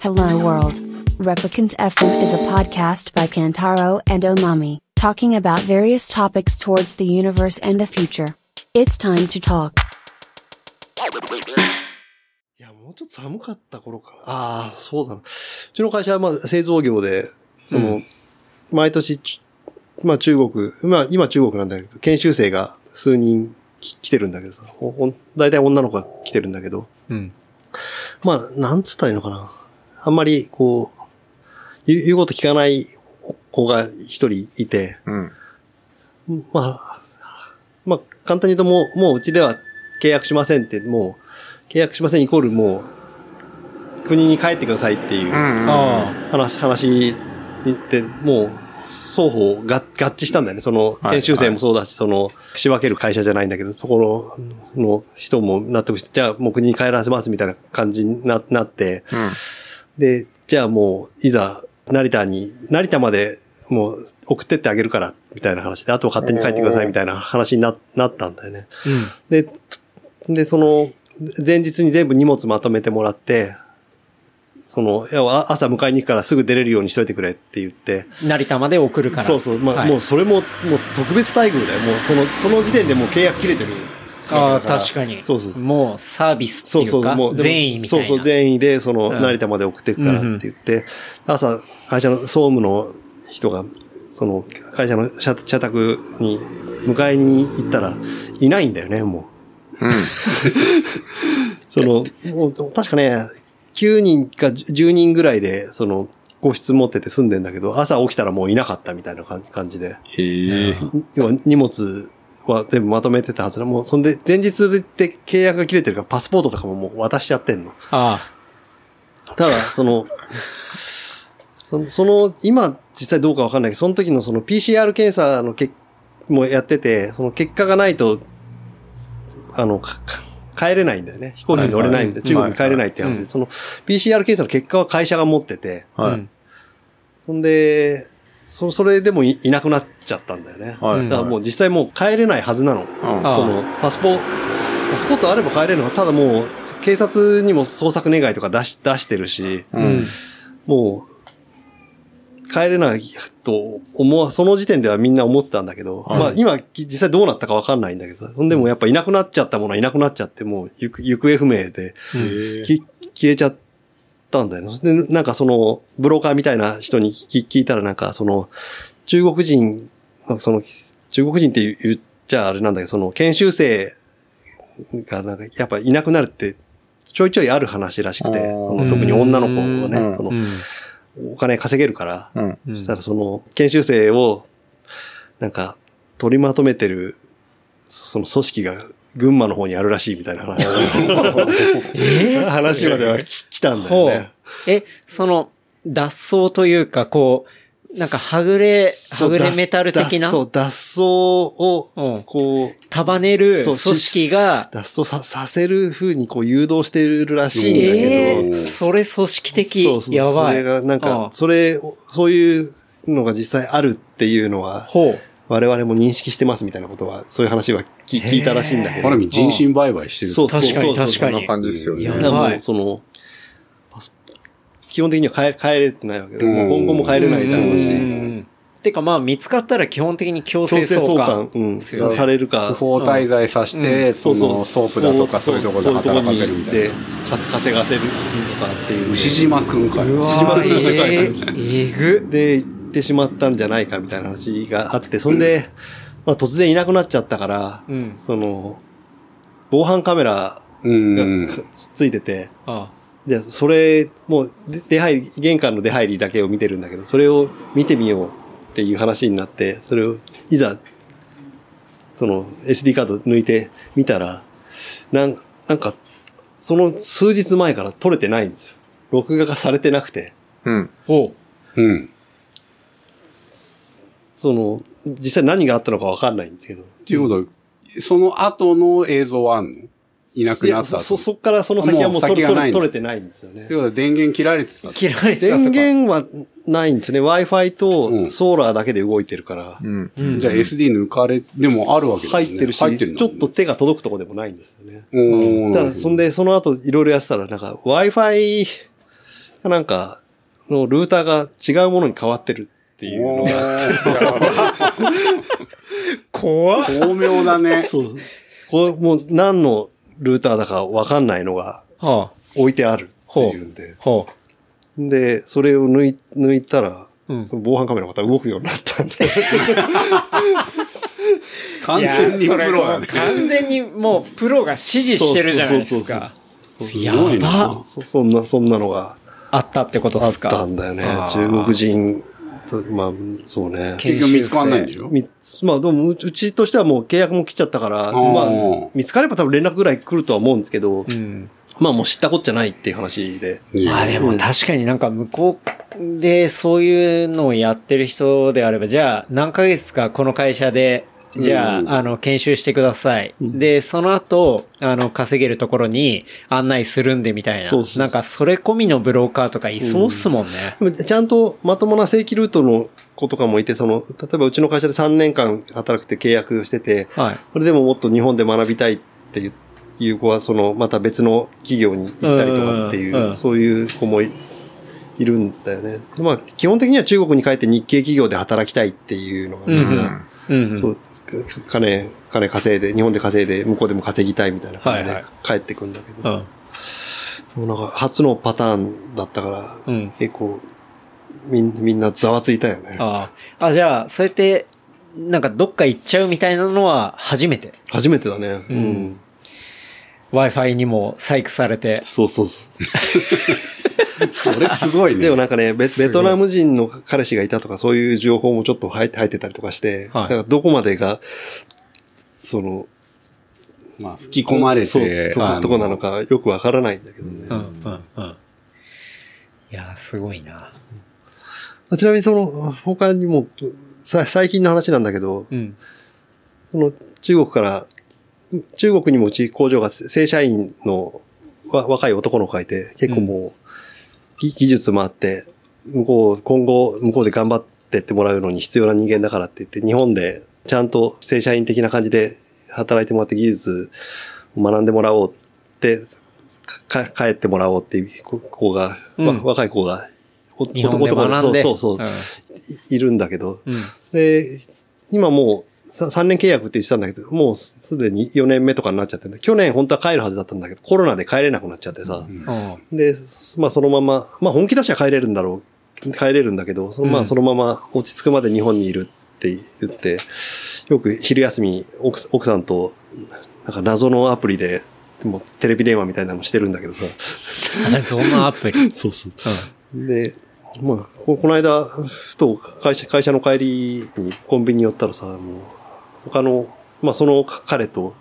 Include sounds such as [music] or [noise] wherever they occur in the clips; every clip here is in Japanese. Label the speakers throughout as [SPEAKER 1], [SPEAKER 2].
[SPEAKER 1] Hello World. Replicant FM is a podcast by Kantaro and Omami, talking about various topics towards the universe and the future. It's time to talk.
[SPEAKER 2] いや、もうちょっと寒かった頃かな。ああ、そうだな。うちの会社はまあ製造業で、その、毎年ち、まあ中国、まあ今中国なんだけど、研修生が数人き来てるんだけどさ、ほほん大体女の子が来てるんだけど、
[SPEAKER 3] うん。
[SPEAKER 2] まあ、なんつったらいいのかな。あんまり、こう、言う言うこと聞かない子が一人いて、
[SPEAKER 3] うん。
[SPEAKER 2] まあ、まあ、簡単に言うともう、もううちでは契約しませんって、もう、契約しませんイコールもう、国に帰ってくださいっていう
[SPEAKER 3] あ
[SPEAKER 2] 話、話で、もう、双方が合致したんだよね。その、
[SPEAKER 3] い
[SPEAKER 2] 研修生もそうだし、その、仕分ける会社じゃないんだけど、そこの、の人も納得して、じゃあもう国に帰らせますみたいな感じにななって、
[SPEAKER 3] あ。うん。
[SPEAKER 2] で、じゃあもう、いざ、成田に、成田まで、もう、送ってってあげるから、みたいな話で、あとは勝手に帰ってください、みたいな話にな、なったんだよね。で、つで、その、前日に全部荷物まとめてもらって、その、いやあ朝迎えに行くからすぐ出れるようにしといてくれって言って、
[SPEAKER 4] うん。成田まで送るから。
[SPEAKER 2] そうそう、まあ、
[SPEAKER 4] はい
[SPEAKER 2] もうそれも、もう特別待遇だよ。もう、その、その時点でもう契約切れてる。
[SPEAKER 4] ああ、確かに。
[SPEAKER 2] そうそうそう
[SPEAKER 4] もうサービスって
[SPEAKER 2] そう
[SPEAKER 4] い
[SPEAKER 2] そうう、
[SPEAKER 4] か、
[SPEAKER 2] もう、でも
[SPEAKER 4] 善意みたいな。
[SPEAKER 2] そうそう、善意で、その、
[SPEAKER 4] うん
[SPEAKER 2] 成田まで送っていくからって言って、朝、会社の総務の人が、その、会社の社社宅に迎えに行ったら、いないんだよね、も
[SPEAKER 3] うん。
[SPEAKER 2] う。 [laughs] その、もう確かね、9人か10人ぐらいで、その、個室持ってて住んでんだけど、朝起きたらもういなかったみたいな感じ感じで。
[SPEAKER 3] ええ。
[SPEAKER 2] 要は荷物は全部まとめてたはずな。もう、そんで、前日で契約が切れてるから、パスポートとかももう渡しちゃってんの。
[SPEAKER 4] あ
[SPEAKER 2] ただ、その、その、その今、実際どうかわかんないけど、その時のその PCR 検査のけもやってて、その結果がないと、あの、かか帰れないんだよね。飛行機に乗れないみたいな、
[SPEAKER 3] はいは
[SPEAKER 2] 中国
[SPEAKER 3] い
[SPEAKER 2] に帰れないって話で、
[SPEAKER 4] うん
[SPEAKER 2] その PCR 検査の結果は会社が持ってて、
[SPEAKER 4] あ。
[SPEAKER 3] は
[SPEAKER 4] う
[SPEAKER 3] い。
[SPEAKER 4] ん
[SPEAKER 2] そんで、そそれでもいいなくなっちゃったんだよね。
[SPEAKER 3] は
[SPEAKER 4] うん
[SPEAKER 3] い。
[SPEAKER 2] だからもう実際もう帰れないはずなの。
[SPEAKER 3] うん、
[SPEAKER 4] あ
[SPEAKER 2] その、パスポ、パスポートあれば帰れるのは、ただもう、警察にも捜索願いとか出し、出してるし、
[SPEAKER 3] う
[SPEAKER 4] うん
[SPEAKER 3] ん。
[SPEAKER 2] もう、帰れないと思わ、その時点ではみんな思ってたんだけど、
[SPEAKER 3] はい
[SPEAKER 2] まあ今、き実際どうなったかわかんないんだけどさ、ほんでもやっぱいなくなっちゃったものはいなくなっちゃって、もう行く行方不明で、
[SPEAKER 3] ええ。
[SPEAKER 2] き消えちゃったんだよね。で、なんかその、ブローカーみたいな人に聞聞いたらなんか、その、中国人、その、中国人って言っちゃあれなんだけど、その、研修生がなんか、やっぱいなくなるって、ちょいちょいある話らしくて、
[SPEAKER 3] あー
[SPEAKER 2] その特に女の子をね
[SPEAKER 3] うん、
[SPEAKER 2] その
[SPEAKER 4] う、ん。
[SPEAKER 2] お金稼げるから、
[SPEAKER 3] うん。
[SPEAKER 4] うん
[SPEAKER 2] そしたらその研修生を、なんか、取りまとめてる、そその組織が群馬の方にあるらしいみたいな話
[SPEAKER 3] [laughs]
[SPEAKER 2] 話まではき来たんだよ
[SPEAKER 4] ほ
[SPEAKER 2] ね
[SPEAKER 4] う。。え、その、脱走というか、こう、なんか、はぐれ、はぐれメタル的な、
[SPEAKER 2] そうう、脱走を、
[SPEAKER 4] ん。
[SPEAKER 2] こう、
[SPEAKER 4] 束ねる
[SPEAKER 2] そう
[SPEAKER 4] 組織が、
[SPEAKER 2] 脱走ささせる風にこう誘導してるらしいんだけど、
[SPEAKER 4] え
[SPEAKER 3] ど
[SPEAKER 4] えそれ組織
[SPEAKER 2] そう
[SPEAKER 4] 的、
[SPEAKER 2] そう
[SPEAKER 4] やば
[SPEAKER 2] それ
[SPEAKER 4] い。
[SPEAKER 2] がなん
[SPEAKER 4] う
[SPEAKER 2] か
[SPEAKER 4] ん、
[SPEAKER 2] それ、そういうのが実際あるっていうのは、
[SPEAKER 4] ほう。
[SPEAKER 2] 我々も認識してますみたいなことは、そういう話は聞聞いたらしいんだけど
[SPEAKER 5] ある。意味人身売買してる。
[SPEAKER 2] そうそうそう
[SPEAKER 4] 確かに
[SPEAKER 2] そう
[SPEAKER 4] 確か
[SPEAKER 3] こん
[SPEAKER 4] に
[SPEAKER 3] な。感じですよね。
[SPEAKER 4] や
[SPEAKER 2] だから
[SPEAKER 4] ば
[SPEAKER 2] も
[SPEAKER 4] いう
[SPEAKER 2] その、パス基本的には帰帰れてないわけだ。
[SPEAKER 5] うん
[SPEAKER 2] もう今後も帰れないだろう
[SPEAKER 4] うん
[SPEAKER 2] し、
[SPEAKER 4] うんてかまあ見つかったら基本的に強
[SPEAKER 2] 強
[SPEAKER 4] 制
[SPEAKER 2] 制
[SPEAKER 4] 送
[SPEAKER 2] 送
[SPEAKER 4] 還
[SPEAKER 2] 還。、うん、
[SPEAKER 4] すよね
[SPEAKER 2] されるか
[SPEAKER 5] 不、法滞在させて、そのソープだとかそういうところで働かせるみたい
[SPEAKER 2] で
[SPEAKER 5] な。、
[SPEAKER 2] か稼がせるとかっていう。
[SPEAKER 5] 牛島くんか
[SPEAKER 4] う
[SPEAKER 5] よ。
[SPEAKER 4] わ
[SPEAKER 2] 筋張りの世界
[SPEAKER 4] えええぐ。
[SPEAKER 2] で行ってしまったんじゃないかみたいな話があって、そんで、まあ突然いなくなっちゃったから、
[SPEAKER 4] うん。
[SPEAKER 2] その、防犯カメラ
[SPEAKER 5] う
[SPEAKER 2] が
[SPEAKER 5] ん。
[SPEAKER 2] つついてて、
[SPEAKER 4] あ
[SPEAKER 2] じゃあ、それ、もう、で出入り、玄関の出入りだけを見てるんだけど、それを見てみようっていう話になって、それを、いざ、その、SD カード抜いてみたら、なん、なんか、その数日前から撮れてないんですよ。録画がされてなくて、
[SPEAKER 3] うん。
[SPEAKER 4] ほ
[SPEAKER 5] うん。
[SPEAKER 2] その、実際何があったのかわかんないんですけど。
[SPEAKER 5] っていうことは、その後の映像はあんのいなく
[SPEAKER 2] い
[SPEAKER 5] な
[SPEAKER 2] や、
[SPEAKER 5] った
[SPEAKER 2] そ、そ
[SPEAKER 5] 後。って
[SPEAKER 2] そっからその先はもう撮れ
[SPEAKER 5] もう先が
[SPEAKER 2] 撮
[SPEAKER 5] な
[SPEAKER 2] れ
[SPEAKER 5] い
[SPEAKER 2] 撮れてないんですよね
[SPEAKER 5] いう。ことは電源切られてた
[SPEAKER 4] う。。切られてたとか。
[SPEAKER 2] 電源はないんですね。Wi-Fi
[SPEAKER 5] う
[SPEAKER 2] と
[SPEAKER 5] ん
[SPEAKER 2] ソーラーだけで動いてるから。
[SPEAKER 3] うん。
[SPEAKER 4] うん。
[SPEAKER 5] じゃあ SD 抜かれ、でもあるわけだ
[SPEAKER 2] 入
[SPEAKER 5] よね
[SPEAKER 2] ってるし、
[SPEAKER 5] 入ってる
[SPEAKER 2] ちょっと、手が届くとこでもないんですよね。
[SPEAKER 5] おー
[SPEAKER 2] そしたら、そん、で、その後いろいろやってたら、なんか Wi-Fi、がなんか、のルーターが違うものに変わってるっていうのが、
[SPEAKER 4] 怖っ。
[SPEAKER 5] 巧妙だね。
[SPEAKER 2] [laughs] そう。これもう何のルーターだかわかんないのが
[SPEAKER 4] はあ、
[SPEAKER 2] 置いてあるっていうんで。
[SPEAKER 4] はあ。
[SPEAKER 2] で、それを抜い抜いたら、
[SPEAKER 4] うん
[SPEAKER 2] その防犯カメラがまた動くようになったんで。 [laughs]
[SPEAKER 5] 完全にプロだ
[SPEAKER 4] いやそれもう
[SPEAKER 5] ね。
[SPEAKER 4] 完全にもうプロが指示してるじゃないですか。や
[SPEAKER 5] すごい
[SPEAKER 4] ば
[SPEAKER 5] な。
[SPEAKER 2] そそんな、そんなのが
[SPEAKER 4] あったってこと
[SPEAKER 2] あ
[SPEAKER 4] で
[SPEAKER 2] っ
[SPEAKER 4] すか。
[SPEAKER 2] たんだよね
[SPEAKER 5] あ。ー
[SPEAKER 2] 中国人と、まあ、そうね。
[SPEAKER 5] 結局見つかんないんでしょ
[SPEAKER 2] みまあ、でもう、うちとしてはもう契約も来ちゃったから、
[SPEAKER 5] ー
[SPEAKER 2] まあ、見つかれば多分連絡ぐらい来るとは思うんですけど、
[SPEAKER 4] うん。
[SPEAKER 2] まあもう知ったこっちゃないっていう話で。
[SPEAKER 4] まあでも確かになんか向こうでそういうのをやってる人であれば、じゃあ何ヶ月かこの会社で、じゃあ、
[SPEAKER 5] うん
[SPEAKER 4] あの、研修してください。
[SPEAKER 2] うん
[SPEAKER 4] で、その後、あの、稼げるところに案内するんでみたいな。
[SPEAKER 2] そうそうそう
[SPEAKER 4] なんか、それ込みのブローカーとかいそうっすもんね。
[SPEAKER 2] でもちゃんとまともな正規ルートの子とかもいて、その、例えばうちの会社で3年間働くって契約してて、
[SPEAKER 4] はい。
[SPEAKER 2] それでももっと日本で学びたいっていういう子は、その、また別の企業に行ったりとかってい
[SPEAKER 4] うんうんうん
[SPEAKER 2] う、そういう子もいいるんだよね。でまあ、基本的には中国に帰って日系企業で働きたいっていうのが、
[SPEAKER 4] うん
[SPEAKER 2] み
[SPEAKER 4] うんん
[SPEAKER 2] な
[SPEAKER 4] うん、うん。
[SPEAKER 2] そう金、金稼いで、日本で稼いで、向こうでも稼ぎたいみたいな感
[SPEAKER 4] はい
[SPEAKER 2] じで
[SPEAKER 4] は
[SPEAKER 2] 帰ってくんだけど、
[SPEAKER 4] うん。
[SPEAKER 2] もうなんか初のパターンだったから、
[SPEAKER 4] うん。
[SPEAKER 2] 結構、みんみんなざわついたよね。
[SPEAKER 4] ああ。あ、じゃあ、そうやって、なんかどっか行っちゃうみたいなのは初めて。
[SPEAKER 2] 初めてだね。うん。
[SPEAKER 4] ん Wi-Fi にも細工されて。
[SPEAKER 2] そうそうそう。
[SPEAKER 5] それすごいね。
[SPEAKER 2] でもなんかね、ベベトナム人の彼氏がいたとか、そういう情報もちょっと入って入ってたりとかして、
[SPEAKER 4] はい
[SPEAKER 2] だからどこまでが、その、
[SPEAKER 5] まあ、吹き込まれ
[SPEAKER 2] そう
[SPEAKER 5] て、
[SPEAKER 2] と
[SPEAKER 5] あ
[SPEAKER 2] こ、とこなのかよくわからないんだけどね。
[SPEAKER 4] うん、うん、うん。いやー、すごいな。
[SPEAKER 2] ちなみにその、他にも、さ最近の話なんだけど、
[SPEAKER 4] うん。
[SPEAKER 2] その中国から、中国にもうち工場が正社員のわ若い男の子がいて、結構もう、ぎ技術もあって、向こう、今後、向こうで頑張ってってもらうのに必要な人間だからって言って、日本でちゃんと正社員的な感じで働いてもらって技術を学んでもらおうって、かか帰ってもらおうっていう子が、
[SPEAKER 4] うん
[SPEAKER 2] わ若い子が、お
[SPEAKER 4] 日本で学んで。
[SPEAKER 2] そうそうそう、いいるんだけど、
[SPEAKER 4] うん。うん。
[SPEAKER 2] で、今もうさ3年契約って言ってたんだけど、もうすでに4年目とかになっちゃってんだ去年本当は帰るはずだったんだけど、コロナで帰れなくなっちゃってさ。
[SPEAKER 5] うん
[SPEAKER 4] うん
[SPEAKER 2] で、まあそのまま、まあ本気出しは帰れるんだろう。帰れるんだけど、そのま
[SPEAKER 4] う
[SPEAKER 2] あ
[SPEAKER 4] ん
[SPEAKER 2] そのまま落ち着くまで日本にいるって言って、よく昼休み奥奥さんと、なんか謎のアプリで、もうテレビ電話みたいなのしてるんだけどさ。
[SPEAKER 4] あれ、そんなアプ [laughs] リ。うん。
[SPEAKER 2] そうそう。で、まあ、ここの間、ふと会社、会社の帰りにコンビニ寄ったらさ、もう、他の、まあその彼と、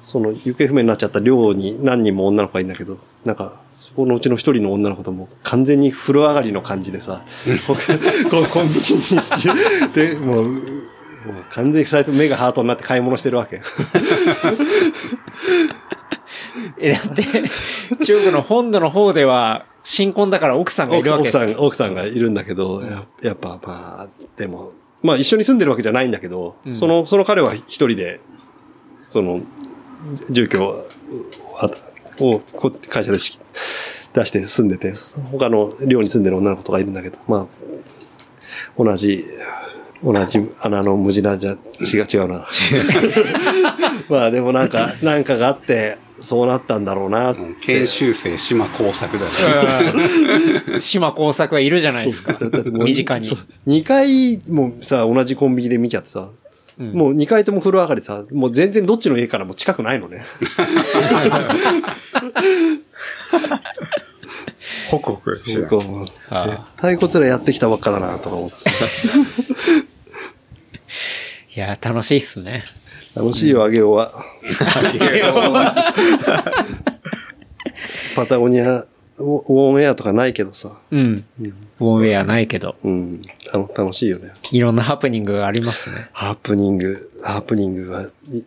[SPEAKER 2] その行方不明になっちゃった寮に何人も女の子がいるんだけど、なんか、そこのうちの一人の女の子とも完全に風呂上がりの感じでさ、 [laughs] ここコンビニに、で、もう、もう完全に二人とも目がハートになって買い物してるわけ。
[SPEAKER 4] え、だって、中国の本土の方では、新婚だから奥さんがい
[SPEAKER 2] 奥
[SPEAKER 4] る
[SPEAKER 2] さん
[SPEAKER 4] わけです
[SPEAKER 2] 奥さん、奥さんがいるんだけど、ややっぱまあ、でも、まあ一緒に住んでるわけじゃないんだけど、
[SPEAKER 4] うん
[SPEAKER 2] その、その彼は一人で、その、住居を、あをこ会社でし出して住んでて、他の寮に住んでる女の子とかいるんだけど、まあ、同じ、同じ穴の無地なじゃ、違う違
[SPEAKER 4] [laughs]
[SPEAKER 2] うな。 [laughs] まあでもなんか、なんかがあって、そうなったんだろうなって
[SPEAKER 5] うん研修生、島工作だね。
[SPEAKER 4] うん島工作はいるじゃないですか。身近に。
[SPEAKER 2] 2回もさ、同じコンビニで見ちゃってさ、
[SPEAKER 4] うん
[SPEAKER 2] もう2回とも風呂上がりさ、もう全然どっちの家からも近くないのね。
[SPEAKER 5] [laughs] ホクホクして
[SPEAKER 2] そう
[SPEAKER 5] る
[SPEAKER 2] かもう
[SPEAKER 4] あ
[SPEAKER 2] 太鼓つらやってきたばっかだなとか思ってさ
[SPEAKER 4] いやー、楽しいっすね。
[SPEAKER 2] 楽しいよ、あげようは。 [laughs] パタゴニア、ウォウォンエアとかないけどさ、
[SPEAKER 4] うん。ウォンウェアないけど、
[SPEAKER 2] うん、たの楽しいよね。
[SPEAKER 4] いろんなハプニングがありますね。
[SPEAKER 2] ハプニング、ハプニングは、い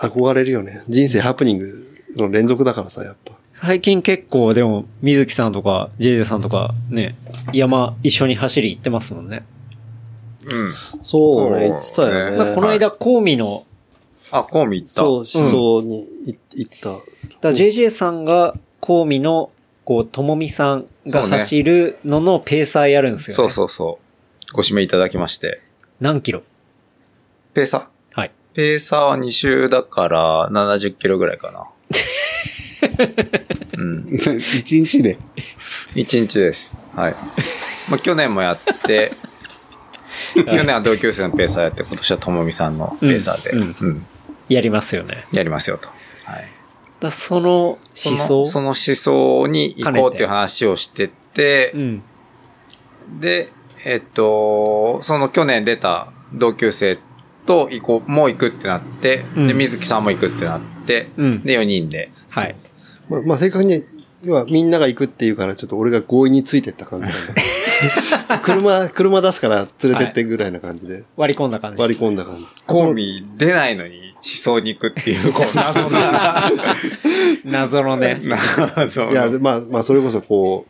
[SPEAKER 2] 憧れるよね。人生ハプニングの連続だからさ、やっぱ。
[SPEAKER 4] 最近結構でも、水木さんとか、ジェイジェさんとかね、山一緒に走り行ってますもんね。
[SPEAKER 3] うん。
[SPEAKER 2] そうね、言ってたよね。
[SPEAKER 3] ま
[SPEAKER 4] この間、コーミの、
[SPEAKER 3] あ、コウミ行った。
[SPEAKER 2] そう、思想にい行った。
[SPEAKER 4] だから JJ さんが、コーミのこう、ともみさん
[SPEAKER 3] そ
[SPEAKER 4] が
[SPEAKER 3] うね
[SPEAKER 4] 走るののペーサーやるんですよ、ね。
[SPEAKER 3] そうそうそう。ご指名いただきまして。
[SPEAKER 4] 何キロ
[SPEAKER 3] ペーサ
[SPEAKER 4] はい。
[SPEAKER 3] ーペーサーは2周だから70キロぐらいかな。うん。
[SPEAKER 5] 一日で。
[SPEAKER 3] 1日です。はい。まあ、去年もやって、去年は同級生のペーサーやって、今年はともみさんのペーサーで、
[SPEAKER 4] う
[SPEAKER 3] うんん、
[SPEAKER 4] やりますよね。
[SPEAKER 3] やりますよと。はい。
[SPEAKER 4] だその思
[SPEAKER 3] その
[SPEAKER 4] 想
[SPEAKER 3] その思想に行こうっていう話をしてて
[SPEAKER 4] う、ん。
[SPEAKER 3] で、えっと、その去年出た同級生と行こう、もう行くってなって、
[SPEAKER 4] うん
[SPEAKER 3] で、水木さんも行くってなって、
[SPEAKER 4] うん
[SPEAKER 3] で、4人で。
[SPEAKER 4] はい。
[SPEAKER 2] まあ、まあ、正確に、要はみんなが行くっていうから、ちょっと俺が強引についてった感じだ [laughs] ね車、車出すから連れてってぐらいな感じで、
[SPEAKER 4] 割り込んだ感じです。
[SPEAKER 2] 割り込んだ感じ。
[SPEAKER 3] コンビ出ないのに思想に行くっていう、こう、謎な、
[SPEAKER 4] [laughs] 謎のね。
[SPEAKER 3] [laughs] 謎
[SPEAKER 2] いや、
[SPEAKER 3] の。
[SPEAKER 2] でまあ、まあ、それこそこ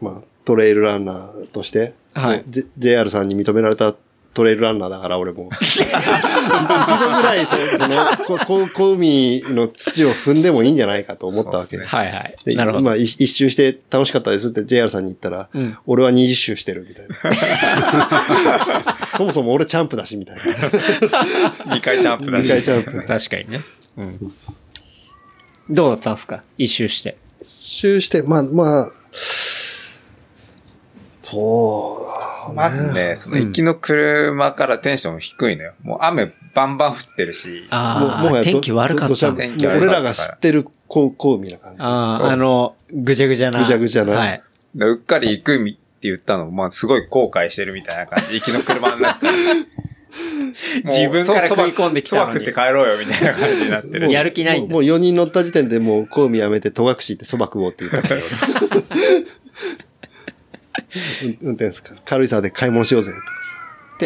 [SPEAKER 2] う、まあ、トレイルランナーとして、
[SPEAKER 4] はい
[SPEAKER 2] ジェ JR さんに認められたトレイルランナーだから、俺も。一度ぐらいそ、その、ここ小海の土を踏んでもいいんじゃないかと思ったわけ。
[SPEAKER 3] そうですね
[SPEAKER 4] はいはい
[SPEAKER 2] で。
[SPEAKER 4] なるほど。
[SPEAKER 2] 今一一周して楽しかったですって JR さんに言ったら、
[SPEAKER 4] うん
[SPEAKER 2] 俺は20周してるみたいな。そもそも俺チャンプだしみたいな。
[SPEAKER 3] 2回ジャンプだ
[SPEAKER 2] 二
[SPEAKER 3] し。
[SPEAKER 2] 回チャンプ。
[SPEAKER 4] 確かにね。どうだったんですか一周して。
[SPEAKER 2] 一周して、まあまあ、そう、
[SPEAKER 3] まずね、その行きの車からテンション低いのよ。もう雨バンバン降ってるし。
[SPEAKER 4] ああ、
[SPEAKER 2] ど
[SPEAKER 4] 天気悪かっ
[SPEAKER 2] どし
[SPEAKER 4] た
[SPEAKER 2] ゃ
[SPEAKER 4] ん
[SPEAKER 2] も
[SPEAKER 4] で
[SPEAKER 2] う
[SPEAKER 4] す
[SPEAKER 3] 天気悪
[SPEAKER 2] 俺らが知ってるこう、こうみたいな感じ。
[SPEAKER 4] あ
[SPEAKER 3] そう
[SPEAKER 4] あ、あの、ぐちゃぐちゃな。
[SPEAKER 2] ぐちゃぐちゃな
[SPEAKER 4] はい。
[SPEAKER 3] でうっかり行くみって言ったの、まあ、すごい後悔してるみたいな感じ。行きの車の
[SPEAKER 4] [laughs]
[SPEAKER 3] 中で
[SPEAKER 4] 自分から食い込んできたのに
[SPEAKER 3] そば食って帰ろうよ、みたいな感じになってる。
[SPEAKER 4] やる気ない
[SPEAKER 2] も
[SPEAKER 4] ん
[SPEAKER 2] う
[SPEAKER 4] だ
[SPEAKER 2] もう4人乗った時点でもう、こうみやめて、戸隠行って蕎麦食おうって言ったけど。うん運転ですか軽井沢で買い物しようぜって。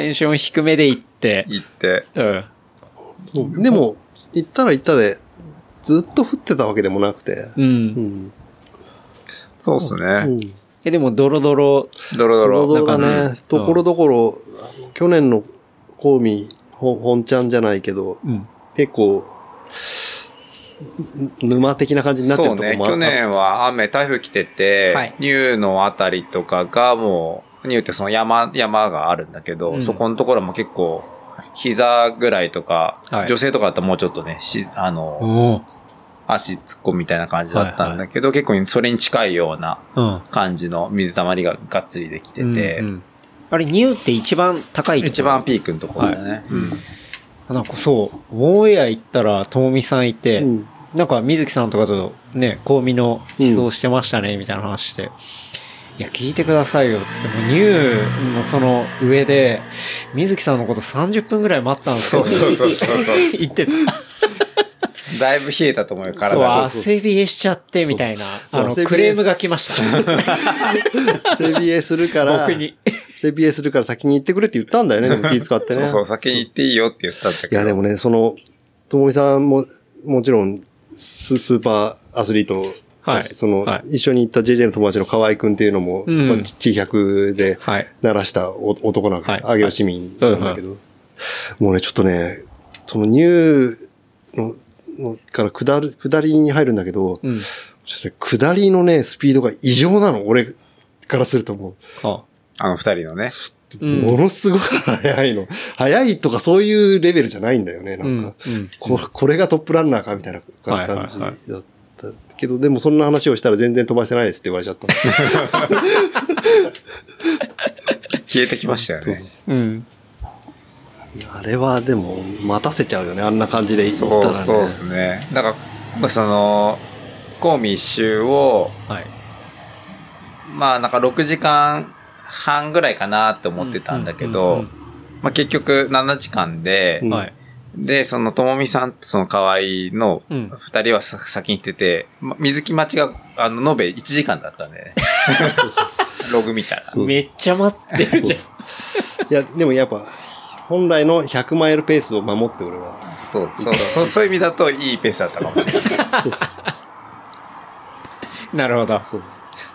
[SPEAKER 4] テンション低めで行って。
[SPEAKER 3] 行って。
[SPEAKER 4] うん。
[SPEAKER 2] そう。でも、行ったら行ったで、ずっと降ってたわけでもなくて。
[SPEAKER 4] う。
[SPEAKER 2] うんん。
[SPEAKER 3] そうっす
[SPEAKER 2] う
[SPEAKER 3] ね。
[SPEAKER 2] ん。
[SPEAKER 4] え、でも、ドロドロ。
[SPEAKER 3] ドロド
[SPEAKER 2] ドロド
[SPEAKER 3] ロ。
[SPEAKER 2] ロだ
[SPEAKER 4] なんか
[SPEAKER 2] ね
[SPEAKER 4] ね。
[SPEAKER 2] ところどころ、あの去年のコーミ、ほ本ちゃんじゃないけど、
[SPEAKER 4] うん。
[SPEAKER 2] 結構、ぬ沼的な感じになってる
[SPEAKER 3] そう
[SPEAKER 2] ところ
[SPEAKER 3] ね。
[SPEAKER 2] もあ
[SPEAKER 3] 去年は雨、台風来てて、
[SPEAKER 4] はい
[SPEAKER 3] ニューのあたりとかがもう、ニューってその山、山があるんだけど、
[SPEAKER 4] うん
[SPEAKER 3] そこのところも結構、膝ぐらいとか、
[SPEAKER 4] はい
[SPEAKER 3] 女性とかだったらもうちょっとね、し、あの、
[SPEAKER 4] お
[SPEAKER 3] 足突っ込むみたいな感じだったんだけど、結構それに近いような
[SPEAKER 4] うん。
[SPEAKER 3] 感じの水たまりががっつりできてて、
[SPEAKER 4] うんうんあれ、ニューって一番高いとこ
[SPEAKER 3] 一番ピークのところだね、うん
[SPEAKER 4] なんかそう、ウォンエア行ったら、ともみさんいて、
[SPEAKER 2] うん
[SPEAKER 4] なんか水木さんとかとね、香味の思想してましたね、みたいな話して、いや、聞いてくださいよ、つって、もうニューのその上で、水木さんのこと30分ぐらい待ったんです
[SPEAKER 3] そ
[SPEAKER 4] よ。
[SPEAKER 3] うそ
[SPEAKER 4] [laughs]
[SPEAKER 3] うそうそうそう。 [laughs]
[SPEAKER 4] 言ってた。
[SPEAKER 3] だいぶ冷えたと思うよ、体
[SPEAKER 4] そう、
[SPEAKER 3] が。
[SPEAKER 4] 汗びえしちゃって、みたいな、
[SPEAKER 2] そう
[SPEAKER 4] あの、
[SPEAKER 2] 汗びえ
[SPEAKER 4] クレームが来ました。
[SPEAKER 2] 背びえするから、
[SPEAKER 4] 僕に。
[SPEAKER 2] 背びえするから先に行ってくれって言ったん
[SPEAKER 4] [laughs]
[SPEAKER 2] だよね、でも気使って
[SPEAKER 3] そ
[SPEAKER 2] ね。
[SPEAKER 3] うそう、先に行っていいよって言ったんだけ
[SPEAKER 2] い
[SPEAKER 3] ど。
[SPEAKER 2] や、でもね、その、ともみさんも、もちろん、ススーパーアスリート
[SPEAKER 4] は
[SPEAKER 2] だ
[SPEAKER 4] い
[SPEAKER 2] し、その、
[SPEAKER 4] は
[SPEAKER 2] 一緒に行った JJ の友達の河合くんっていうのも、
[SPEAKER 4] うん
[SPEAKER 2] まあ、ちち100で
[SPEAKER 4] はい。
[SPEAKER 2] 鳴らしたお男なんです、
[SPEAKER 4] はい
[SPEAKER 2] 上尾市民なんだけど、もうね、ちょっとね、そのニューの、のから下る、下りに入るんだけど、
[SPEAKER 4] うん。
[SPEAKER 2] ちょっとね、下りのね、スピードが異常なの、俺からするともう。
[SPEAKER 4] あ
[SPEAKER 3] あの二人のね。
[SPEAKER 4] うん
[SPEAKER 2] ものすごい速いの。速いとかそういうレベルじゃないんだよね、な
[SPEAKER 4] うんん
[SPEAKER 2] か。。
[SPEAKER 4] うん
[SPEAKER 2] ここれがトップランナーかみたいな
[SPEAKER 4] はいはいは
[SPEAKER 2] 感
[SPEAKER 4] い
[SPEAKER 2] じだったけど、でもそんな話をしたら全然飛ばせないですって言われち
[SPEAKER 4] [laughs]
[SPEAKER 2] ゃった。
[SPEAKER 3] 消えてきましたよね。
[SPEAKER 4] うん。
[SPEAKER 2] あれはでも待たせちゃうよね、あんな感じで行っ
[SPEAKER 3] そ
[SPEAKER 2] た
[SPEAKER 3] う
[SPEAKER 2] らね。
[SPEAKER 3] そうですね。だから、今回その、コーミ一周を、
[SPEAKER 4] はい。
[SPEAKER 3] まあなんか6時間半ぐらいかなって思ってたんだ
[SPEAKER 4] うん
[SPEAKER 3] け
[SPEAKER 4] うん
[SPEAKER 3] ど
[SPEAKER 4] うん、
[SPEAKER 3] まあ結局7時間で、
[SPEAKER 2] うん
[SPEAKER 4] はい。
[SPEAKER 3] で、そのともみさんとその河合の
[SPEAKER 4] うん
[SPEAKER 3] 二人はさ先に行ってて、ま水木町が、あの、延べ1時間だったんでね。ログ見たら。
[SPEAKER 2] う
[SPEAKER 4] めっちゃ待ってるじゃん。
[SPEAKER 2] いや、でもやっぱ、本来の100マイルペースを守って俺は。
[SPEAKER 3] そう、そう、そうそういう意味だといいペースだったかもね。
[SPEAKER 4] なるほど。
[SPEAKER 2] そうい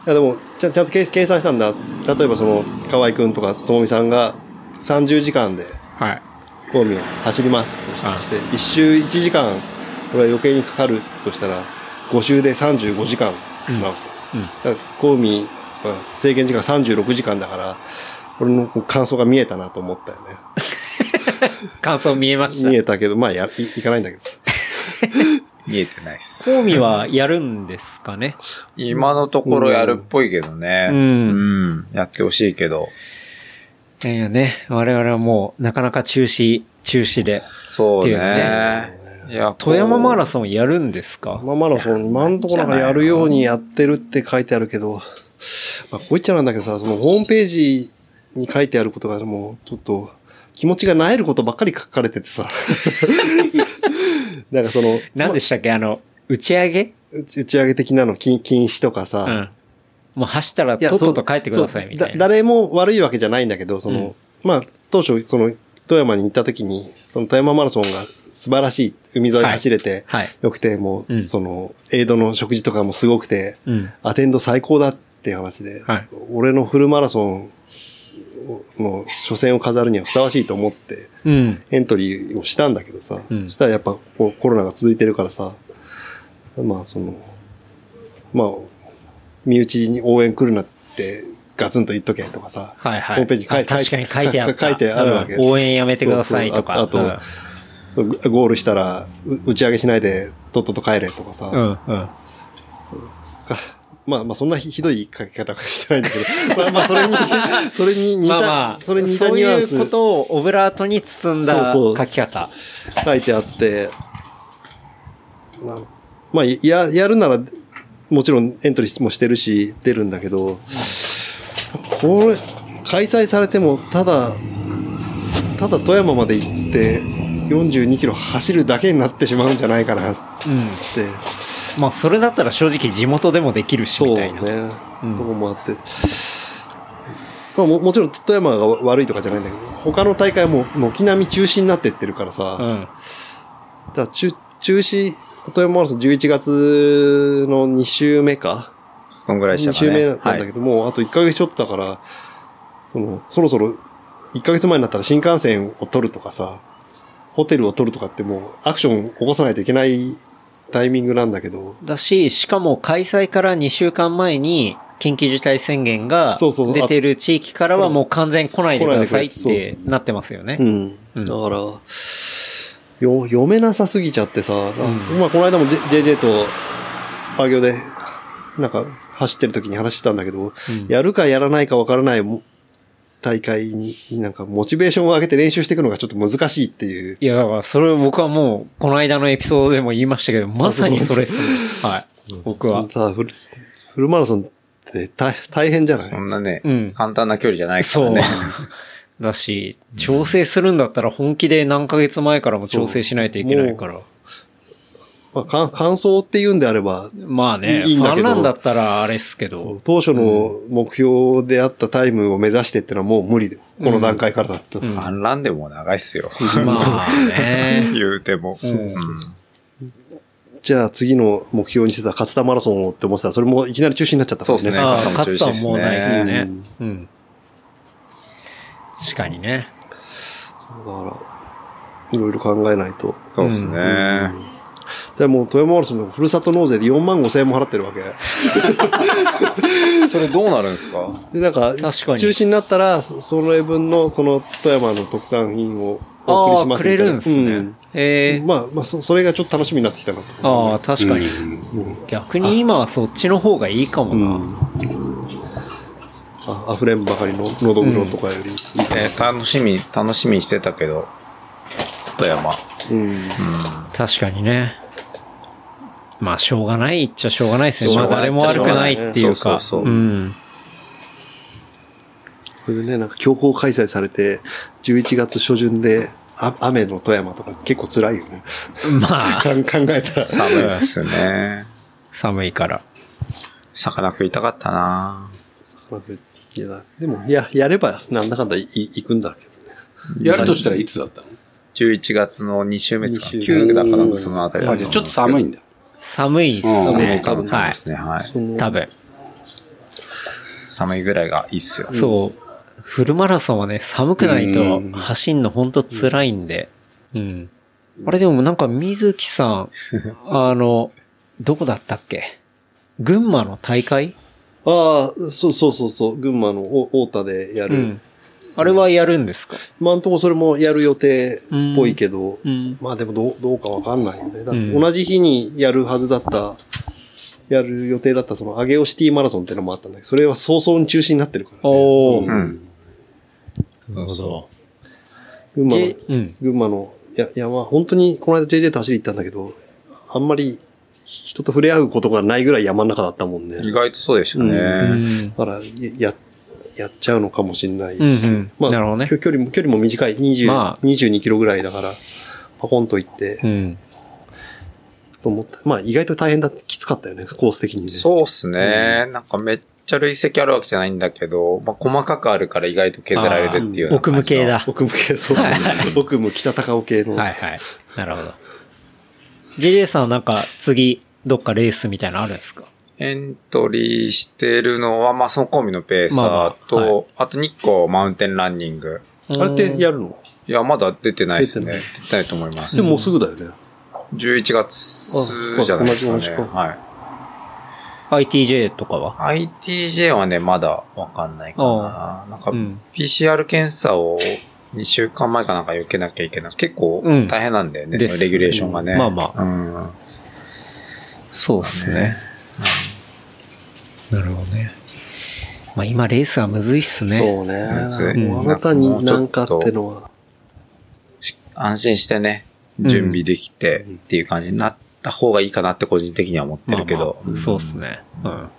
[SPEAKER 2] やでもちゃん、ちゃんと計計算したんだ。例えばその、河合くんとかともみさんが30時間で、
[SPEAKER 4] はい。
[SPEAKER 2] 近江を走りますとし
[SPEAKER 4] はい
[SPEAKER 2] して、一周1時間、これは余計にかかるとしたら、5周で35時間なわけ。だから公民は制限時間36時間だから、俺の感想が見えたなと思ったよね。
[SPEAKER 4] 感想見えました
[SPEAKER 2] 見。えたけど、まあや、いいかないんだけど。
[SPEAKER 3] 見えてないっす。
[SPEAKER 4] 興味はやるんですかね。
[SPEAKER 3] 今のところやるっぽいけどね。
[SPEAKER 4] うん
[SPEAKER 3] うんやってほしいけど。
[SPEAKER 4] ええね。我々はもう、なかなか中止、中止で。
[SPEAKER 3] そう
[SPEAKER 4] っていう
[SPEAKER 3] ね。いや、
[SPEAKER 4] 富山マラ
[SPEAKER 3] ソ
[SPEAKER 4] ソンやるんですか
[SPEAKER 2] まあ、マラソン、今んとこなんかやるようにやってるって書いてあるけど、まあ、こう言っちゃなんだけどさ、そのホームページに書いてあることがもう、ちょっと、気持ちが萎えることばっかり書かれて
[SPEAKER 4] [laughs]
[SPEAKER 2] てさ。なんかその、
[SPEAKER 4] 何でしたっけあの、打ち上げ
[SPEAKER 2] 打ち打ち上げ的なの禁禁止とかさ、
[SPEAKER 4] うん。もう走ったら
[SPEAKER 2] いや
[SPEAKER 4] とっとと帰ってください
[SPEAKER 2] そう
[SPEAKER 4] みたいな。
[SPEAKER 2] 誰も悪いわけじゃないんだけど、その、まあ、当初、その、富山に行った時に、その富山マラソンが素晴らしい、海沿い走れて、
[SPEAKER 4] はい。
[SPEAKER 2] よくて、もう、
[SPEAKER 4] うん
[SPEAKER 2] その、エイドの食事とかもすごくて、
[SPEAKER 4] うん。
[SPEAKER 2] アテンド最高だっていう話で、
[SPEAKER 4] はい
[SPEAKER 2] 俺のフルマラソンの初戦を飾るにはふさわしいと思って、
[SPEAKER 4] うん。
[SPEAKER 2] エントリーをしたんだけどさ、
[SPEAKER 4] うん
[SPEAKER 2] そしたらやっぱこうコロナが続いてるからさ、まあその、まあ、身内に応援来るなってガツンと言っとけとかさ、
[SPEAKER 4] はいはい。
[SPEAKER 2] ホームページ書い
[SPEAKER 4] あ確かに書いてあった。
[SPEAKER 2] 書いてあるわけ
[SPEAKER 4] うん応援やめてくださいとか。
[SPEAKER 2] そうそうああそうゴールしたらう打ち上げしないでとっとと帰れとかさ、
[SPEAKER 4] うん、うん、うん。
[SPEAKER 2] かまあまあそんなひひ [laughs] どい書き方はしてないんだけど、 [laughs] まあまあそれに、それに似た、
[SPEAKER 4] まあまあ、
[SPEAKER 2] それに似た
[SPEAKER 4] そう
[SPEAKER 2] ニュアン
[SPEAKER 4] いうこ
[SPEAKER 2] ス
[SPEAKER 4] とをオブラートに包んだ
[SPEAKER 2] そ
[SPEAKER 4] 書
[SPEAKER 2] うそう
[SPEAKER 4] き方。
[SPEAKER 2] 書いてあって、まあ、まあや、やるなら、もちろんエントリーもしてるし、出るんだけど、これ、開催されても、ただ、ただ富山まで行って、42キロ走るだけになってしまうんじゃないかなっ
[SPEAKER 4] うん。
[SPEAKER 2] て。
[SPEAKER 4] まあ、それだったら正直地元でもできるし、みたいな。
[SPEAKER 2] そうね。
[SPEAKER 4] うん
[SPEAKER 2] とこもあって。まあももちろん富山が悪いとかじゃないんだけど、他の大会はもう軒並み中止になってってるからさ、
[SPEAKER 4] うん。
[SPEAKER 2] だから中中止、富山マラソン11月の2週目か
[SPEAKER 3] ン。そんぐらい
[SPEAKER 2] 2
[SPEAKER 3] でしたか
[SPEAKER 2] 週
[SPEAKER 3] ね。
[SPEAKER 2] 目なんだけど、もうあと1ヶ月ちょっとだから、その、そろそろ1ヶ月前になったら新幹線を取るとかさ、ホテルを取るとかってもうアクション起こさないといけないタイミングなんだけど、
[SPEAKER 4] だし、しかも開催から2週間前に、緊急事態宣言が
[SPEAKER 2] そうそう
[SPEAKER 4] 出てる地域からはもう完全に来ないでくださいっ
[SPEAKER 2] 来ないで
[SPEAKER 4] てなってますよね
[SPEAKER 2] う。ん。
[SPEAKER 4] うん
[SPEAKER 2] だから、よ、読めなさすぎちゃってさ、
[SPEAKER 4] ん
[SPEAKER 2] まあこの間も J- JJ と、あ行で、なんか走ってる時に話してたんだけ
[SPEAKER 4] う
[SPEAKER 2] ど、
[SPEAKER 4] ん
[SPEAKER 2] やるかやらないかわからないも大会に、なんかモチベーションを上げて練習していくのがちょっと難しいっていう。
[SPEAKER 4] いや、だからそれを僕はもう、この間のエピソードでも言いましたけど、まさにそれっすね。はい。僕は。
[SPEAKER 2] さあフル、フルマラソンって大大変じゃない
[SPEAKER 3] そんなね、
[SPEAKER 4] うん
[SPEAKER 3] 簡単な距離じゃないか
[SPEAKER 4] そ
[SPEAKER 3] ら
[SPEAKER 4] う [laughs]
[SPEAKER 3] ね。。
[SPEAKER 4] だし、調整するんだったら本気で何ヶ月前からも調整しないといけないから。
[SPEAKER 2] まあ、か感想って言うんであれば、
[SPEAKER 4] まあね、
[SPEAKER 2] いいいいん
[SPEAKER 4] フ
[SPEAKER 2] だ
[SPEAKER 4] ァ
[SPEAKER 2] け
[SPEAKER 4] ン
[SPEAKER 2] ど
[SPEAKER 4] なんだったらあれっすけ
[SPEAKER 2] そう
[SPEAKER 4] ど。
[SPEAKER 2] 当初の目標であったタイムを目指してってのはもう無理で、この段階からだった。
[SPEAKER 4] うん
[SPEAKER 3] 反乱でも長いっすよ。
[SPEAKER 4] まあね。
[SPEAKER 3] [laughs] 言うても。
[SPEAKER 4] そうそう
[SPEAKER 2] じゃあ次の目標にしてた勝田マラソンをって思ってたら、それもいきなり中止になっちゃったもん
[SPEAKER 3] そうですね
[SPEAKER 4] ああ、
[SPEAKER 3] 傘も
[SPEAKER 4] 勝つはもうないで
[SPEAKER 3] 中
[SPEAKER 4] す
[SPEAKER 2] 止
[SPEAKER 4] ね
[SPEAKER 2] ですね。
[SPEAKER 4] うん。確かにね。
[SPEAKER 2] だから、いろいろ考えないと。
[SPEAKER 3] そうですね。
[SPEAKER 2] じゃあもう富山マラソンのふるさと納税で4万5千円も払ってるわけ。で、
[SPEAKER 3] それどうなるんですか
[SPEAKER 2] なんか、
[SPEAKER 4] 確かに
[SPEAKER 2] 中止になったら、そそれ分の、その、富山の特産品をお送り
[SPEAKER 4] あ
[SPEAKER 2] しま
[SPEAKER 4] あ、
[SPEAKER 2] す
[SPEAKER 4] くれ
[SPEAKER 2] みたいな。
[SPEAKER 4] るんすね。え
[SPEAKER 2] うん
[SPEAKER 4] え。
[SPEAKER 2] まあ、まあそ、それがちょっと楽しみになってきたなと。
[SPEAKER 4] ああ、確かに。
[SPEAKER 2] うん
[SPEAKER 4] 逆に今はそっちの方がいいかも
[SPEAKER 2] う
[SPEAKER 4] な。
[SPEAKER 2] ん。あ溢れんばかりののどぐろとかよりいいかな
[SPEAKER 3] えー楽しみ、楽しみにしてたけど、富山。
[SPEAKER 2] うん。
[SPEAKER 4] 確かにね。まあ、しょうがないっちゃしょうがないですね。
[SPEAKER 3] しょ
[SPEAKER 4] まあ、
[SPEAKER 3] うがない
[SPEAKER 4] 誰も悪くないっていうか。
[SPEAKER 3] しょう
[SPEAKER 4] う
[SPEAKER 3] がないねそうそうそう
[SPEAKER 4] ん。
[SPEAKER 2] それでね、なんか強行開催されて、11月初旬で、あ雨の富山とか結構辛いよね。
[SPEAKER 4] まあ、
[SPEAKER 2] か [laughs] ん考えたら。
[SPEAKER 3] 寒いですね。
[SPEAKER 4] 寒いから。
[SPEAKER 3] 魚食いたかったない
[SPEAKER 2] やだでも、いや、やればなんだかんだいい行くんだけどね。
[SPEAKER 5] やるとしたらいつだったの
[SPEAKER 3] 11月の2週目ですか
[SPEAKER 2] 二週目
[SPEAKER 3] ?9 だからなんかそのあたりだと
[SPEAKER 5] あ、じゃあ
[SPEAKER 3] 思
[SPEAKER 5] ちょっと寒いんだ。
[SPEAKER 4] 寒いっす
[SPEAKER 5] うん
[SPEAKER 4] ね。
[SPEAKER 3] うん多分そうですね。はい。
[SPEAKER 4] はい。多分。
[SPEAKER 3] 寒いぐらいがいいっすよ。
[SPEAKER 4] そう。フルマラソンはね、寒くないと走んのほんと辛いんで。うん。あれでもなんか水木さん、あの、どこだったっけ群馬の大会
[SPEAKER 2] ああ、そうそうそうそう、群馬のお太田でや
[SPEAKER 4] う
[SPEAKER 2] る。
[SPEAKER 4] ん。あれはやるんですか
[SPEAKER 2] 今んとこそれもやる予定っぽいけど、
[SPEAKER 4] うん。
[SPEAKER 2] まあでもどうどうかわかんないよね。だっ
[SPEAKER 4] う
[SPEAKER 2] て
[SPEAKER 4] ん
[SPEAKER 2] 同じ日にやるはずだった、やる予定だったその上げ尾シティマラソンってのもあったんだけど、それは早々に中止になってるから、ね。
[SPEAKER 4] おー。
[SPEAKER 3] う。
[SPEAKER 4] なんるほど。
[SPEAKER 2] 群馬の
[SPEAKER 4] J、うん。
[SPEAKER 2] 群馬のや山、本当にこの間 JJ と走り行ったんだけど、あんまり人と触れ合うことがないぐらい山の中だったもんね。
[SPEAKER 3] 意外とそうでした
[SPEAKER 4] う
[SPEAKER 3] ね。
[SPEAKER 4] ん。
[SPEAKER 2] だからや、やっちゃうのかもしれないし。
[SPEAKER 4] うんうん
[SPEAKER 2] まあ、
[SPEAKER 4] なるほどね
[SPEAKER 2] 距距離も、距離も短い。20、
[SPEAKER 4] まあ
[SPEAKER 2] 22キロぐらいだから、パコンと行って、
[SPEAKER 4] うん。
[SPEAKER 2] と思った。まあ、意外と大変だって、きつかったよね、コース的にね。
[SPEAKER 3] そうっすね。なんかめっちゃ累積あるわけじゃないんだけど、まあ細かくあるから意外と削られるっていうような
[SPEAKER 4] 奥向けだ。
[SPEAKER 2] 奥向け、そうそう。奥向北高尾系の。
[SPEAKER 4] はいはい。なるほど。JJ さんはなんか次、どっかレースみたいなのあるんですか
[SPEAKER 3] エントリーしてるのは、まあ、そのコンビのペーサーと、
[SPEAKER 4] まあまあは
[SPEAKER 3] あと日光マウンテンランニング。
[SPEAKER 2] あれってやるの
[SPEAKER 3] いや、まだ出てないですね。
[SPEAKER 2] 出て
[SPEAKER 3] 出
[SPEAKER 2] ない
[SPEAKER 3] てないと思いま。
[SPEAKER 2] ですももうすぐだよね。
[SPEAKER 3] 11
[SPEAKER 2] そっか
[SPEAKER 3] 月じゃないですか
[SPEAKER 2] 同じ
[SPEAKER 3] ね。
[SPEAKER 2] 同じか
[SPEAKER 3] は。
[SPEAKER 4] ?ITJ とかはい
[SPEAKER 3] ITJ はね、まだわかんないかな。なんか
[SPEAKER 4] う、ん。
[SPEAKER 3] PCR 検査を2週間前かなんか受けなきゃいけない。結構
[SPEAKER 4] うん
[SPEAKER 3] 大変なんだよね、
[SPEAKER 4] です
[SPEAKER 3] そのレギュレーションがね。
[SPEAKER 4] まあまあ
[SPEAKER 3] うん。
[SPEAKER 4] そうですね。なるほどね。まあ今レースはむずいっすね。
[SPEAKER 2] そう
[SPEAKER 3] そう
[SPEAKER 2] ね。もうあなたになんかってのは。
[SPEAKER 3] 安心してね、
[SPEAKER 4] うん
[SPEAKER 3] 準備できてっていう感じになった方がいいかなって個人的には思って
[SPEAKER 4] まあまあ
[SPEAKER 3] るけど。ん
[SPEAKER 4] そうっすね。うん。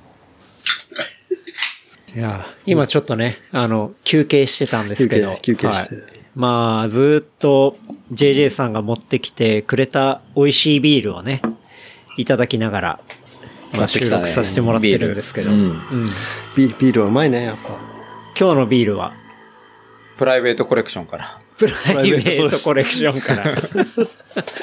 [SPEAKER 4] いや、今ちょっとね、あの、休憩してたんです
[SPEAKER 2] 休
[SPEAKER 4] けど
[SPEAKER 2] 憩、。休憩
[SPEAKER 4] はい
[SPEAKER 2] して。
[SPEAKER 4] まあ、ずーっと JJ さんが持ってきてくれた美味しいビールをね、いただきながら、まあ、収録させてもらってるんですけど、
[SPEAKER 3] ビール
[SPEAKER 4] うん
[SPEAKER 2] ビビールはうまいね、やっぱ。
[SPEAKER 4] 今日のビールは、
[SPEAKER 3] プライベートコレクションから、
[SPEAKER 4] プライベートコレクションから。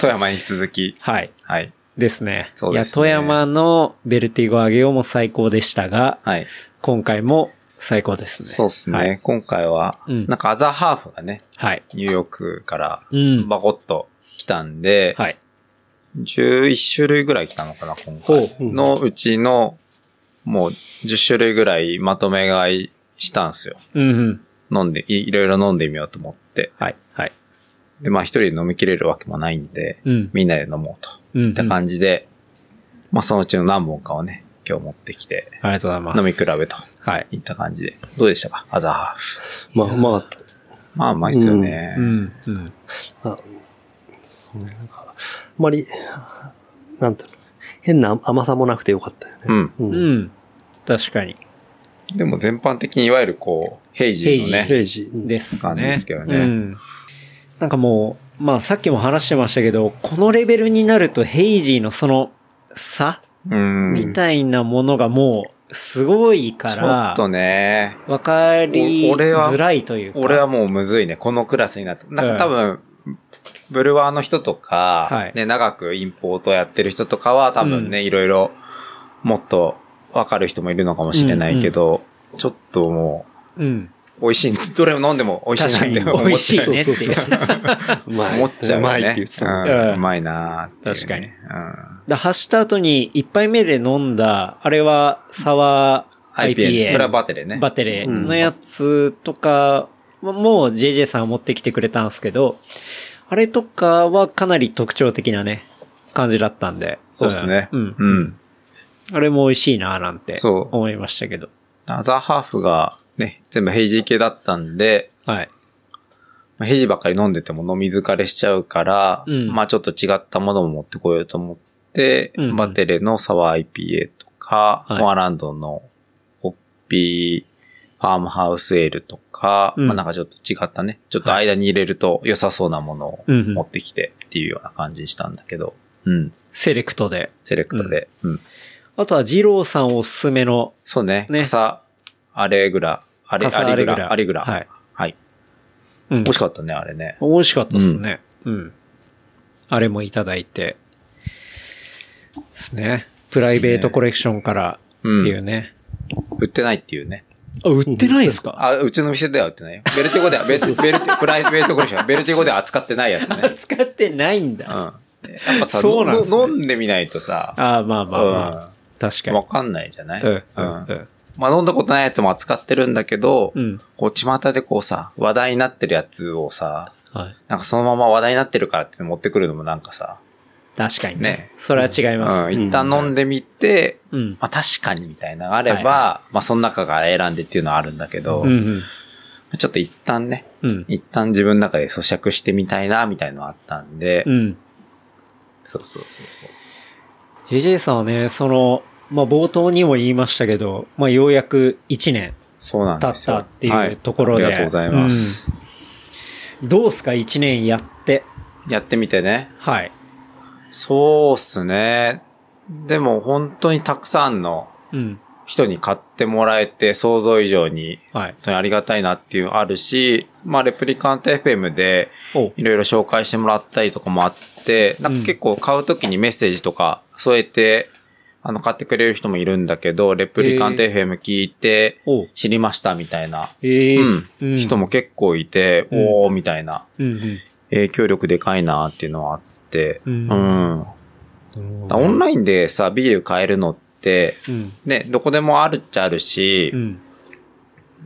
[SPEAKER 3] 富山に引き続き、
[SPEAKER 4] はい。
[SPEAKER 3] はい。
[SPEAKER 4] ですね。
[SPEAKER 3] そう
[SPEAKER 4] いや、
[SPEAKER 3] ですね
[SPEAKER 4] 富山のベルティゴ揚げようも最高でしたが、
[SPEAKER 3] はい。
[SPEAKER 4] 今回も最高ですね。
[SPEAKER 3] そうですね。
[SPEAKER 4] はい。
[SPEAKER 3] 今回は、
[SPEAKER 4] うん
[SPEAKER 3] なんかアザハーフがね、
[SPEAKER 4] はい。
[SPEAKER 3] ニューヨークから
[SPEAKER 4] うん。
[SPEAKER 3] バコッと来たんで、
[SPEAKER 4] はい。
[SPEAKER 3] 11種類ぐらい来たのかな、今回。
[SPEAKER 2] ほう
[SPEAKER 3] のうちの、もう10種類ぐらいまとめ買いしたんですよ。
[SPEAKER 4] うんうん。
[SPEAKER 3] 飲んで、いいろいろ飲んでみようと思って。
[SPEAKER 4] はい。はい。
[SPEAKER 3] で、まあ一人で飲みきれるわけもないんで、
[SPEAKER 4] うん。
[SPEAKER 3] みんなで飲もうと。
[SPEAKER 4] うん、うん。
[SPEAKER 3] いった
[SPEAKER 4] あ
[SPEAKER 3] 感じで、まあそのうちの何本かをね、今日持ってきて、
[SPEAKER 4] りがとうございます。
[SPEAKER 3] 飲み比べと
[SPEAKER 4] はい。
[SPEAKER 3] いった感じで。どうでしたかアザハーフ。
[SPEAKER 2] まあ、うまかった。
[SPEAKER 3] まあうまいっすよね。
[SPEAKER 4] うん。うん。
[SPEAKER 2] あ、そうね、なんか、あんまり、あなんていうの、変な甘さもなくてよかったよね。
[SPEAKER 3] うん。
[SPEAKER 2] う
[SPEAKER 4] う。ん。確かに。
[SPEAKER 3] でも全般的にいわゆるこう、ヘイジーのね、
[SPEAKER 2] レイジ。うん
[SPEAKER 4] です
[SPEAKER 3] 感
[SPEAKER 4] ね。
[SPEAKER 3] じですけどね
[SPEAKER 4] うん。なんかもう、まあさっきも話してましたけど、このレベルになるとヘイジーのその差
[SPEAKER 3] うん。
[SPEAKER 4] みたいなものがもうすごいか
[SPEAKER 3] ちょ
[SPEAKER 4] ら
[SPEAKER 3] っ、とね、
[SPEAKER 4] わかり
[SPEAKER 3] お俺は
[SPEAKER 4] づらいというか。
[SPEAKER 3] 俺はもうむずいね。このクラスになって。なんか多分、ブルワーの人とか、
[SPEAKER 4] はい
[SPEAKER 3] ね、長くインポートやってる人とかは多分ね、
[SPEAKER 4] う
[SPEAKER 3] いろいろもっとわかる人もいるのかもしれないけど、ちょっとも
[SPEAKER 4] うん。
[SPEAKER 3] う、美味しい、 [laughs] どれも飲んでも美味し
[SPEAKER 4] 確
[SPEAKER 3] いな
[SPEAKER 4] か
[SPEAKER 3] っ
[SPEAKER 4] に
[SPEAKER 3] て思っちゃう。
[SPEAKER 4] 美味しいねっていう。
[SPEAKER 2] うまい。
[SPEAKER 3] 思っちゃう
[SPEAKER 2] う
[SPEAKER 3] よ
[SPEAKER 2] ま
[SPEAKER 3] ね。
[SPEAKER 2] いって言ってたもん。
[SPEAKER 3] うん
[SPEAKER 4] うん
[SPEAKER 3] うまいなーっていうね
[SPEAKER 4] だ走った後に1杯目で飲んだ、あれはサワー
[SPEAKER 3] うん。IPA。
[SPEAKER 4] IPA、
[SPEAKER 3] それはバテレね。
[SPEAKER 4] バテレのやつとか、もう JJ さんは持ってきてくれたんですけど、あれとかはかなり特徴的なね、感じだったんで。
[SPEAKER 3] そうですね。
[SPEAKER 4] うん。
[SPEAKER 3] うん。
[SPEAKER 4] あれも美味しいなぁなんて
[SPEAKER 3] そう
[SPEAKER 4] 思いましたけど。
[SPEAKER 3] アザーハーフがね、全部ヘイジー系だったんで、
[SPEAKER 4] はい。
[SPEAKER 3] まあヘジばっかり飲んでても飲み疲れしちゃうから、
[SPEAKER 4] うん
[SPEAKER 3] まあちょっと違ったものも持ってこようと思って、
[SPEAKER 4] うん
[SPEAKER 3] バテレのサワー IPA とか、
[SPEAKER 4] はい
[SPEAKER 3] モアランドのホッピーファームハウスエールとか、
[SPEAKER 4] うん
[SPEAKER 3] まあなんかちょっと違ったね、ちょっと間に入れると良さそうなものを
[SPEAKER 4] うんうん
[SPEAKER 3] 持ってきてっていうような感じにしたんだけど、うん、
[SPEAKER 4] セレクトで。
[SPEAKER 3] セレクトで。うん
[SPEAKER 4] あとは二郎さんおすすめの
[SPEAKER 3] そうね、
[SPEAKER 4] ね
[SPEAKER 3] ねカアレグラ、アレ、
[SPEAKER 4] カサ
[SPEAKER 3] ア
[SPEAKER 4] ア
[SPEAKER 3] レ
[SPEAKER 4] レ
[SPEAKER 3] グ
[SPEAKER 4] グ
[SPEAKER 3] ラ、
[SPEAKER 4] ラ。
[SPEAKER 3] アレグラ。
[SPEAKER 4] はい。
[SPEAKER 3] はい。
[SPEAKER 4] うん
[SPEAKER 3] 美味しかったね、あれね。
[SPEAKER 4] 美味しかったですね。うん。あれもいただいて。ですね。プライベートコレクションからって
[SPEAKER 3] うん
[SPEAKER 4] いうね。
[SPEAKER 3] 売ってないっていうね。
[SPEAKER 4] あ、売ってないですか
[SPEAKER 3] あ、うちの店では売ってないよ。ベルティゴでは、ベ
[SPEAKER 4] [laughs]
[SPEAKER 3] ルベルティプライベートコレクション、ベルティゴでは扱ってないやつね。うん。やっ
[SPEAKER 4] 使ってないんだ。
[SPEAKER 3] ぱさ、
[SPEAKER 4] そうなんすね
[SPEAKER 3] の飲んでみないとさ、
[SPEAKER 4] あまあまあまあ。
[SPEAKER 3] う
[SPEAKER 4] 確か
[SPEAKER 3] ん
[SPEAKER 4] に
[SPEAKER 3] わ。かんないじゃない
[SPEAKER 4] うん。う
[SPEAKER 3] うん
[SPEAKER 4] ん。
[SPEAKER 3] まあ飲んだことないやつも扱ってるんだけど、
[SPEAKER 4] うん。
[SPEAKER 3] こう、巷でこうさ、話題になってるやつをさ、
[SPEAKER 4] はい。
[SPEAKER 3] なんかそのまま話題になってるからって持ってくるのもなんかさ、
[SPEAKER 4] 確かにね。
[SPEAKER 3] ね
[SPEAKER 4] それは違いうます。
[SPEAKER 3] ん、一旦飲んでみて、
[SPEAKER 4] うん。
[SPEAKER 3] まあ確かにみたいなのがあれば、
[SPEAKER 4] はいは
[SPEAKER 3] まあその中から選んでっていうのはあるんだけど、
[SPEAKER 4] うん。うん。
[SPEAKER 3] ちょっと一旦ね、
[SPEAKER 4] うん。
[SPEAKER 3] 一旦自分の中で咀嚼してみたいな、みたいのあったんで、
[SPEAKER 4] うん。
[SPEAKER 3] そうそうそうそう。
[SPEAKER 4] JJ さんはね、その、まあ、冒頭にも言いましたけど、まあ、ようやく1年
[SPEAKER 3] そうなん
[SPEAKER 4] 経
[SPEAKER 3] で
[SPEAKER 4] っ
[SPEAKER 3] すよ。
[SPEAKER 4] たっていうところで。
[SPEAKER 3] はいありがとうございます。
[SPEAKER 4] うん。どうすか、1年やって。
[SPEAKER 3] やってみてね。
[SPEAKER 4] はい。
[SPEAKER 3] そうっすね。でも本当にたくさんの
[SPEAKER 4] うん。
[SPEAKER 3] 人に買ってもらえて想像以上に
[SPEAKER 4] はい
[SPEAKER 3] 本。当にありがたいなっていうのあるし、まあレプリカント FM で
[SPEAKER 4] お
[SPEAKER 3] いろいろ紹介してもらったりとかもあって、なんか結構買うときにメッセージとか添えて、あの買ってくれる人もいるんだけど、レプリカント
[SPEAKER 4] へ
[SPEAKER 3] FM 聞いて
[SPEAKER 4] お
[SPEAKER 3] 知りましたみたいな、
[SPEAKER 4] ええ
[SPEAKER 3] うん、人。も結構いて、
[SPEAKER 4] うん
[SPEAKER 3] おーみたいな
[SPEAKER 4] うん。
[SPEAKER 3] 影響力でかいなっていうのはあって、
[SPEAKER 4] う
[SPEAKER 3] うんん。だからオンラインでさ、ビール買えるのって、
[SPEAKER 4] うん。
[SPEAKER 3] ね、どこでもあるっちゃあるし
[SPEAKER 4] う、ん。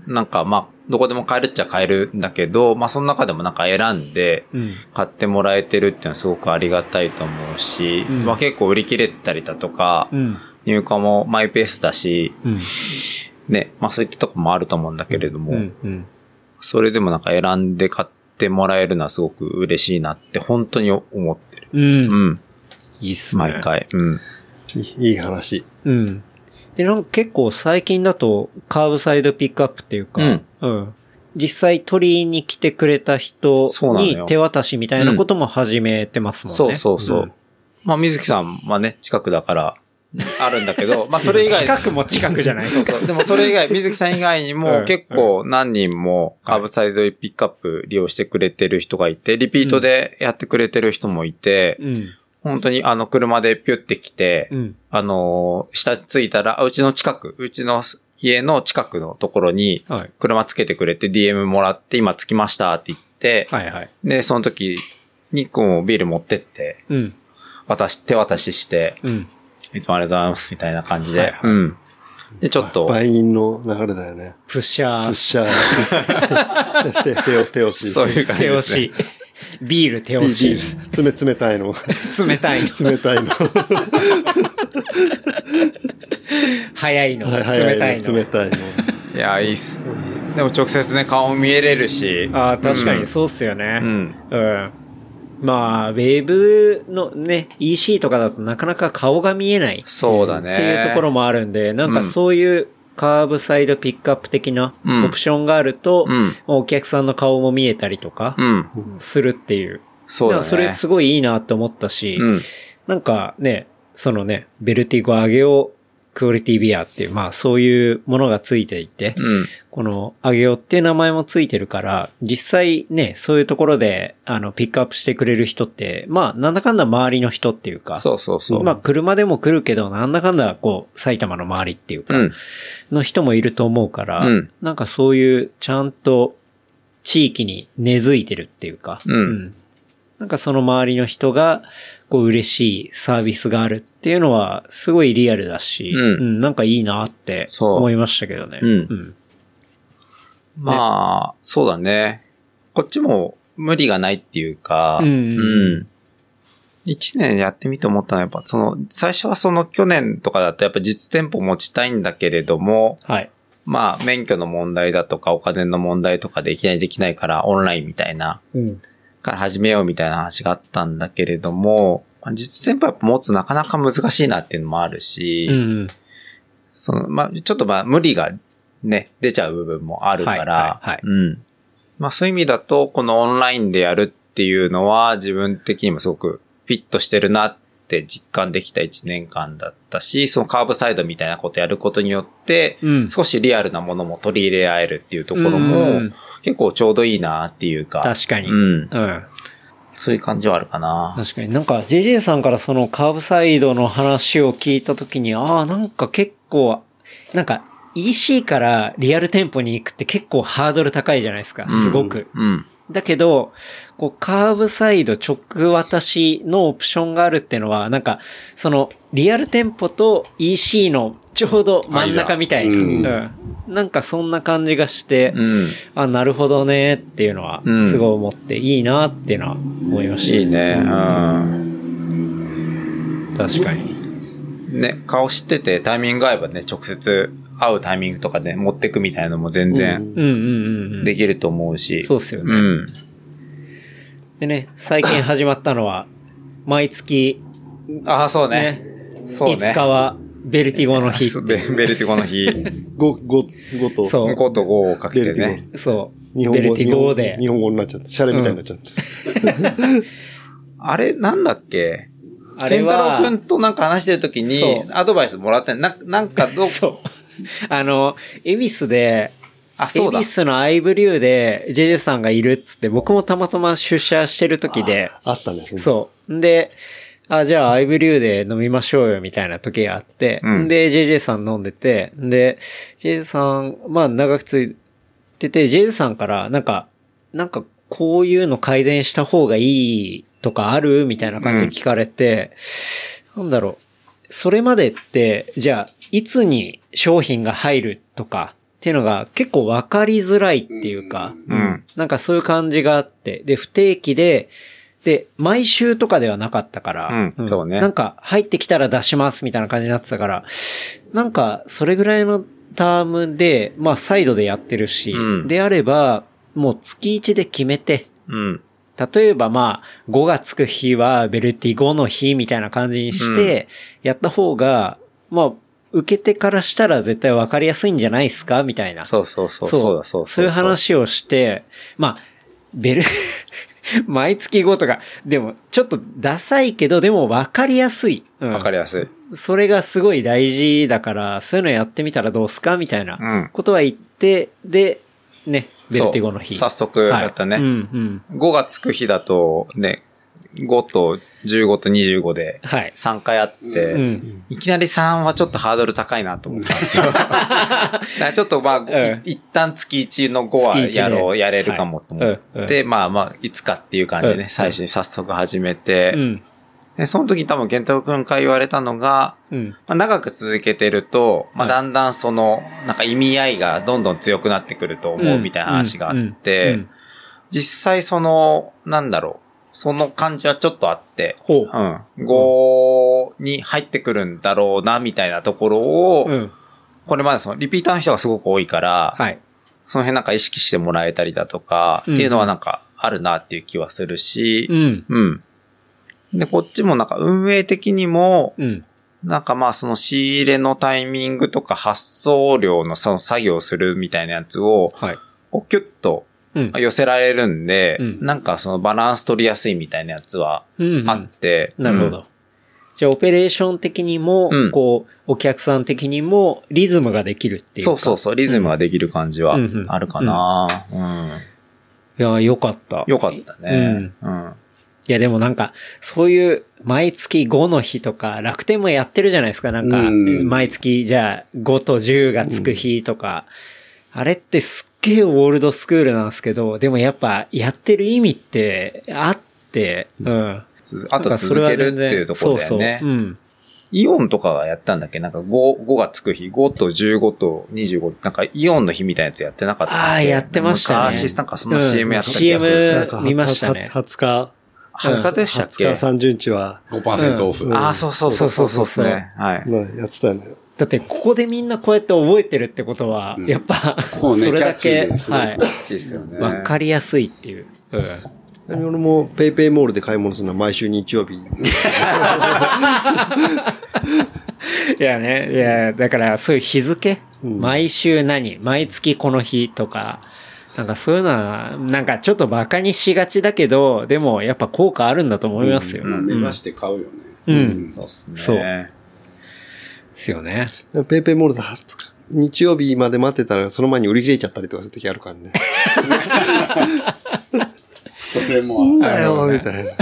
[SPEAKER 3] なんかまあ、どこでも買えるっちゃ買えるんだけど、まあその中でもなんか選んで、
[SPEAKER 4] うん。
[SPEAKER 3] 買ってもらえてるっていうのはすごくありがたいと思うし、
[SPEAKER 4] うん
[SPEAKER 3] まあ結構売り切れたりだとか、
[SPEAKER 4] うん。
[SPEAKER 3] 入荷もマイペースだし、
[SPEAKER 4] うん。
[SPEAKER 3] ね、まあそういったとこもあると思うんだけれども、
[SPEAKER 4] うん。うん。
[SPEAKER 3] それでもなんか選んで買ってもらえるのはすごく嬉しいなって本当に思ってる。
[SPEAKER 4] うん
[SPEAKER 3] うん、
[SPEAKER 4] いいっすね。
[SPEAKER 3] 毎回。うん。
[SPEAKER 2] いいいい話。
[SPEAKER 4] うん。で、なんか結構最近だとカーブサイドピックアップっていうか、
[SPEAKER 3] うん
[SPEAKER 4] うん実際取りに来てくれた人
[SPEAKER 3] そうなの
[SPEAKER 4] に
[SPEAKER 3] よ
[SPEAKER 4] 手渡しみたいなことも始めてますもんね。
[SPEAKER 3] そうそうそう。まあ水木さんはね、近くだから、あるんだ
[SPEAKER 4] [laughs]
[SPEAKER 3] けど、まあそれ以外
[SPEAKER 4] 近くも近くじゃないですか。
[SPEAKER 3] そうそう。でもそれ以外、水木さん以外に
[SPEAKER 4] う
[SPEAKER 3] も
[SPEAKER 4] ん
[SPEAKER 3] 結構何人もカーブサイドピックアップ利用してくれてる人がいて、リピートでやってくれてる人もいて、
[SPEAKER 4] [laughs] うん。
[SPEAKER 3] 本当にあの車でピュって来て、
[SPEAKER 4] うん。
[SPEAKER 3] あのー下着いたら、あうちの近く、うちの家の近くのところに
[SPEAKER 4] はい。
[SPEAKER 3] 車つけてくれて DM もらって今着きましたって言って、
[SPEAKER 4] はいはい。
[SPEAKER 3] で、その時にこうビール持ってって、
[SPEAKER 4] うん。
[SPEAKER 3] 渡し、手渡しして、
[SPEAKER 4] うん。
[SPEAKER 3] いつもありがとうございますみたいな感じで、
[SPEAKER 4] はいはい
[SPEAKER 3] うん。で、ちょっと、
[SPEAKER 2] 売人の流れだよね。
[SPEAKER 4] プッシャ
[SPEAKER 2] プッ
[SPEAKER 4] ー、
[SPEAKER 2] シャ
[SPEAKER 4] [laughs]
[SPEAKER 2] ー。手手を、手をし。
[SPEAKER 3] そういう感じ
[SPEAKER 4] 手
[SPEAKER 3] で
[SPEAKER 4] 押
[SPEAKER 3] す
[SPEAKER 4] し。
[SPEAKER 3] ね。[laughs]
[SPEAKER 4] ビール手
[SPEAKER 2] ビ
[SPEAKER 4] 押
[SPEAKER 2] ー
[SPEAKER 4] し
[SPEAKER 2] ル。冷冷たいの。
[SPEAKER 4] 冷たいの。
[SPEAKER 2] 冷た
[SPEAKER 4] [laughs]
[SPEAKER 2] いの。
[SPEAKER 4] 早いの。
[SPEAKER 2] はいはいは
[SPEAKER 4] 冷たいの。
[SPEAKER 2] 冷たいの。
[SPEAKER 3] いや、いいっす。でも直接ね、顔見えれるし。
[SPEAKER 4] ああ、確か
[SPEAKER 3] う
[SPEAKER 4] に
[SPEAKER 3] ん
[SPEAKER 4] そうっすよね。
[SPEAKER 3] うん。
[SPEAKER 4] うん。まあ、ウェブのね、EC とかだとなかなか顔が見えないっ
[SPEAKER 3] そうだ
[SPEAKER 4] て
[SPEAKER 3] ね。
[SPEAKER 4] いうところ
[SPEAKER 3] も。
[SPEAKER 4] もあるんで、なん
[SPEAKER 3] う
[SPEAKER 4] か
[SPEAKER 3] ん
[SPEAKER 4] そういうカーブサイドピックアップ的な
[SPEAKER 3] うん
[SPEAKER 4] オプションがあると、
[SPEAKER 3] うん。
[SPEAKER 4] お客さんの顔も見えたりとか
[SPEAKER 3] うん。
[SPEAKER 4] するっていう。
[SPEAKER 3] そうだね。
[SPEAKER 4] からそれすごいいいなと思ったし、
[SPEAKER 3] うん。
[SPEAKER 4] なんかね、そのね、ベルティゴ上げをクオリティビアっていう、まあそういうものがついていて、
[SPEAKER 3] うん。
[SPEAKER 4] この、あげよっていう名前もついてるから、実際ね、そういうところで、あの、ピックアップしてくれる人って、まあ、なんだかんだ周りの人っていうか、
[SPEAKER 3] そうそうそう。
[SPEAKER 4] まあ、車でも来るけど、なんだかんだ、こう、埼玉の周りっていうか、
[SPEAKER 3] うん。
[SPEAKER 4] の人もいると思うから、
[SPEAKER 3] うん
[SPEAKER 4] なんかそういう、ちゃんと、地域に根付いてるっていうか、
[SPEAKER 3] うん
[SPEAKER 4] なんかその周りの人が、こう、嬉しいサービスがあるっていうのは、すごいリアルだし、
[SPEAKER 3] うん
[SPEAKER 4] なんかいいなって
[SPEAKER 3] そう
[SPEAKER 4] 思いましたけどね。
[SPEAKER 3] うん
[SPEAKER 4] うん
[SPEAKER 3] まあ、そうだね。こっちも無理がないっていうか、
[SPEAKER 4] うん
[SPEAKER 3] うん一年やってみて思ったのは、やっぱその、最初はその去年とかだとやっぱ実店舗持ちたいんだけれども、
[SPEAKER 4] はい。
[SPEAKER 3] まあ、免許の問題だとかお金の問題とかでいきなりできないからオンラインみたいな
[SPEAKER 4] うん。
[SPEAKER 3] から始めようみたいな話があったんだけれども、まあ実践やっぱ持つなかなか難しいなっていうのもあるし、
[SPEAKER 4] うん。
[SPEAKER 3] その、まあ、ちょっとまあ無理がね、出ちゃう部分もあるから、
[SPEAKER 4] はいはいはい
[SPEAKER 3] うん。まあそういう意味だと、このオンラインでやるっていうのは自分的にもすごくフィットしてるなって実感できた1年間だったし、そのカーブサイドみたいなことやることによって、
[SPEAKER 4] うん
[SPEAKER 3] 少しリアルなものも取り入れ合えるっていうところも、
[SPEAKER 4] うん
[SPEAKER 3] 結構ちょうどいいなっていうか、
[SPEAKER 4] 確かに。
[SPEAKER 3] う
[SPEAKER 4] うん。
[SPEAKER 3] ん。そういう感じはあるかな。
[SPEAKER 4] 確かに。なんか、JJ さんからそのカーブサイドの話を聞いたときに、ああ、なんか結構、なんか、EC からリアル店舗に行くって結構ハードル高いじゃないですか。すごく。
[SPEAKER 3] うん。
[SPEAKER 4] だけど、こう、カーブサイド直渡しのオプションがあるっていうのは、なんか、その、リアル店舗と EC のちょうど真ん中みたいな。う
[SPEAKER 5] 間う
[SPEAKER 4] ん。
[SPEAKER 5] ん
[SPEAKER 4] なんかそんな感じがして、
[SPEAKER 3] うん。
[SPEAKER 4] あ、なるほどねっていうのは、
[SPEAKER 3] うん
[SPEAKER 4] すごい思って、いいなっていうのは思いました。
[SPEAKER 3] いいね。うん。
[SPEAKER 4] 確かに。
[SPEAKER 3] ね、顔知っててタイミング合えばね、直接会うタイミングとかね、持ってくみたいなのも全然
[SPEAKER 4] うんうんうんうん。
[SPEAKER 3] できると思うし。
[SPEAKER 4] そうっすよね
[SPEAKER 3] うん。
[SPEAKER 4] でね、最近始まったの
[SPEAKER 3] [laughs]
[SPEAKER 4] は、毎月、
[SPEAKER 3] ああ、そうね。
[SPEAKER 4] ね、
[SPEAKER 3] そう
[SPEAKER 4] い
[SPEAKER 3] ね。
[SPEAKER 4] つかは、ベルティゴの日。
[SPEAKER 3] ベベルティゴの日。
[SPEAKER 2] ご、ご、ごと。
[SPEAKER 4] [laughs] そう
[SPEAKER 3] 5と5をかけて
[SPEAKER 2] ベルテ
[SPEAKER 3] ね。
[SPEAKER 4] そう。
[SPEAKER 2] 日本
[SPEAKER 4] ベル
[SPEAKER 2] 語
[SPEAKER 4] ティゴで
[SPEAKER 2] 日。本語になっちゃった。シャレみたいになっちゃった。
[SPEAKER 3] あれ、なんだっけ
[SPEAKER 4] あれは、
[SPEAKER 3] ケンタロウくんとなんか話してるときに
[SPEAKER 4] そ、う
[SPEAKER 3] アドバイスもらってな、なんかどう、
[SPEAKER 4] そう。 [laughs] あの、恵比寿で、
[SPEAKER 3] あ、そ
[SPEAKER 4] 恵
[SPEAKER 3] うだ
[SPEAKER 4] 比。寿のアイブリューで JJ さんがいるっつって、僕もたまたま出社してる時で、
[SPEAKER 2] あったね。う。
[SPEAKER 4] そう。んで、あ、じゃあアイブリューで飲みましょうよみたいな時があって、
[SPEAKER 3] うん
[SPEAKER 4] で、JJ さん飲んでて、で、JJ さん、まあ長くついてて、JJ さんから、なんか、なんかこういうの改善した方がいいとかあるみたいな感じで聞かれて、なんだろう。それまでって、じゃあ、いつに商品が入るとかっていうのが結構わかりづらいっていうか、
[SPEAKER 3] うん。
[SPEAKER 4] なんかそういう感じがあって、で、不定期で、で、毎週とかではなかったから、
[SPEAKER 3] うんそうね
[SPEAKER 4] なんか入ってきたら出しますみたいな感じになってたから、なんかそれぐらいのタームで、まあサイドでやってるし、
[SPEAKER 3] うん
[SPEAKER 4] であれば、もう月1で決めて、
[SPEAKER 3] うん。
[SPEAKER 4] 例えばまあ、5がつく日はベルティ5の日みたいな感じにして、やった方が、まあ、受けてからしたら絶対わかりやすいんじゃないですかみたいな。
[SPEAKER 3] そうそうそう。そうだ、そうだ。
[SPEAKER 4] そういう話をして、まあ、ベル、 [laughs] 毎月5とか、でも、ちょっとダサいけど、でも分かりやすい。うん
[SPEAKER 3] わかりやすい。
[SPEAKER 4] それがすごい大事だから、そういうのやってみたらどうすかみたいな
[SPEAKER 3] うん。
[SPEAKER 4] ことは言って、で、ね、ベルティゴの日。
[SPEAKER 3] そう早速やった
[SPEAKER 4] はい、う
[SPEAKER 3] ね。
[SPEAKER 4] んうん。
[SPEAKER 3] 5がつく日だと、ね、5と15と25で
[SPEAKER 4] はい。
[SPEAKER 3] 3回あって、
[SPEAKER 4] うん。
[SPEAKER 3] いきなり3はちょっとハードル高いなと思ったんですよ。
[SPEAKER 4] [laughs]
[SPEAKER 3] だからちょっとまあ、
[SPEAKER 4] うん
[SPEAKER 3] い一旦月1の5は
[SPEAKER 4] 月一で
[SPEAKER 3] やろう、やれるかもと思って、
[SPEAKER 4] はいうん
[SPEAKER 3] で、まあまあ、いつかっていう感じでね、
[SPEAKER 4] うん
[SPEAKER 3] 最初に早速始めて、
[SPEAKER 4] うん。
[SPEAKER 3] でその時多分健太郎くんから言われたのが、
[SPEAKER 4] うん。
[SPEAKER 3] まあ、長く続けてると、まあ、
[SPEAKER 4] はい
[SPEAKER 3] だんだんその、なんか意味合いがどんどん強くなってくると思うみたいな話があって、
[SPEAKER 4] うんうん
[SPEAKER 3] 実際その、なんだろう、その感じはちょっとあって、
[SPEAKER 4] ほう。
[SPEAKER 3] うん、5に入ってくるんだろうな、みたいなところを、
[SPEAKER 4] うん。
[SPEAKER 3] これまでその、リピーターの人がすごく多いから、
[SPEAKER 4] はい。
[SPEAKER 3] その辺なんか意識してもらえたりだとか、
[SPEAKER 4] うん
[SPEAKER 3] っていうのはなんかあるなっていう気はするし
[SPEAKER 4] う、ん。
[SPEAKER 3] うん。で、こっちもなんか運営的にも、
[SPEAKER 4] うん。
[SPEAKER 3] なんかまあその仕入れのタイミングとか発送量のその作業するみたいなやつを、
[SPEAKER 4] はい。
[SPEAKER 3] こうキュッと
[SPEAKER 4] うん。
[SPEAKER 3] 寄せられるんで、
[SPEAKER 4] うん
[SPEAKER 3] なんかそのバランス取りやすいみたいなやつは
[SPEAKER 4] うんうん
[SPEAKER 3] あって、
[SPEAKER 4] なるほど。じゃあ、オペレーション的にも、
[SPEAKER 3] うん
[SPEAKER 4] こう、お客さん的にも、リズムができるっていうか。
[SPEAKER 3] そうそうそう、リズムができる感じは
[SPEAKER 4] うんうん
[SPEAKER 3] あるかな、うん
[SPEAKER 4] いや、よかった。
[SPEAKER 3] よかったね。うん。
[SPEAKER 4] いや、でもなんか、そういう、毎月5の日とか、楽天もやってるじゃないですか。なんか、
[SPEAKER 5] うん
[SPEAKER 4] 毎月、じゃあ、5と10がつく日とか、あれってすっげえオールドスクールなんですけど、でもやっぱ、やってる意味って、あって、うん。
[SPEAKER 3] つあと続けるっていうところだよね
[SPEAKER 4] そう。そう。うん。
[SPEAKER 3] イオンとかがやったんだっけなんか5、5がつく日、5と15と25、なんかイオンの日みたいなやつやってなかったっけ
[SPEAKER 4] ああ、やってましたね。
[SPEAKER 3] 昔、なんかその CM やった気がす
[SPEAKER 4] うん
[SPEAKER 3] る。
[SPEAKER 4] CM 見ましたね
[SPEAKER 2] 20日、
[SPEAKER 3] 20日でしたっけ、
[SPEAKER 2] 20日30日は、
[SPEAKER 5] 5%オフ。
[SPEAKER 3] ああ、そうそうそうそうそうです
[SPEAKER 4] そうそう
[SPEAKER 3] ね。はい。
[SPEAKER 2] まあ、やってたんだよ。
[SPEAKER 4] だって、ここでみんなこうやって覚えてるってことは、
[SPEAKER 5] ん
[SPEAKER 4] やっぱ、
[SPEAKER 5] そ
[SPEAKER 4] そう
[SPEAKER 5] ね
[SPEAKER 4] れだけ、
[SPEAKER 5] キャッチーですね
[SPEAKER 4] はい。
[SPEAKER 3] ですよね
[SPEAKER 4] わかりやすいっていう。
[SPEAKER 2] ちなみに俺もペイペイモールで買い物するのは毎週日曜日。
[SPEAKER 4] [laughs] いやね、いや、だから、そういう日付、
[SPEAKER 2] うん
[SPEAKER 4] 毎週何毎月この日とか、なんかそういうのは、なんかちょっと馬鹿にしがちだけど、でもやっぱ効果あるんだと思いますよ。
[SPEAKER 3] うん
[SPEAKER 5] 目指して買うよね。
[SPEAKER 4] うん
[SPEAKER 3] そうですね。
[SPEAKER 4] そうですよね。
[SPEAKER 2] ペイペイモールで20日、日曜日まで待ってたらその前に売り切れちゃったりとかする時あるからね。
[SPEAKER 5] それもある。
[SPEAKER 2] だよ、みたいな。
[SPEAKER 4] っ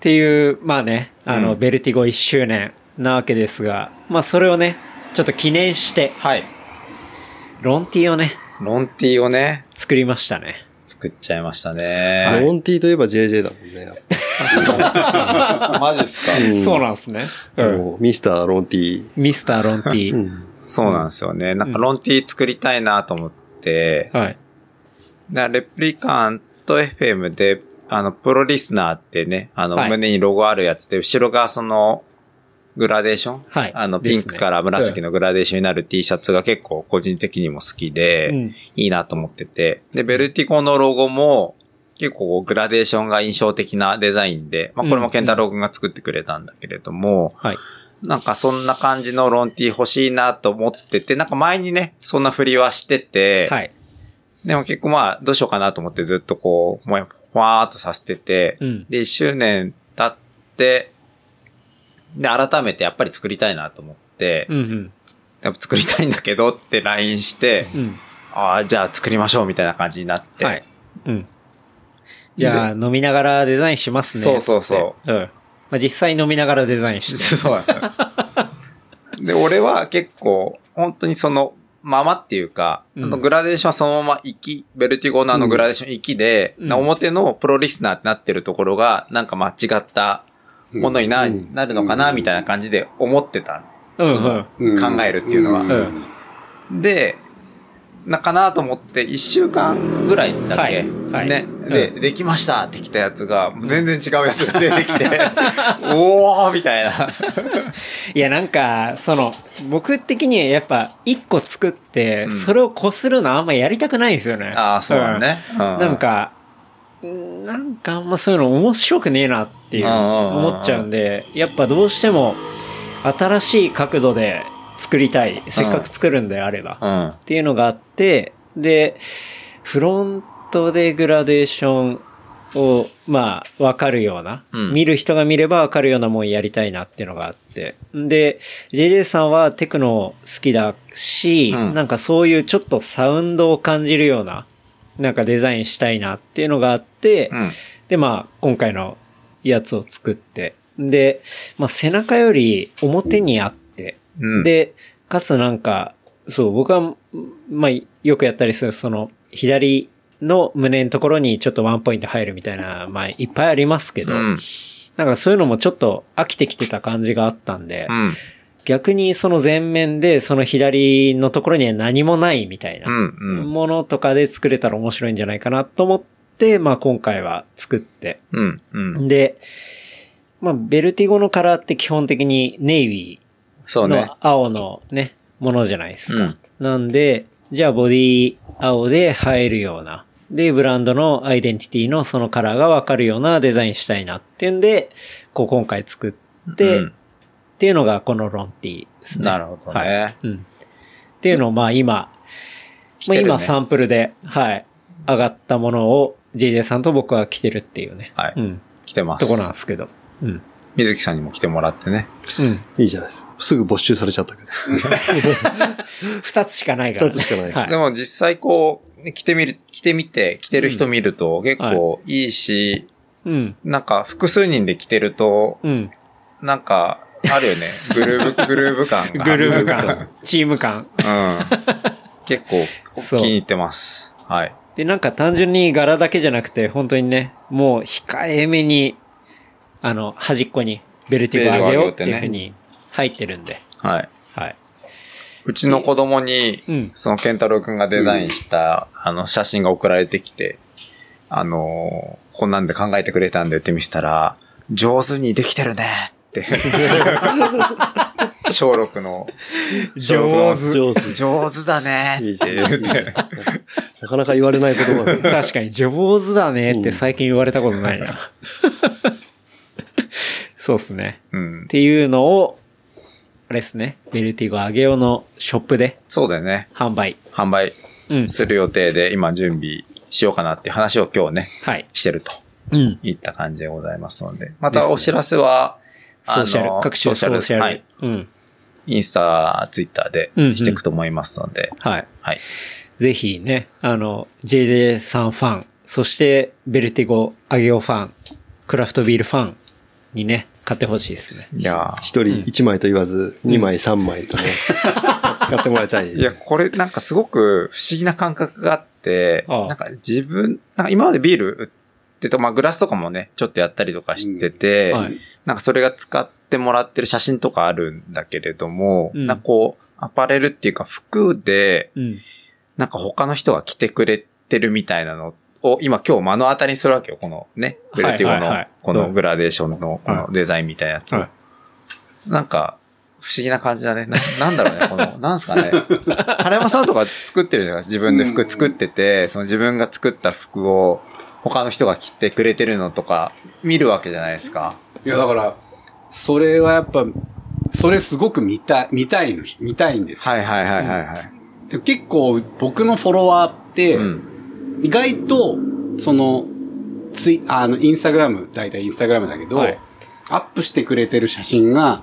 [SPEAKER 4] ていう、まあね、あの、
[SPEAKER 3] うん
[SPEAKER 4] ベルティゴ1周年なわけですが、まあそれをね、ちょっと記念して、
[SPEAKER 3] はい。
[SPEAKER 4] ロンティをね、
[SPEAKER 3] ロンティをね、
[SPEAKER 4] 作りましたね。
[SPEAKER 3] 作っちゃいました
[SPEAKER 2] モ
[SPEAKER 3] ね。
[SPEAKER 2] ンティといえば JJ だもんね。
[SPEAKER 3] マジっすか
[SPEAKER 2] ん
[SPEAKER 4] そうなんですね。うん。
[SPEAKER 2] もうミスターロンティ。
[SPEAKER 4] ミスターロンティ
[SPEAKER 2] う
[SPEAKER 4] ー。
[SPEAKER 2] ん。
[SPEAKER 3] そうなんですよね。なんかロンティ作りたいなと思って、
[SPEAKER 4] はい。
[SPEAKER 3] なレプリカント FM で、あの、プロリスナーってね、あの、
[SPEAKER 4] はい
[SPEAKER 3] 胸にロゴあるやつで、後ろがその、グラデーション
[SPEAKER 4] はい
[SPEAKER 3] あの、
[SPEAKER 4] です
[SPEAKER 3] ピ
[SPEAKER 4] ね
[SPEAKER 3] ンクから紫のグラデーションになる T シャツが結構個人的にも好きで、
[SPEAKER 4] うん
[SPEAKER 3] いいなと思ってて。で、ベルティコのロゴも、結構こうグラデーションが印象的なデザインで、まあこれもケンタロウ君が作ってくれたんだけれども、
[SPEAKER 4] はい。
[SPEAKER 3] なんかそんな感じのロンティ欲しいなと思ってて、なんか前にね、そんな振りはしてて、
[SPEAKER 4] はい。
[SPEAKER 3] でも結構まあ、どうしようかなと思ってずっとこう、もや、ふわーっとさせてて、
[SPEAKER 4] うん
[SPEAKER 3] で、1周年経って、で、改めてやっぱり作りたいなと思って、
[SPEAKER 4] うんうん。
[SPEAKER 3] やっぱ作りたいんだけどって LINE して、
[SPEAKER 4] うん。
[SPEAKER 3] ああ、じゃあ作りましょうみたいな感じになって、
[SPEAKER 4] はい。うん。じゃあ、飲みながらデザインしますね。。
[SPEAKER 3] そうそうそう
[SPEAKER 4] うん。まあ、実際飲みながらデザインして。
[SPEAKER 3] そうや
[SPEAKER 4] [laughs]
[SPEAKER 3] ね。で、俺は結構、本当にそのままっていうか、
[SPEAKER 4] うん
[SPEAKER 3] あのグラデーションはそのまま行き、ベルティゴのあのグラデーション行きで、
[SPEAKER 4] うん
[SPEAKER 3] な表のプロリスナーってなってるところが、なんか間違ったものにな,、
[SPEAKER 5] うん
[SPEAKER 3] なるのかな、
[SPEAKER 5] うん
[SPEAKER 3] みたいな感じで思ってた。
[SPEAKER 4] うんう
[SPEAKER 3] そ
[SPEAKER 4] ん
[SPEAKER 3] の。考えるっていうのは
[SPEAKER 5] ん
[SPEAKER 4] うん
[SPEAKER 3] で、なかなと思って、一週間ぐらいだっけ、
[SPEAKER 4] はいはい
[SPEAKER 3] ね。で、できましたって来たやつが、全然違うやつが出
[SPEAKER 4] [laughs]
[SPEAKER 3] てきて、おーみたいな。
[SPEAKER 4] いや、なんか、その、僕的にはやっぱ、一個作って、
[SPEAKER 3] うん
[SPEAKER 4] それをこするのあんまやりたくないんですよね。
[SPEAKER 3] ああ、そうだね。
[SPEAKER 4] うん。
[SPEAKER 3] な
[SPEAKER 4] なん、か、うんなんかあんまそういうの面白くねえなっていう、
[SPEAKER 3] うんうんうんうん
[SPEAKER 4] 思っちゃうんで、やっぱどうしても、新しい角度で作りたい。せっかく作るんであれば。
[SPEAKER 3] うん。
[SPEAKER 4] っていうのがあって、で、フロントでグラデーションを、まあ、わかるような、
[SPEAKER 3] うん
[SPEAKER 4] 見る人が見ればわかるようなもんやりたいなっていうのがあって。で、JJ さんはテクノ好きだし、
[SPEAKER 3] うん
[SPEAKER 4] なんかそういうちょっとサウンドを感じるような、なんかデザインしたいなっていうのがあって、
[SPEAKER 3] うん。
[SPEAKER 4] で、まあ、今回のやつを作って、で、まあ、背中より表にあって、
[SPEAKER 3] うん、
[SPEAKER 4] で、かつなんか、そう、僕は、んまあ、よくやったりする、その、左の胸のところにちょっとワンポイント入るみたいな、まあ、いっぱいありますけ
[SPEAKER 3] う
[SPEAKER 4] ど、
[SPEAKER 3] ん。
[SPEAKER 4] なんかそういうのもちょっと飽きてきてた感じがあったんで、
[SPEAKER 3] うん。
[SPEAKER 4] 逆にその前面で、その左のところには何もないみたいな、
[SPEAKER 3] うん。
[SPEAKER 4] ものとかで作れたら面白いんじゃないかなと思って、まあ、今回は作って、
[SPEAKER 3] うん。うん。
[SPEAKER 4] で、まあ、ベルティゴのカラーって基本的にネイビー、
[SPEAKER 3] そうね
[SPEAKER 4] の。青のね、ものじゃないです
[SPEAKER 3] う
[SPEAKER 4] か。
[SPEAKER 3] ん。
[SPEAKER 4] なんで、じゃあボディ青で映えるような。で、ブランドのアイデンティティのそのカラーがわかるようなデザインしたいなっていうんで、こう今回作って、
[SPEAKER 3] う
[SPEAKER 4] っ
[SPEAKER 3] ん
[SPEAKER 4] ていうのがこのロンティですね。
[SPEAKER 3] なるほどね
[SPEAKER 4] はいうん。っていうのをまあ今、
[SPEAKER 3] 来
[SPEAKER 4] ま
[SPEAKER 3] て
[SPEAKER 4] あ
[SPEAKER 3] るね
[SPEAKER 4] 今サンプルで、はい、上がったものを JJ さんと僕は着てるっていうね。
[SPEAKER 3] はい
[SPEAKER 4] うん。
[SPEAKER 3] 来てます。
[SPEAKER 4] とこなんですけど。うん。
[SPEAKER 3] 水木さんにも来てもらってね。
[SPEAKER 4] うん。
[SPEAKER 2] いいじゃないですか。すぐ没収されちゃったけど。
[SPEAKER 4] 二つしかないから、ね。
[SPEAKER 2] 二つしかない
[SPEAKER 4] はい。
[SPEAKER 3] でも実際こう、ね来てみる、来てみて、来てる人見ると結構いいし、
[SPEAKER 4] うん。
[SPEAKER 3] なんか複数人で来てると、
[SPEAKER 4] うん。
[SPEAKER 3] なんか、あるよ
[SPEAKER 4] [laughs]
[SPEAKER 3] ね。グルーヴ、グルーヴ感が。
[SPEAKER 4] グルーヴ感、チーム感。
[SPEAKER 3] うん。結
[SPEAKER 4] そ
[SPEAKER 3] 構、
[SPEAKER 4] う
[SPEAKER 3] 気に入ってます。はい。
[SPEAKER 4] で、なんか単純に柄だけじゃなくて、本当にね、もう控えめに、あの、端っこにベルティゴ上げようっていうふうに入ってるんで。
[SPEAKER 3] はい。
[SPEAKER 4] はい。
[SPEAKER 3] うちの子供に、
[SPEAKER 4] うん
[SPEAKER 3] そのケンタロウくんがデザインした、あの、写真が送られてきて、あのーこんなんで考えてくれたんでって見せたら、上手にできてるね
[SPEAKER 4] [laughs]
[SPEAKER 3] って。小6の。
[SPEAKER 4] 上
[SPEAKER 3] 手
[SPEAKER 2] 上手。
[SPEAKER 3] 上手だね
[SPEAKER 2] いい
[SPEAKER 3] って言って。
[SPEAKER 2] なかなか言われない言葉だね
[SPEAKER 4] 確かに、上手だねって最近言われたことないな。 [laughs] そうっすね。
[SPEAKER 3] うん
[SPEAKER 4] っ。ていうのを、あれですね、ベルティゴ上げようのショップで
[SPEAKER 3] そうだよね。
[SPEAKER 4] 販売。
[SPEAKER 3] 販売
[SPEAKER 4] うん。
[SPEAKER 3] する予定で、今準備しようかなっていう話を今日ね、
[SPEAKER 4] はい。
[SPEAKER 3] してると
[SPEAKER 4] うん。
[SPEAKER 3] いった感じでございますので。ま
[SPEAKER 4] です
[SPEAKER 3] た
[SPEAKER 4] ね
[SPEAKER 3] お知らせは、
[SPEAKER 4] ソーシャ
[SPEAKER 3] あの
[SPEAKER 4] ル、各種ソーシャル。
[SPEAKER 3] はい。
[SPEAKER 4] うん。
[SPEAKER 3] インスタ、ツイッターで
[SPEAKER 4] うんうん
[SPEAKER 3] していくと思いますので、
[SPEAKER 4] はい。
[SPEAKER 3] はい。
[SPEAKER 4] ぜひね、あの、JJ さんファン、そしてベルティゴ、アゲオファン、クラフトビールファンにね、買ってほしいですね。
[SPEAKER 3] いや
[SPEAKER 2] 一人一枚と言わず、二枚三枚とね、買ってもらいたい。
[SPEAKER 3] いや、これなんかすごく不思議な感覚があって、
[SPEAKER 4] ああ
[SPEAKER 3] なんか自分、なんか今までビール売ってと、まあグラスとかもね、ちょっとやったりとかしてて、
[SPEAKER 4] はい。
[SPEAKER 3] なんかそれが使ってもらってる写真とかあるんだけれども、
[SPEAKER 4] うん
[SPEAKER 3] なんかこう、アパレルっていうか服で、
[SPEAKER 4] うん。
[SPEAKER 3] なんか他の人が着てくれてるみたいなのを、今今日目の当たりにするわけよ。このね、
[SPEAKER 4] は
[SPEAKER 3] ベ
[SPEAKER 4] い
[SPEAKER 3] ルティゴ
[SPEAKER 4] はいは
[SPEAKER 3] の
[SPEAKER 4] い、
[SPEAKER 3] このグラデーションの、このデザインみたいなやつを
[SPEAKER 4] は
[SPEAKER 3] なんか、不思議な感じだね。ななんだろうね、この、なんすか [laughs] ね。原山さんとか作ってるじゃない自分で服作ってて、その自分が作った服を他の人が着てくれてるのとか見るわけじゃないですか。
[SPEAKER 5] いや、だから、それはやっぱ、それすごく見たい、見たいの、見たいんですよ。
[SPEAKER 3] はいはいはいはいはい。
[SPEAKER 5] でも結構僕のフォロワーって、
[SPEAKER 3] うん。
[SPEAKER 5] 意外と、その、ツイ、あの、インスタグラム、だいたいインスタグラムだけど、
[SPEAKER 4] はい
[SPEAKER 5] アップしてくれてる写真が、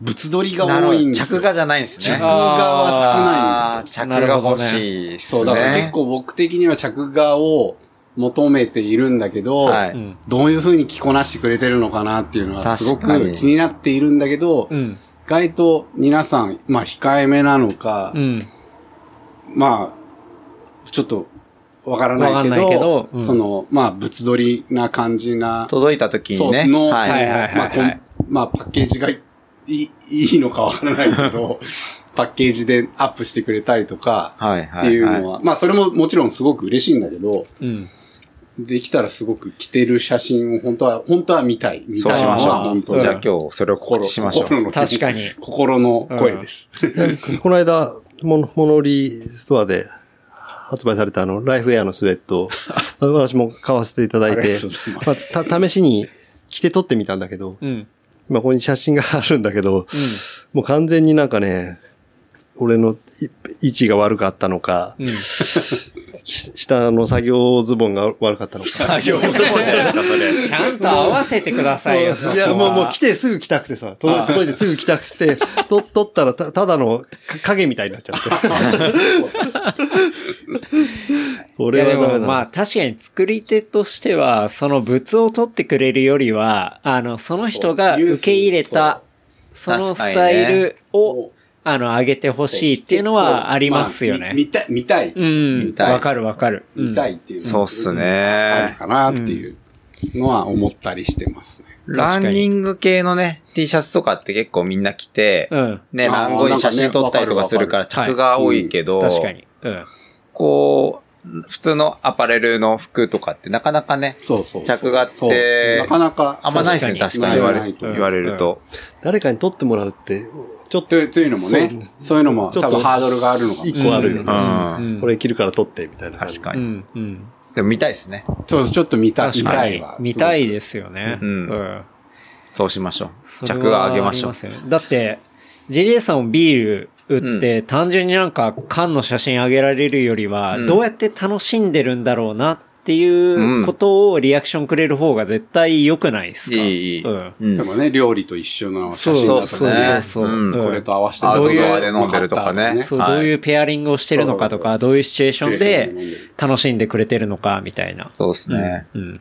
[SPEAKER 5] 物撮りが
[SPEAKER 3] なる
[SPEAKER 5] 多
[SPEAKER 3] ほ
[SPEAKER 5] いん
[SPEAKER 3] ど。
[SPEAKER 5] ですよ。
[SPEAKER 3] 着画じゃないんですね。
[SPEAKER 5] 着画は
[SPEAKER 3] あー
[SPEAKER 5] 少ないんですよ。
[SPEAKER 3] 着画が欲しいっすね。
[SPEAKER 5] そう、だから結構僕的には着画を求めているんだけど、
[SPEAKER 3] は
[SPEAKER 4] う
[SPEAKER 3] い。
[SPEAKER 4] ん。
[SPEAKER 5] どういう風に着こなしてくれてるのかなっていうのはすご
[SPEAKER 3] 確か
[SPEAKER 5] く
[SPEAKER 3] に
[SPEAKER 5] 気になっているんだけど、
[SPEAKER 4] うん。
[SPEAKER 5] 意外と皆さん、まあ控えめなのか、
[SPEAKER 4] うん。
[SPEAKER 5] まあ、ちょっとわからないけ
[SPEAKER 4] わかんな
[SPEAKER 5] ど、
[SPEAKER 4] いけどうん
[SPEAKER 5] その、まあ物撮りな感じな、
[SPEAKER 3] 届いた時にね。
[SPEAKER 5] そうの、
[SPEAKER 3] はい
[SPEAKER 5] その
[SPEAKER 4] はいはいはい
[SPEAKER 5] まあこんまあパッケージがいいいいのかわからないけ
[SPEAKER 4] [laughs]
[SPEAKER 5] ど、パッケージでアップしてくれたりとか、
[SPEAKER 3] はいは
[SPEAKER 5] っ
[SPEAKER 3] い。
[SPEAKER 5] ていう
[SPEAKER 3] は
[SPEAKER 5] のは、まあそれももちろんすごく嬉しいんだけど、
[SPEAKER 4] うん。
[SPEAKER 5] できたらすごく着てる写真を本当は、本当は見たい。見
[SPEAKER 3] そう
[SPEAKER 5] たい
[SPEAKER 3] し
[SPEAKER 5] の
[SPEAKER 3] まし
[SPEAKER 5] は
[SPEAKER 3] ょ
[SPEAKER 5] 本当
[SPEAKER 3] う。
[SPEAKER 5] に
[SPEAKER 3] じゃあ今日それを告
[SPEAKER 5] 心
[SPEAKER 3] 知しましょう。
[SPEAKER 5] 心の
[SPEAKER 4] 確かに。
[SPEAKER 5] 心の声です。
[SPEAKER 2] [laughs] この間、モノモノリストアで発売されたあの、ライフエアのスウェッ
[SPEAKER 5] [laughs]
[SPEAKER 2] ト、私も買わせていただい
[SPEAKER 5] あり
[SPEAKER 2] て
[SPEAKER 5] がとうございま、す
[SPEAKER 2] まあ、た試しに着て撮ってみたんだけど、
[SPEAKER 4] うん。
[SPEAKER 2] 今ここに写真があるんだけど、もう完全になんかね、俺のい位置が悪かったのか、
[SPEAKER 4] うん。
[SPEAKER 2] 下の作業ズボンが悪かったのか。
[SPEAKER 3] 作業ズボンじゃないですか、それ。
[SPEAKER 4] ちゃんと合わせてください
[SPEAKER 2] [laughs]
[SPEAKER 4] よ、そこはい
[SPEAKER 2] や、もう、もう来てすぐ来たくてさ、届い届いてすぐ来たくて、と、撮ったらた、ただのか影みたいになっち
[SPEAKER 5] [laughs]
[SPEAKER 2] ゃって。こ
[SPEAKER 4] い
[SPEAKER 2] れ
[SPEAKER 4] や
[SPEAKER 2] は
[SPEAKER 4] で
[SPEAKER 2] ダメ
[SPEAKER 4] も
[SPEAKER 2] だ。
[SPEAKER 4] まあ確かに作り手としては、その物を取ってくれるよりは、あの、その人が受け入れた、そのスタイルを、あの、上げてほしいっていうのはありますよ
[SPEAKER 5] ま
[SPEAKER 4] ね
[SPEAKER 5] あ。見見たい、見たい。
[SPEAKER 4] うん。
[SPEAKER 3] たい
[SPEAKER 4] わかるわかる。うん
[SPEAKER 5] 見たいっていうの
[SPEAKER 3] そう
[SPEAKER 5] は
[SPEAKER 3] っす
[SPEAKER 5] ある
[SPEAKER 3] ね。
[SPEAKER 5] かなっていうのは思ったりしてますね。
[SPEAKER 3] ランニング系のね、T シャツとかって結構みんな着て、
[SPEAKER 4] うん。
[SPEAKER 3] ね、
[SPEAKER 5] あー
[SPEAKER 3] 何号に写真撮ったりとかするから
[SPEAKER 5] なん
[SPEAKER 4] かね
[SPEAKER 3] 着が多いけど、
[SPEAKER 4] 確かに。うん。
[SPEAKER 3] こう、普通のアパレルの服とかってなかなかね、
[SPEAKER 5] そうそう。
[SPEAKER 3] 着画って
[SPEAKER 5] そうなかなか。
[SPEAKER 3] あんまないですね、確
[SPEAKER 5] 確
[SPEAKER 3] か
[SPEAKER 5] か
[SPEAKER 3] に
[SPEAKER 5] に
[SPEAKER 3] 言わ
[SPEAKER 5] な
[SPEAKER 3] れ
[SPEAKER 5] い
[SPEAKER 4] ない
[SPEAKER 3] 言われると。
[SPEAKER 2] 誰かに撮ってもらうって、ちょっ
[SPEAKER 5] と
[SPEAKER 2] と
[SPEAKER 5] いうというのもね、そういうのも
[SPEAKER 2] ちょっと
[SPEAKER 5] 多分ハードルがあるのかも。
[SPEAKER 2] 一個あるよ
[SPEAKER 3] う
[SPEAKER 2] ね。
[SPEAKER 3] ん。
[SPEAKER 4] うん
[SPEAKER 2] これ着るから撮って、みたいな感じ。
[SPEAKER 3] 確
[SPEAKER 4] う
[SPEAKER 3] かに。
[SPEAKER 4] ん。うん。
[SPEAKER 3] でも見たいですね。
[SPEAKER 5] そう、ちょっと見たい。
[SPEAKER 4] 確
[SPEAKER 5] 見
[SPEAKER 4] か
[SPEAKER 5] た
[SPEAKER 4] に
[SPEAKER 5] いわ。。
[SPEAKER 4] 見たいですよね。
[SPEAKER 3] うん
[SPEAKER 4] うん。
[SPEAKER 3] そうしましょう。
[SPEAKER 4] それは
[SPEAKER 3] 着画上げましょ
[SPEAKER 4] あ
[SPEAKER 3] う
[SPEAKER 4] り。すよねだって、JJ さんもビール売って、単純になんか缶の写真あげられるよりは、
[SPEAKER 3] うん
[SPEAKER 4] どうやって楽しんでるんだろうなっていううんことをリアクションくれる方が絶対良くないですか。
[SPEAKER 3] いい、いい。
[SPEAKER 4] うん。
[SPEAKER 3] うん
[SPEAKER 5] でもね、料理と一緒の写真
[SPEAKER 3] そう
[SPEAKER 5] だ
[SPEAKER 3] っ
[SPEAKER 5] と
[SPEAKER 3] す
[SPEAKER 5] か
[SPEAKER 3] ね。
[SPEAKER 4] そ
[SPEAKER 5] ね。
[SPEAKER 4] うそうそう
[SPEAKER 3] うん
[SPEAKER 4] うん
[SPEAKER 5] これと合わせて
[SPEAKER 3] アウトドア
[SPEAKER 5] ど
[SPEAKER 3] で
[SPEAKER 5] ういう
[SPEAKER 3] 飲んでるとかね。
[SPEAKER 4] そう、
[SPEAKER 3] はい
[SPEAKER 4] どういうペアリングをしてるのかとか、どういうシチュエーションで楽しんでくれてるのか、みたいな。
[SPEAKER 3] そうですね。
[SPEAKER 4] うん。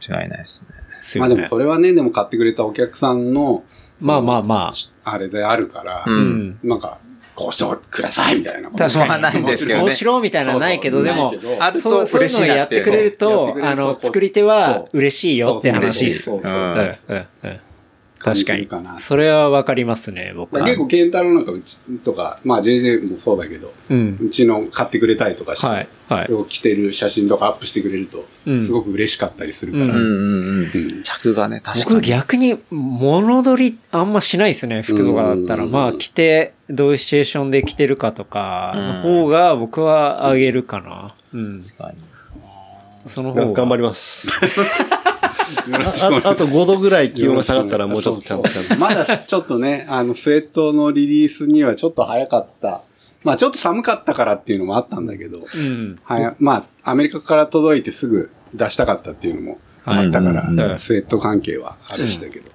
[SPEAKER 3] 違いないですね。
[SPEAKER 4] す
[SPEAKER 5] ま
[SPEAKER 4] よ
[SPEAKER 5] あ
[SPEAKER 4] ね
[SPEAKER 5] でもそれはね、でも買ってくれたお客さんの、そ
[SPEAKER 4] まあ
[SPEAKER 5] の
[SPEAKER 4] まあま
[SPEAKER 5] あれであるから
[SPEAKER 4] あ。
[SPEAKER 3] う、。
[SPEAKER 4] うんん。
[SPEAKER 5] なんか、こうしてくださいみたいなこと。
[SPEAKER 4] 確かに。
[SPEAKER 3] まあないんですけどね
[SPEAKER 4] 面白みたいなのないけど、でも
[SPEAKER 5] そうそうないけ、ど
[SPEAKER 3] ある
[SPEAKER 4] そ
[SPEAKER 3] と
[SPEAKER 4] うそういう
[SPEAKER 3] 嬉し
[SPEAKER 4] のを
[SPEAKER 3] い
[SPEAKER 4] や
[SPEAKER 3] な
[SPEAKER 4] っ
[SPEAKER 3] ってて
[SPEAKER 4] くれる
[SPEAKER 5] そうやっ
[SPEAKER 4] と
[SPEAKER 5] てく、れると
[SPEAKER 4] あの、
[SPEAKER 5] こう
[SPEAKER 4] 作り手は
[SPEAKER 5] そう
[SPEAKER 4] 嬉しいよって話です。
[SPEAKER 5] そうそう
[SPEAKER 4] うん
[SPEAKER 3] 嬉しいです
[SPEAKER 4] うんうん
[SPEAKER 5] 感じ
[SPEAKER 4] 確
[SPEAKER 5] す
[SPEAKER 4] か
[SPEAKER 5] る
[SPEAKER 4] に
[SPEAKER 5] かな。
[SPEAKER 4] それはわかりますね、僕
[SPEAKER 5] だから
[SPEAKER 4] は。
[SPEAKER 5] 結構、ケンタロウなんかうちとか、まあ JJ もそうだけど、
[SPEAKER 4] うん。
[SPEAKER 5] うちの買ってくれたりとかして、
[SPEAKER 4] はい、はい
[SPEAKER 5] す。ごく着てる写真とかアップしてくれると
[SPEAKER 4] う、ん
[SPEAKER 5] すごく嬉しかったりするから。
[SPEAKER 4] う
[SPEAKER 3] うんんうんう。
[SPEAKER 5] うんん
[SPEAKER 3] 着画ね、確か
[SPEAKER 4] 僕
[SPEAKER 3] に。
[SPEAKER 4] 逆に物撮りあんましないですね、服とかだったら。
[SPEAKER 5] うん
[SPEAKER 4] まあ着て、どういうシチュエーションで着てるかとか、
[SPEAKER 3] うん
[SPEAKER 4] の方が僕はあげるかな。うん。
[SPEAKER 3] 確かに
[SPEAKER 4] その
[SPEAKER 2] が
[SPEAKER 4] 方
[SPEAKER 2] 頑張
[SPEAKER 4] が。
[SPEAKER 2] ります。あ [laughs] ああと5度ぐらい気温が下がったらもうちょっとちゃんと
[SPEAKER 5] そうそうまだちょっとね、あの、スウェットのリリースにはちょっと早かった。まあちょっと寒かったからっていうのもあったんだけど、
[SPEAKER 4] うん。
[SPEAKER 5] はい、まあアメリカから届いてすぐ出したかったっていうのも
[SPEAKER 4] はい
[SPEAKER 5] あったか
[SPEAKER 3] うん
[SPEAKER 4] うんうん
[SPEAKER 5] ら、スウェット関係はあれしたけど。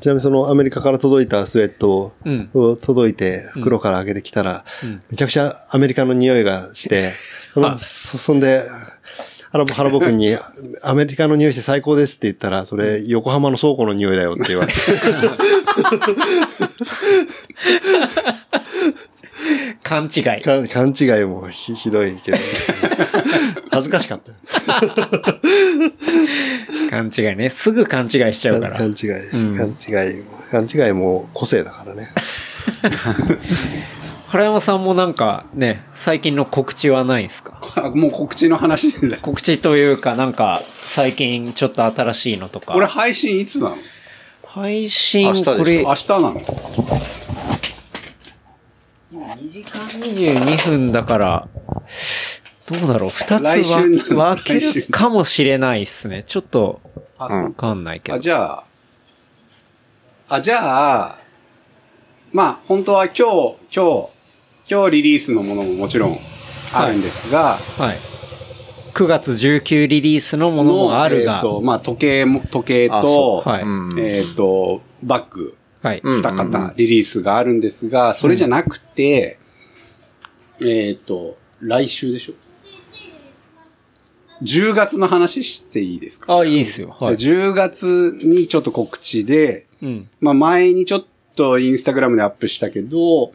[SPEAKER 2] ちなみにそのアメリカから届いたスウェット
[SPEAKER 4] うん。
[SPEAKER 2] を届いて袋から開けてきたら、
[SPEAKER 4] うん
[SPEAKER 2] めちゃくちゃアメリカの匂いがして、そのそそんで、原ぼ原僕に、アメリカの匂いして最高ですって言ったら、それ、横浜の倉庫の匂いだよって言われて。
[SPEAKER 4] 勘違い。
[SPEAKER 2] か [laughs] 勘違いもひひどいけど、恥ずかしかった。
[SPEAKER 4] 勘違いね。すぐ勘違いしちゃうから。
[SPEAKER 2] 勘違いです、
[SPEAKER 4] うん
[SPEAKER 2] 勘違いも。勘違いも個性だからね。
[SPEAKER 4] 原山さんもなんかね、最近の告知はないですか
[SPEAKER 5] あ [laughs] もう告知の話だ。
[SPEAKER 4] 告知というか、なんか、最近ちょっと新しいのとか。
[SPEAKER 5] これ配信いつなの
[SPEAKER 4] 配信
[SPEAKER 3] 明日でし、ょ
[SPEAKER 4] これ、
[SPEAKER 5] 明日なの
[SPEAKER 4] 2時間22分だから、どうだろう二つ
[SPEAKER 5] 来週になる
[SPEAKER 4] は分け
[SPEAKER 5] 来週
[SPEAKER 4] るかもしれないですね。ちょっと、
[SPEAKER 5] あ
[SPEAKER 3] うん
[SPEAKER 4] わかんないけど。
[SPEAKER 5] あ、じゃあ、あ、じゃあ、まあ、本当は今日、今日、今日リリースのものももちろんあるんですが、
[SPEAKER 4] はい。9月19リリースのものもある
[SPEAKER 5] え
[SPEAKER 4] が
[SPEAKER 5] っ、と、まあ、時計も、時計
[SPEAKER 3] あそ
[SPEAKER 5] と、
[SPEAKER 4] うはい
[SPEAKER 3] うん
[SPEAKER 5] えっと、バッグ、
[SPEAKER 4] はい。
[SPEAKER 3] うん
[SPEAKER 5] 二方リリースがあるんですが、それじゃなくて、えっと、来週でしょ ?10 月の話していいですか
[SPEAKER 4] あ、いいですよ。はい。
[SPEAKER 5] 10月にちょっと告知で、
[SPEAKER 4] うん。
[SPEAKER 5] まあ前にちょっとインスタグラムでアップしたけど、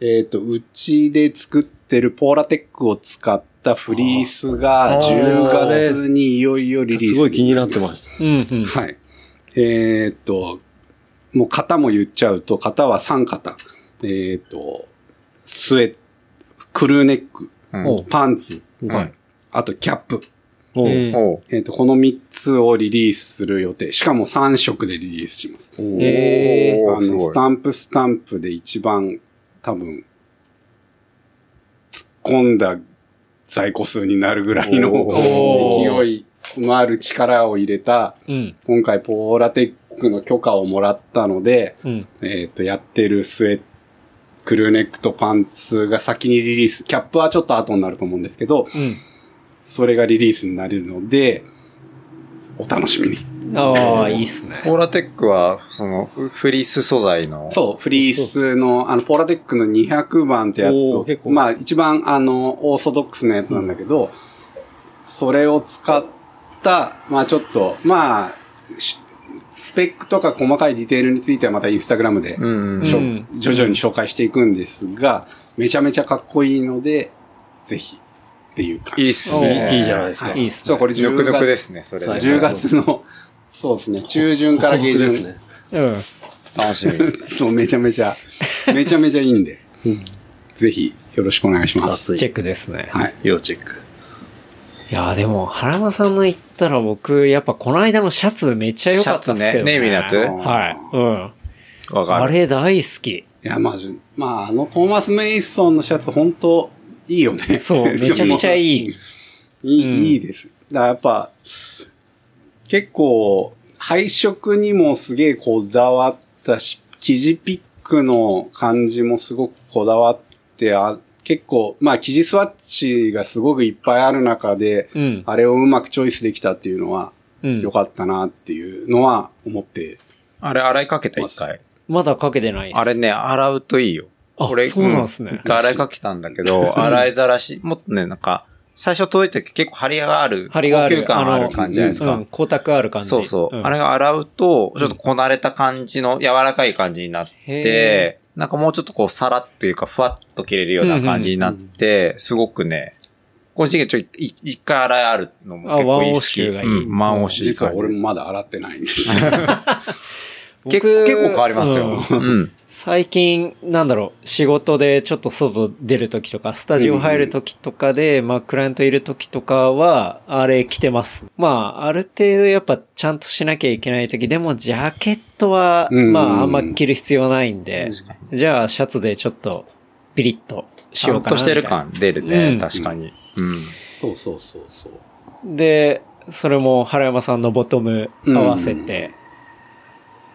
[SPEAKER 5] えっ、と、うちで作ってるポーラテックを使ったフリースが
[SPEAKER 3] あー
[SPEAKER 5] 10月にいよいよリリース。
[SPEAKER 2] すごい気になってまし
[SPEAKER 4] うん、うん。
[SPEAKER 5] た。はい。えっ、と、もう型も言っちゃうと、型は3型。えっ、と、スウェット、クルーネック、
[SPEAKER 3] うん
[SPEAKER 4] お
[SPEAKER 5] パンツ、
[SPEAKER 3] うん
[SPEAKER 2] はい
[SPEAKER 5] あとキャップ。
[SPEAKER 2] た。もう、
[SPEAKER 4] えー
[SPEAKER 3] おう
[SPEAKER 5] えっ、と、この3つをリリースする予定。しかも3色でリリースします。
[SPEAKER 4] え
[SPEAKER 3] お
[SPEAKER 5] あの、
[SPEAKER 3] うすご
[SPEAKER 5] ス
[SPEAKER 3] い。
[SPEAKER 5] タンプスタンプで一番多分、突っ込んだ在庫数になるぐらいの
[SPEAKER 4] おー
[SPEAKER 5] [laughs] 勢いのある力を入れた、
[SPEAKER 4] うん。
[SPEAKER 5] 今回ポーラテックの許可をもらったので、
[SPEAKER 4] うん。
[SPEAKER 5] えっ、と、やってるスウェット、クルーネックとパンツが先にリリース、キャップはちょっと後になると思うんですけど、
[SPEAKER 4] う
[SPEAKER 5] それがリリースになれるので、お楽しみに。
[SPEAKER 4] ん。ああ、いいっすね。
[SPEAKER 3] ポーラテックは、その、フリース素材の。
[SPEAKER 5] そう、フリースの、あの、ポーラテックの200番ってやつ
[SPEAKER 2] おー
[SPEAKER 5] を
[SPEAKER 2] 結、構
[SPEAKER 5] まあ一番あの、オーソドックスなやつなんだけど、それを使った、まあちょっと、まあ、しスペックとか細かいディテールについてはまたインスタグラムで、
[SPEAKER 3] うんうん。
[SPEAKER 5] しょ
[SPEAKER 4] うん
[SPEAKER 5] 徐々に紹介していくんですが、めちゃめちゃかっこいいので、ぜひ、っていう感じ。
[SPEAKER 3] いいっすね。
[SPEAKER 2] いいいいじゃないですか。
[SPEAKER 5] はい
[SPEAKER 4] いっす
[SPEAKER 5] ちょっとこれ
[SPEAKER 3] ぬ
[SPEAKER 5] 10
[SPEAKER 3] くぬくで
[SPEAKER 5] 月、
[SPEAKER 3] すね、それ。
[SPEAKER 5] 10月の、そうですね、中旬から下旬。
[SPEAKER 2] ですね。
[SPEAKER 4] うん。
[SPEAKER 3] 楽しみに。
[SPEAKER 5] そう、めちゃめちゃ、めちゃめちゃいいんで、ぜひよろしくお願いします。
[SPEAKER 2] 熱
[SPEAKER 4] チェ
[SPEAKER 2] い
[SPEAKER 4] ッ。クですね。
[SPEAKER 5] はい。
[SPEAKER 2] 要チェック。
[SPEAKER 4] いやーでも、原間さんの言ったら僕、やっぱこの間のシャツめっちゃ良かったっすけどね。
[SPEAKER 3] シャツねネイビーのやつ
[SPEAKER 4] はい。うん。
[SPEAKER 3] わかる。
[SPEAKER 4] あれ大好き。
[SPEAKER 5] いや、まず、まあ、あのトーマス・メイソンのシャツ、本当いいよね。 [laughs]
[SPEAKER 4] そう、めちゃくちゃい
[SPEAKER 5] い。
[SPEAKER 4] い。
[SPEAKER 5] いい、
[SPEAKER 4] うん
[SPEAKER 5] いいです。だからやっぱ、結構、配色にもすげえこだわったし、生地ピックの感じもすごくこだわって、あ結構、まあ、生地スワッチがすごくいっぱいある中で、
[SPEAKER 4] うん。
[SPEAKER 5] あれをうまくチョイスできたっていうのは、
[SPEAKER 4] うん
[SPEAKER 5] 良。かったなっていうのは思って。
[SPEAKER 3] あれ洗いかけた一回。
[SPEAKER 4] まだかけてないっす
[SPEAKER 3] あれね、洗うといいよ。
[SPEAKER 4] あ
[SPEAKER 3] これ
[SPEAKER 4] そうなんすね
[SPEAKER 3] う一回洗いかけたんだけど、洗いざらし、もっとね、なんか、最初届いた時結構張りがある。
[SPEAKER 4] 張りがある。
[SPEAKER 3] 高級感あ
[SPEAKER 4] の
[SPEAKER 3] る感じじゃないですか。
[SPEAKER 4] うん、光沢ある感じ。
[SPEAKER 3] そうそう。
[SPEAKER 4] ん
[SPEAKER 3] あれが洗うと、ちょっとこなれた感じの柔らかい感じになっ
[SPEAKER 4] へ
[SPEAKER 3] て、なんかもうちょっとこうさらっというか、ふわっと切れるような感じになって、すごくね、個人的にちょい、い一回洗いあるのも結構いい
[SPEAKER 4] あワンウォッ
[SPEAKER 3] 好
[SPEAKER 4] シ
[SPEAKER 3] き。
[SPEAKER 4] ュがいい
[SPEAKER 3] うんワンウォッシュ
[SPEAKER 5] 実は俺
[SPEAKER 3] も
[SPEAKER 5] もまだ洗ってないんです。
[SPEAKER 3] 結構
[SPEAKER 4] 僕
[SPEAKER 3] 結構変わりますよ。
[SPEAKER 4] う
[SPEAKER 3] うん。
[SPEAKER 4] 最近、なんだろう、仕事でちょっと外出るときとか、スタジオ入るときとかで、まあ、クライアントいるときとかは、あれ着てます。まあ、ある程度やっぱちゃんとしなきゃいけないとき、でもジャケットは、
[SPEAKER 5] うん
[SPEAKER 4] まあ、あんま着る必要ないんで、じゃあ、シャツでちょっと、ピリッとし
[SPEAKER 3] シュ
[SPEAKER 4] よう
[SPEAKER 3] ッ
[SPEAKER 4] かな
[SPEAKER 3] と
[SPEAKER 4] み
[SPEAKER 3] したて
[SPEAKER 4] いな。
[SPEAKER 3] る感出るね、
[SPEAKER 4] うん
[SPEAKER 3] 確かに。うん。
[SPEAKER 5] そうそうそうそう。
[SPEAKER 4] で、それも原山さんのボトム合わせて、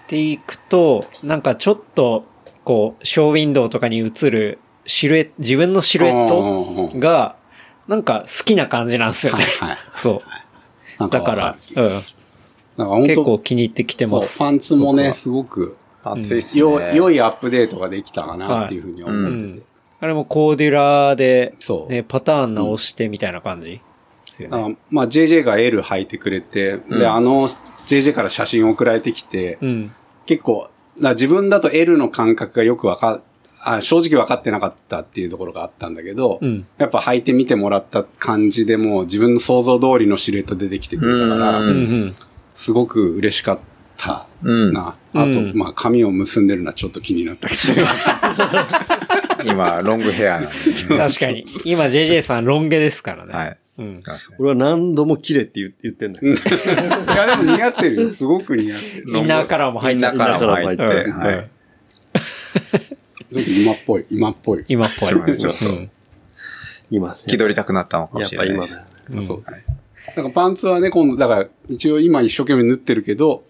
[SPEAKER 4] っていくと、なんかちょっと、こう、ショーウィンドウとかに映るシルエット、自分のシルエット
[SPEAKER 5] ッ
[SPEAKER 4] が、なんか好きな感じなんですよ
[SPEAKER 5] はい
[SPEAKER 4] ね。
[SPEAKER 5] はい。
[SPEAKER 4] そう。
[SPEAKER 5] なん
[SPEAKER 4] だか
[SPEAKER 5] わ
[SPEAKER 4] ら
[SPEAKER 5] る気、
[SPEAKER 4] うん
[SPEAKER 5] がするなんか本当
[SPEAKER 4] 結構気に入ってきて
[SPEAKER 5] そ
[SPEAKER 4] ま
[SPEAKER 5] う
[SPEAKER 4] す。
[SPEAKER 5] パンツも
[SPEAKER 4] 僕
[SPEAKER 5] ね、
[SPEAKER 4] は
[SPEAKER 5] すごく、
[SPEAKER 3] 暑いっすね。
[SPEAKER 5] よ、良いアップデートができたかなっていうふうに思
[SPEAKER 4] う
[SPEAKER 5] ってて
[SPEAKER 4] ん。。あれもコーデュラーで、
[SPEAKER 5] そう
[SPEAKER 4] ね、パターン直してみたいな感じですよ
[SPEAKER 5] だか
[SPEAKER 4] ね。
[SPEAKER 5] らまあ、JJ が L 履いてくれて、
[SPEAKER 3] うん
[SPEAKER 5] で、あの、JJ から写真送られてきて
[SPEAKER 4] う、ん。
[SPEAKER 5] 結構、だから自分だと L の感覚がよくわか、あ正直分かってなかったっていうところがあったんだけど、
[SPEAKER 4] うん。
[SPEAKER 5] やっぱ履いてみてもらった感じでもう自分の想像通りのシルエット出てきてくれたから、
[SPEAKER 3] うん
[SPEAKER 4] うんうん。
[SPEAKER 5] すごく嬉しかった
[SPEAKER 3] うん。
[SPEAKER 5] な。あと、
[SPEAKER 4] うん
[SPEAKER 5] まあ髪を結んでるのはちょっと気になったけど。
[SPEAKER 3] 今、ロングヘアなんで。
[SPEAKER 4] 確かに。今、JJ さん、ロン毛ですからね。
[SPEAKER 3] はい。
[SPEAKER 4] うん。
[SPEAKER 2] 俺は何度も綺麗って言言ってんだけど。
[SPEAKER 5] いやでも似合ってるよ。すごく似合ってる。
[SPEAKER 4] インナーカラーも入って
[SPEAKER 3] インナーカラーも入って。
[SPEAKER 4] うん
[SPEAKER 3] は
[SPEAKER 4] う
[SPEAKER 3] い
[SPEAKER 4] ん。
[SPEAKER 5] ちょっと今っぽい、今っぽい。
[SPEAKER 4] 今っぽ
[SPEAKER 3] そうね
[SPEAKER 4] い。
[SPEAKER 3] ちょっと
[SPEAKER 4] うん
[SPEAKER 2] 今、ね。
[SPEAKER 3] 気取りたくなったのかも
[SPEAKER 2] やっ
[SPEAKER 3] しれ
[SPEAKER 2] ぱ
[SPEAKER 3] ない
[SPEAKER 2] 今だ
[SPEAKER 3] です。
[SPEAKER 2] よね。
[SPEAKER 4] うん
[SPEAKER 5] そう。なんかパンツはね、今度、だから、一応今一生懸命縫ってるけど、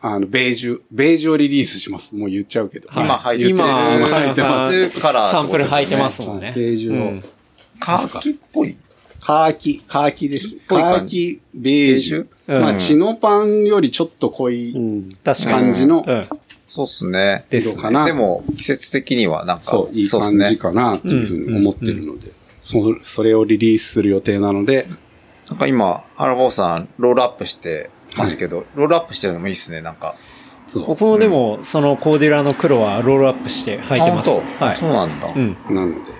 [SPEAKER 5] あの、ベージュ、ベージュをリリースします。もう言っちゃうけど。
[SPEAKER 3] 今
[SPEAKER 5] は
[SPEAKER 3] 入
[SPEAKER 5] い
[SPEAKER 3] ってる。
[SPEAKER 4] 今
[SPEAKER 5] 入ってます
[SPEAKER 3] 入ってますカラー。
[SPEAKER 4] サンプル履いてますすもんね。
[SPEAKER 5] ベージュの
[SPEAKER 4] うん
[SPEAKER 3] カーキっぽい。
[SPEAKER 5] カーキ、カーキです。カ
[SPEAKER 3] ぽい感
[SPEAKER 5] ーキ、ベージュ。
[SPEAKER 4] うん
[SPEAKER 5] まあ、チノパンよりちょっと濃
[SPEAKER 2] う
[SPEAKER 5] い
[SPEAKER 2] ん。
[SPEAKER 4] 確か
[SPEAKER 5] 感
[SPEAKER 4] に。
[SPEAKER 5] じの、
[SPEAKER 4] うん。
[SPEAKER 3] そうっすね。
[SPEAKER 5] ですね
[SPEAKER 3] かな。でも、季節的にはなんか、
[SPEAKER 5] そう、いい
[SPEAKER 3] っす
[SPEAKER 5] 感
[SPEAKER 3] ね
[SPEAKER 5] じかな、っていうふうに思ってるので、そ、それをリリースする予定なので、
[SPEAKER 3] なんか今、アラボーさん、ロールアップしてますけど、ロールアップしてるのもいいっすね、なんか。
[SPEAKER 5] そ
[SPEAKER 4] 僕もでも、そのコーデュラの黒はロールアップして履いてます。
[SPEAKER 3] あ本当
[SPEAKER 4] は
[SPEAKER 3] そう
[SPEAKER 4] い。
[SPEAKER 3] なんだ。
[SPEAKER 4] う
[SPEAKER 3] ロ
[SPEAKER 4] ん。
[SPEAKER 5] う。なので、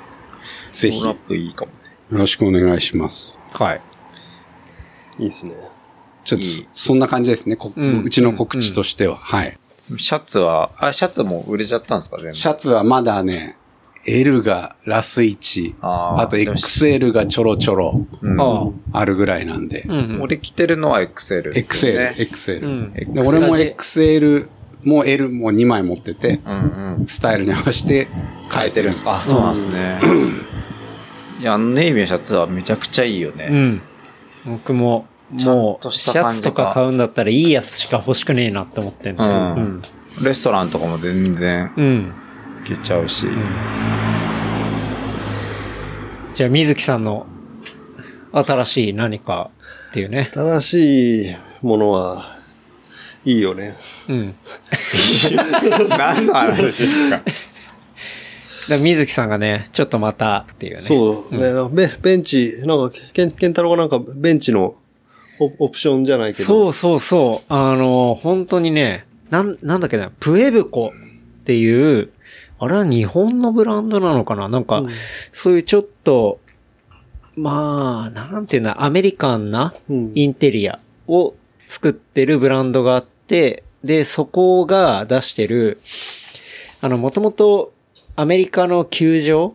[SPEAKER 5] ぜひ、
[SPEAKER 3] ールアッ
[SPEAKER 5] よ
[SPEAKER 3] プいいかもね。
[SPEAKER 5] ろしくお願いします。
[SPEAKER 4] はい。
[SPEAKER 2] いいですね。
[SPEAKER 5] ちょっと
[SPEAKER 3] いい、
[SPEAKER 5] そんな感じですね。こ
[SPEAKER 4] うん
[SPEAKER 5] うちの告知としては。はい。
[SPEAKER 3] シャツは、あ、シャツも売れちゃったんですか、全部。
[SPEAKER 5] シャツはまだね、L がラス1、
[SPEAKER 3] あ
[SPEAKER 5] あ
[SPEAKER 3] ー
[SPEAKER 5] と XL がちょろちょろ
[SPEAKER 3] うん
[SPEAKER 4] ああ。
[SPEAKER 5] あるぐらいなんで、
[SPEAKER 4] うん。
[SPEAKER 3] 俺着てるのは XL です
[SPEAKER 5] XL、
[SPEAKER 3] よね。。
[SPEAKER 5] XL。
[SPEAKER 4] うん
[SPEAKER 5] で俺も
[SPEAKER 4] XL
[SPEAKER 5] XL も L も2枚持ってて、
[SPEAKER 3] うんうん。
[SPEAKER 5] スタイルに合わせて変えてるんです
[SPEAKER 3] あ、そうなんですね。いや、あのネイビーのシャツはめちゃくちゃいいよ
[SPEAKER 4] う
[SPEAKER 3] ね。
[SPEAKER 4] ん。僕も、
[SPEAKER 3] ちゃ
[SPEAKER 4] も
[SPEAKER 3] んと
[SPEAKER 4] う、
[SPEAKER 3] した
[SPEAKER 4] シ
[SPEAKER 3] 感じが
[SPEAKER 4] ャツとか買うんだったらいいやつしか欲しくねえなって思ってんで。
[SPEAKER 3] うん
[SPEAKER 4] うん。
[SPEAKER 3] レストランとかも全然
[SPEAKER 4] うん。
[SPEAKER 3] いけちゃうし。
[SPEAKER 4] じゃあ、水木さんの新しい何かっていうね。
[SPEAKER 2] 正しいものは、いいよね。
[SPEAKER 4] うん。
[SPEAKER 3] 何の話ですか
[SPEAKER 4] だから水木さんがね、ちょっとまたっていうね。
[SPEAKER 2] そうね、なんかベ。ベンチ、なんか、ケンケンタロウがなんかベンチのオオプションじゃないけど。
[SPEAKER 4] そうそうそう。あの、本当にね、なん、なんだっけな、プエブコっていう、あれは日本のブランドなのかななんか、
[SPEAKER 2] うん
[SPEAKER 4] そういうちょっと、まあ、なんていうんだ、アメリカンな
[SPEAKER 2] うん。
[SPEAKER 4] インテリアを作ってるブランドがあって、で、そこが出してる、あの、もともとアメリカの球場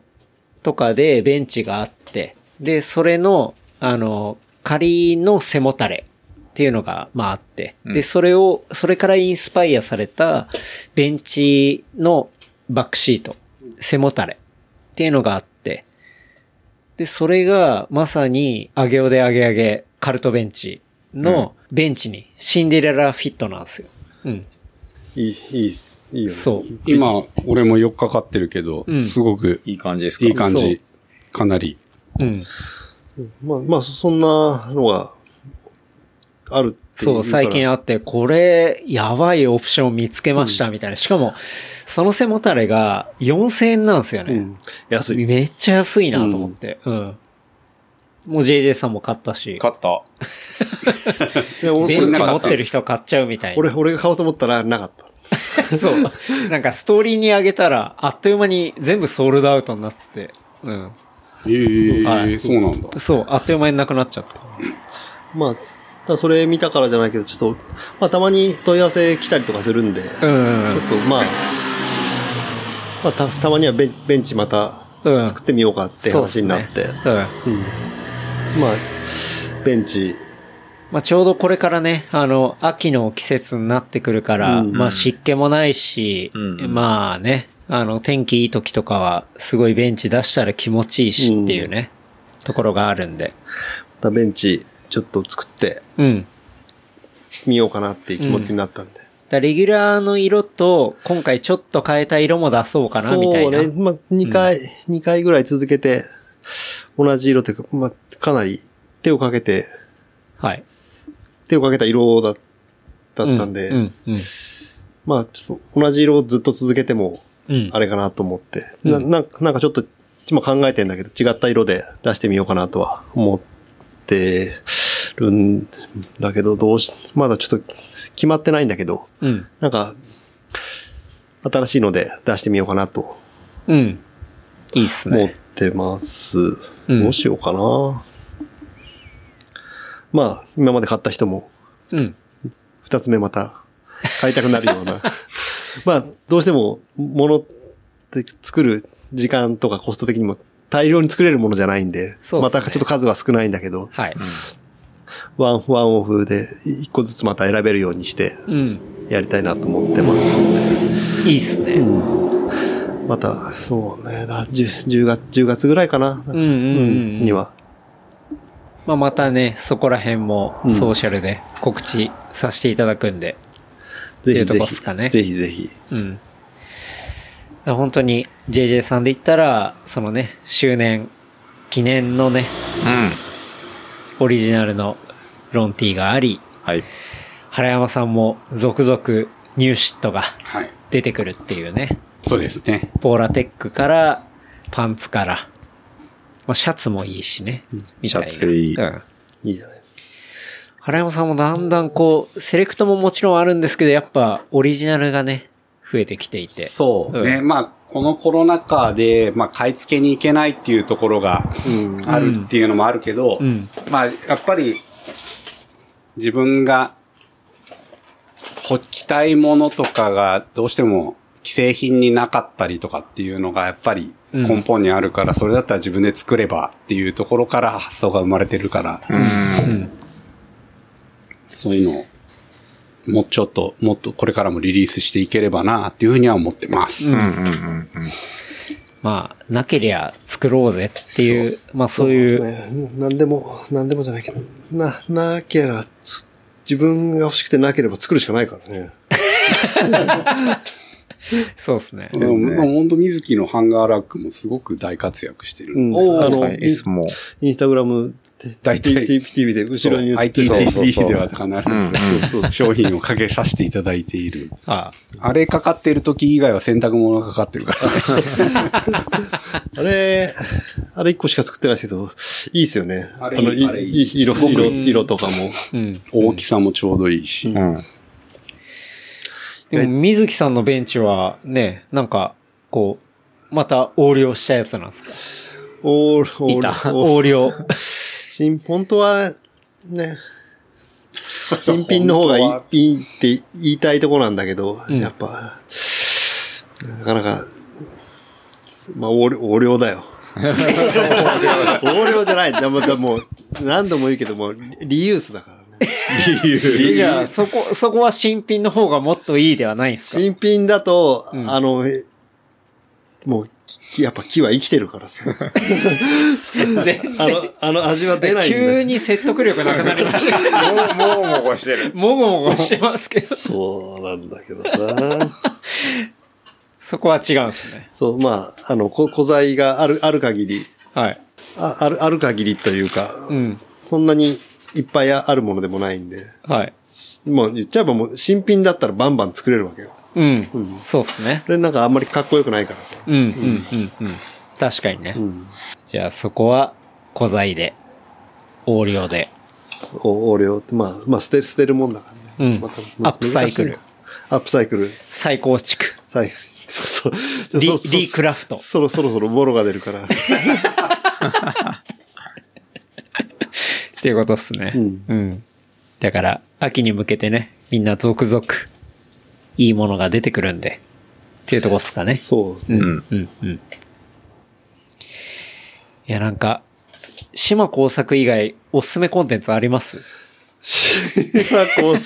[SPEAKER 4] とかでベンチがあって、で、それの、あの、仮の背もたれっていうのが、まああって、
[SPEAKER 3] うん
[SPEAKER 4] で、それを、それからインスパイアされたベンチのバックシート、背もたれっていうのがあって、で、それがまさに、アゲオでアゲアゲ、カルトベンチのベンチにシンデレラフィットなんですよ。うん。
[SPEAKER 2] いい、いいっす、いいよね。
[SPEAKER 4] そう。
[SPEAKER 5] 今、俺も4日かかってるけど、
[SPEAKER 4] うん
[SPEAKER 5] すごく
[SPEAKER 3] いい感じですか
[SPEAKER 5] いい感
[SPEAKER 4] そう
[SPEAKER 5] じ。かなり。
[SPEAKER 4] うん。
[SPEAKER 2] まあ、まあ、そそんなのが、あるってい
[SPEAKER 4] そう、最近
[SPEAKER 2] あ
[SPEAKER 4] あって、これ、やばいオプション見つけました、みたいな。しかも、その背もたれが4000円なんですよ
[SPEAKER 2] う
[SPEAKER 4] ね。
[SPEAKER 2] ん。安い。
[SPEAKER 4] めっちゃ安いなと思って。うん。もう JJ さんも買ったし、
[SPEAKER 3] 勝った。
[SPEAKER 2] で俺
[SPEAKER 4] ベ
[SPEAKER 5] そん
[SPEAKER 4] ン
[SPEAKER 5] な
[SPEAKER 4] チ
[SPEAKER 5] 買った
[SPEAKER 4] 持ってる人買っちゃうみたいな。
[SPEAKER 2] 俺、俺が買おうと思ったらなかっ
[SPEAKER 4] [laughs]
[SPEAKER 2] た。
[SPEAKER 4] そう。なんかストーリーにあげたら、あっという間に全部ソールドアウトになってて。うん。
[SPEAKER 5] ええ
[SPEAKER 4] はい
[SPEAKER 5] そうなんだ。
[SPEAKER 4] そう、あっという間になくなっちゃった。
[SPEAKER 2] まあ、だからそれ見たからじゃないけど、ちょっと、まあ、たまに問い合わせ来たりとかするんで、ちょっ
[SPEAKER 4] うん
[SPEAKER 2] と、まあ、まあ、た、たまにはベンベンチまた
[SPEAKER 4] うん。
[SPEAKER 2] 作ってみようかって
[SPEAKER 4] そうす
[SPEAKER 2] 話になって、
[SPEAKER 4] ねうん。
[SPEAKER 2] まあ、ベンチ、
[SPEAKER 4] まあ、ちょうどこれからね、あの、秋の季節になってくるから、
[SPEAKER 2] うん
[SPEAKER 4] まあ、湿気もないし、
[SPEAKER 3] うん
[SPEAKER 4] まあね、あの、天気いい時とかは、すごいベンチ出したら気持ちいいしっていうね、ところがあるんで。
[SPEAKER 2] またベンチ、ちょっと作って
[SPEAKER 4] うん。
[SPEAKER 2] みようかなっていう気持ちになったんで。
[SPEAKER 4] だレギュラーの色と、今回ちょっと変えた色も出そうかな、みたいな。
[SPEAKER 2] そうね。まあ、2回、二、回ぐらい続けて、同じ色というか、まあ、かなり手をかけて、
[SPEAKER 4] はい。
[SPEAKER 2] 手をかけた色だだったんで、
[SPEAKER 4] うん。うん。
[SPEAKER 2] まあ、ちょっと同じ色をずっと続けても、
[SPEAKER 4] うん。
[SPEAKER 2] あれかなと思って、
[SPEAKER 4] うん
[SPEAKER 2] ななんかなんかちょっと、今考えてんだけど、違った色で出してみようかなとは思ってるんだけど、どうし、まだちょっと決まってないんだけど、
[SPEAKER 4] うん。
[SPEAKER 2] なんか、新しいので出してみようかなと
[SPEAKER 4] うん。いいっす
[SPEAKER 2] 持っ
[SPEAKER 4] ね。
[SPEAKER 2] てます。
[SPEAKER 4] うん
[SPEAKER 2] どうしようかな。まあ、今まで買った人も、
[SPEAKER 4] うん。
[SPEAKER 2] 二つ目また買いたくなるような。 [laughs] まあ、どうしても、物って作る時間とかコスト的にも大量に作れるものじゃないんで、
[SPEAKER 4] そうっ
[SPEAKER 2] ます
[SPEAKER 4] ね
[SPEAKER 2] たちょっと数は少ないんだけど、
[SPEAKER 4] はい。
[SPEAKER 2] ワン、ワンオフで一個ずつまた選べるようにして
[SPEAKER 4] うん。
[SPEAKER 2] やりたいなと思ってますんで。
[SPEAKER 4] いいっすね。
[SPEAKER 2] また、そうね、だ 10, 10月、10月ぐらいかな。
[SPEAKER 4] うんうんうん
[SPEAKER 2] には。
[SPEAKER 4] まあ、またね、そこら辺も
[SPEAKER 2] うん
[SPEAKER 4] ソーシャルで告知させていただくんで。
[SPEAKER 2] ぜ
[SPEAKER 4] ってい
[SPEAKER 2] ひ
[SPEAKER 4] うと
[SPEAKER 2] ぜ
[SPEAKER 4] こっ
[SPEAKER 2] ひ、
[SPEAKER 4] すかね
[SPEAKER 2] ぜひぜひ。
[SPEAKER 4] うん。本当に JJ さんで言ったら、そのね、周年記念のね、
[SPEAKER 3] うん。
[SPEAKER 4] オリジナルのロンティーがあり、
[SPEAKER 3] はい。
[SPEAKER 4] 原山さんも続々ニューシットが
[SPEAKER 5] はい。
[SPEAKER 4] 出てくるっていうね。
[SPEAKER 5] そうですね。
[SPEAKER 4] ポーラテックから、パンツから、まあ、シャツもいいしね。みたいな
[SPEAKER 3] シャツいい
[SPEAKER 4] うん。
[SPEAKER 2] いいじゃないですか。
[SPEAKER 4] 原山さんもだんだんこう、セレクトももちろんあるんですけど、やっぱオリジナルがね、増えてきていて。
[SPEAKER 5] そう。ね、
[SPEAKER 4] う
[SPEAKER 5] まあ、このコロナ禍で、まあ、買い付けに行けないっていうところがあるっていうのもあるけど、
[SPEAKER 4] うん。
[SPEAKER 5] まあ、やっぱり、自分が、ほ着たいものとかが、どうしても、既製品になかったりとかっていうのが、やっぱり
[SPEAKER 4] うん
[SPEAKER 5] 根本にあるから、それだったら自分で作ればっていうところから発想が生まれてるから、
[SPEAKER 4] うん。
[SPEAKER 5] そういうのを、もうちょっと、もっとこれからもリリースしていければな、っていうふうには思ってま
[SPEAKER 3] う
[SPEAKER 5] す。
[SPEAKER 3] んうんうんうん。
[SPEAKER 4] まあ、なけりゃ作ろうぜっていう、まあそういう、
[SPEAKER 2] ね、何でも、何でもじゃないけど、な、なきゃら、つ自分が欲しくてなければ作るしかないからね。
[SPEAKER 4] そうですね。
[SPEAKER 5] で
[SPEAKER 3] ですね
[SPEAKER 5] ももう本当水木のハンガーラックもすごく大活躍してる。
[SPEAKER 2] うん
[SPEAKER 3] お
[SPEAKER 2] あ
[SPEAKER 3] ー、
[SPEAKER 2] の、
[SPEAKER 3] はい、いいっすもう。
[SPEAKER 2] インスタグラム、
[SPEAKER 5] 大体
[SPEAKER 2] ITTV で後ろに映ってる
[SPEAKER 5] ITTV
[SPEAKER 3] そう
[SPEAKER 5] では必ず商品をかけさせていただいている。
[SPEAKER 4] あ
[SPEAKER 5] あれかかってる時以外は洗濯物がかかってるから。
[SPEAKER 2] あれ、あれ一個しか作ってないですけど、いいですよね。
[SPEAKER 5] あれ
[SPEAKER 2] の、い
[SPEAKER 5] あれいい
[SPEAKER 2] いい色、
[SPEAKER 5] すごく
[SPEAKER 2] 色、色とかも。
[SPEAKER 4] うん。
[SPEAKER 5] 大きさもちょうどいいし。
[SPEAKER 3] うん。
[SPEAKER 4] でも、水木さんのベンチはね、なんか、こう、また横領したやつなんですか
[SPEAKER 2] オール、オール
[SPEAKER 4] 板
[SPEAKER 2] オール
[SPEAKER 4] 横 [laughs] 領。
[SPEAKER 2] 新、本当は、
[SPEAKER 4] [laughs]
[SPEAKER 2] ね、新品の方がい
[SPEAKER 5] 本
[SPEAKER 2] いいいって言いたいとこなんだけど、
[SPEAKER 4] うん
[SPEAKER 2] やっぱ、なかなか、まあ、横領横領
[SPEAKER 4] [laughs]
[SPEAKER 2] だよ。横領じゃない。でも、でも何度も言うけども、リユースだからね。リユー
[SPEAKER 4] じゃあ、そこ、そこは新品の方がもっといいではないんですか
[SPEAKER 2] 新品だと、
[SPEAKER 4] うん
[SPEAKER 2] あの、えもう、きやっぱ木は生きてるからさ。
[SPEAKER 4] 全
[SPEAKER 2] あ
[SPEAKER 4] 然。
[SPEAKER 2] の、 [laughs] あの味は出ないんだ
[SPEAKER 4] 急
[SPEAKER 2] よ。
[SPEAKER 4] に説得力なくなりました。
[SPEAKER 3] もうもごしてる。
[SPEAKER 4] もごもごしてますけど。
[SPEAKER 2] そうなんだけどさ。
[SPEAKER 4] そこは違うんですね。
[SPEAKER 2] そう、まあ、あの、こ古材がある、ある限り、
[SPEAKER 4] はい。
[SPEAKER 2] あある、ある限りというか、
[SPEAKER 4] うん。
[SPEAKER 2] そんなにいっぱいあるものでもないんで、
[SPEAKER 4] はい。
[SPEAKER 2] もう言っちゃえばもう新品だったらバンバン作れるわけよ。
[SPEAKER 4] うん。そうっすね。
[SPEAKER 2] これなんかあんまりかっこよくないからさ。
[SPEAKER 4] うん、うん、うん、うん。確かにね。
[SPEAKER 2] うん。
[SPEAKER 4] じゃあ、そこは、古材で、横領で。
[SPEAKER 2] お横領って、まあ、まあ、捨て、捨てるもんだからね。
[SPEAKER 4] うん
[SPEAKER 2] またま
[SPEAKER 4] ア
[SPEAKER 2] あ
[SPEAKER 4] ップサイクル
[SPEAKER 2] 難しいアップサイクル。
[SPEAKER 4] 再構築。
[SPEAKER 2] サイそうそう。
[SPEAKER 4] リ
[SPEAKER 2] そろそろ
[SPEAKER 4] リクラフト
[SPEAKER 2] そろそろそろボロが出
[SPEAKER 4] [laughs]
[SPEAKER 2] るから。
[SPEAKER 4] っていうことっすね。
[SPEAKER 2] うん
[SPEAKER 4] だから、秋に向けてね、みんな続々、いいものが出てくるんで、っていうとこっすかね。
[SPEAKER 2] [laughs] そうですね。
[SPEAKER 3] うん。
[SPEAKER 4] うん、うん。いや、なんか、島工作以外、おすすめコンテンツあります
[SPEAKER 2] なんかこう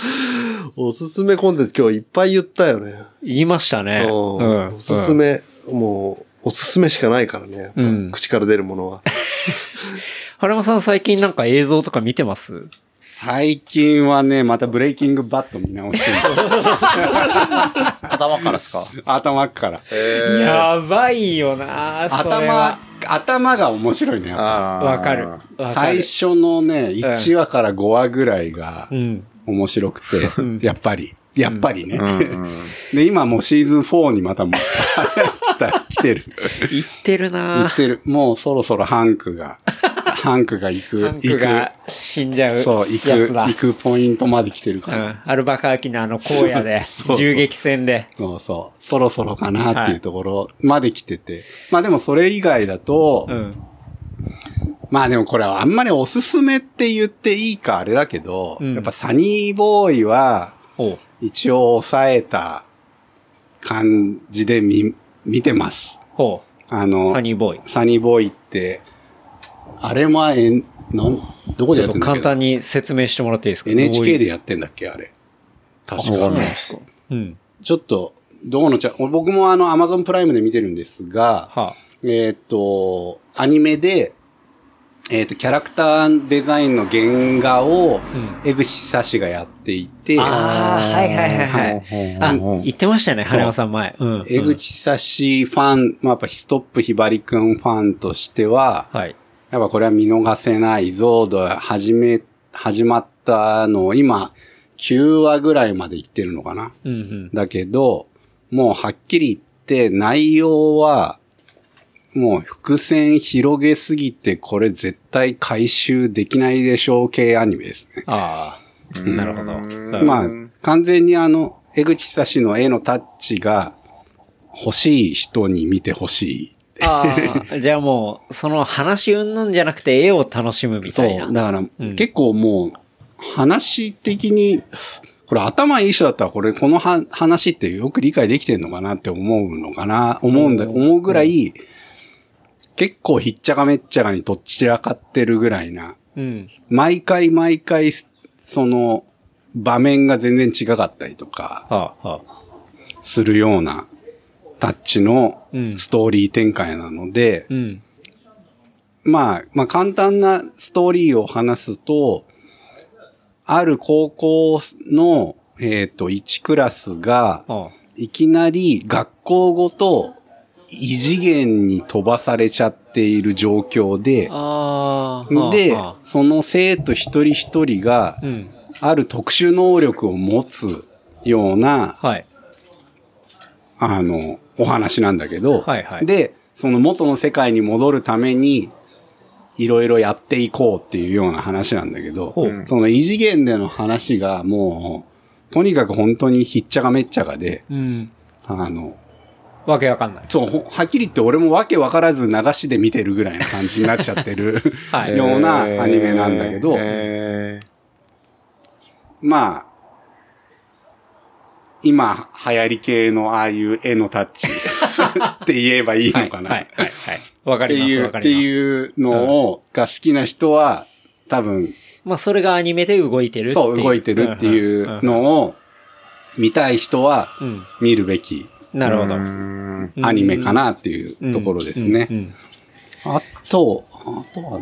[SPEAKER 2] おすすめコンテンツ今日いっぱい言ったよね。
[SPEAKER 4] 言いましたね。
[SPEAKER 2] うん
[SPEAKER 4] うん
[SPEAKER 2] おすす。め、もう、おすすめしかないからね。やっぱ
[SPEAKER 4] うん
[SPEAKER 2] 口から出るも
[SPEAKER 4] [laughs]
[SPEAKER 2] のは。
[SPEAKER 4] 原山さん最近なんか映像とか見てます
[SPEAKER 5] 最近はね、またブレイキングバット見直して [laughs] る。
[SPEAKER 3] 頭からっすか
[SPEAKER 5] 頭から。
[SPEAKER 3] え
[SPEAKER 4] やばいよなそれ
[SPEAKER 5] 頭
[SPEAKER 4] は、
[SPEAKER 5] 頭が面白いね。やっぱ
[SPEAKER 4] わかる。。わか
[SPEAKER 5] 最
[SPEAKER 4] る。
[SPEAKER 5] 初のね、1話から5話ぐらいが
[SPEAKER 4] うん。
[SPEAKER 5] 面白くて、やっぱり、やっぱりね。 [laughs]
[SPEAKER 3] うんうん
[SPEAKER 5] で、今もうシーズン4にまたもう [laughs] 来来た、来てる。
[SPEAKER 4] 言ってる
[SPEAKER 5] 言
[SPEAKER 4] な
[SPEAKER 5] ってる。もうそろそろハンク
[SPEAKER 4] [laughs]
[SPEAKER 5] が、ハンクが行く、
[SPEAKER 4] ハンクが死んじゃうやつ
[SPEAKER 5] 行く、そう、行く、
[SPEAKER 4] だ。
[SPEAKER 5] 行くポイントまで来てる
[SPEAKER 4] う
[SPEAKER 5] から。
[SPEAKER 4] ん。アルバカーキのあの荒野で
[SPEAKER 5] そうそうそ、う
[SPEAKER 4] 銃撃戦で。
[SPEAKER 5] そうそう。そろそろかなっていうところまで来てて。まあでもそれ以外だと、
[SPEAKER 4] うん。
[SPEAKER 5] まあでもこれはあんまりおすすめって言っていいかあれだけど、
[SPEAKER 4] うん
[SPEAKER 5] やっぱサニーボーイは
[SPEAKER 4] おう
[SPEAKER 5] 一応抑えた感じで見、見てます。
[SPEAKER 4] ほ
[SPEAKER 5] あ
[SPEAKER 4] う。
[SPEAKER 5] の、
[SPEAKER 4] サニーボーイ。
[SPEAKER 5] サニーボーイって、あれはえん、なん、どこ
[SPEAKER 4] ち
[SPEAKER 5] で
[SPEAKER 4] ょ
[SPEAKER 5] や
[SPEAKER 4] っ
[SPEAKER 5] っ
[SPEAKER 4] と
[SPEAKER 5] てんだっけ
[SPEAKER 4] 簡単に説明してもらっていいですか
[SPEAKER 5] NHK
[SPEAKER 4] で。
[SPEAKER 5] でやってんだっけあれ。確
[SPEAKER 4] あそう
[SPEAKER 5] か
[SPEAKER 4] なん
[SPEAKER 5] に
[SPEAKER 4] で。すかうん。
[SPEAKER 5] ちょっと、どこのちゃ、僕もあの、アマゾンプライムで見てるんですが、
[SPEAKER 4] は
[SPEAKER 5] えーっ、と、アニメで、えーっ、と、キャラクターデザインの原画を、
[SPEAKER 4] あ。うん。
[SPEAKER 5] 江口久志がやっていて、
[SPEAKER 4] あーはいはいはいはい
[SPEAKER 3] い
[SPEAKER 4] あ、
[SPEAKER 3] うん
[SPEAKER 4] 言ってましたよね、
[SPEAKER 5] そう
[SPEAKER 4] 羽山さん前。うん。
[SPEAKER 5] 江
[SPEAKER 4] うん。
[SPEAKER 5] 口久志ファン、まあ、やっぱヒトップひばりくんファンとしては、
[SPEAKER 4] はい。
[SPEAKER 5] やっぱこれは見逃せないぞ、と始め、始まったのを今、9話ぐらいまでいってるのかな。
[SPEAKER 4] うんうん。
[SPEAKER 5] だけど、もうはっきり言って内容は、もう伏線広げすぎて、これ絶対回収できないでしょう系アニメですね。
[SPEAKER 4] ああ。なるほど。うん
[SPEAKER 5] まあ、完全にあの、江口久志の絵のタッチが欲しい人に見てほし
[SPEAKER 4] ああ、じゃあもう、その話云々じゃなくて絵を楽しむみ
[SPEAKER 5] い。
[SPEAKER 4] たいな。
[SPEAKER 5] だから、
[SPEAKER 4] ん
[SPEAKER 5] 結構もう、話的に、これ頭いい人だったらこれ、このは話ってよく理解できてんのかなって思うのかな、思うんだ、思うぐらい、結構ひっちゃかめっちゃかにどっちらかってるぐらいな、
[SPEAKER 4] うん。
[SPEAKER 5] 毎回毎回、その、場面が全然違かったりとか、
[SPEAKER 4] はあ、はあ。
[SPEAKER 5] するようなタッチの
[SPEAKER 4] うん
[SPEAKER 5] ストーリー展開なので、
[SPEAKER 4] うん。
[SPEAKER 5] まあ、まあ簡単なストーリーを話すと、ある高校の、えっ、と、1クラスが、
[SPEAKER 4] あ
[SPEAKER 5] いきなり学校ごと異次元に飛ばされちゃっている状況で
[SPEAKER 4] あ。、ああ。
[SPEAKER 5] で
[SPEAKER 4] はあは、
[SPEAKER 5] その生徒一人一人が
[SPEAKER 4] あ、うん。
[SPEAKER 5] ある特殊能力を持つような
[SPEAKER 4] はい。
[SPEAKER 5] あの、お話なんだけど、
[SPEAKER 4] はいはい
[SPEAKER 5] で、その元の世界に戻るために、いろいろやっていこうっていうような話なんだけど、
[SPEAKER 4] ほう
[SPEAKER 5] その異次元での話がもう、とにかく本当にひっちゃかめっちゃかで、
[SPEAKER 4] うん。
[SPEAKER 5] あの、
[SPEAKER 4] わけわかんない。
[SPEAKER 5] そう、ほはっきり言って俺もわけわからず流しで見てるぐらいな感じになっちゃってる、
[SPEAKER 4] [laughs] はい
[SPEAKER 5] ようなアニメなんだけど、
[SPEAKER 3] え
[SPEAKER 5] まあ、今流行り系のああいう絵のタッチって言えばいいのかな。
[SPEAKER 4] はい、はい、はい。わか
[SPEAKER 5] って
[SPEAKER 4] ります、
[SPEAKER 5] い
[SPEAKER 4] わ
[SPEAKER 5] う、
[SPEAKER 4] か
[SPEAKER 5] って
[SPEAKER 4] りま
[SPEAKER 5] いうのを、が好きな人は、多分、
[SPEAKER 4] す。まあ、それがアニメで動いてるっていう。
[SPEAKER 5] そう、動いてるっていうん
[SPEAKER 4] ん
[SPEAKER 5] のを、見たい人は、
[SPEAKER 4] うんうん。
[SPEAKER 5] 見るべき
[SPEAKER 4] なるほど。うん
[SPEAKER 5] アニメかなっていうところですね
[SPEAKER 4] うん。うん
[SPEAKER 5] あと、あとは、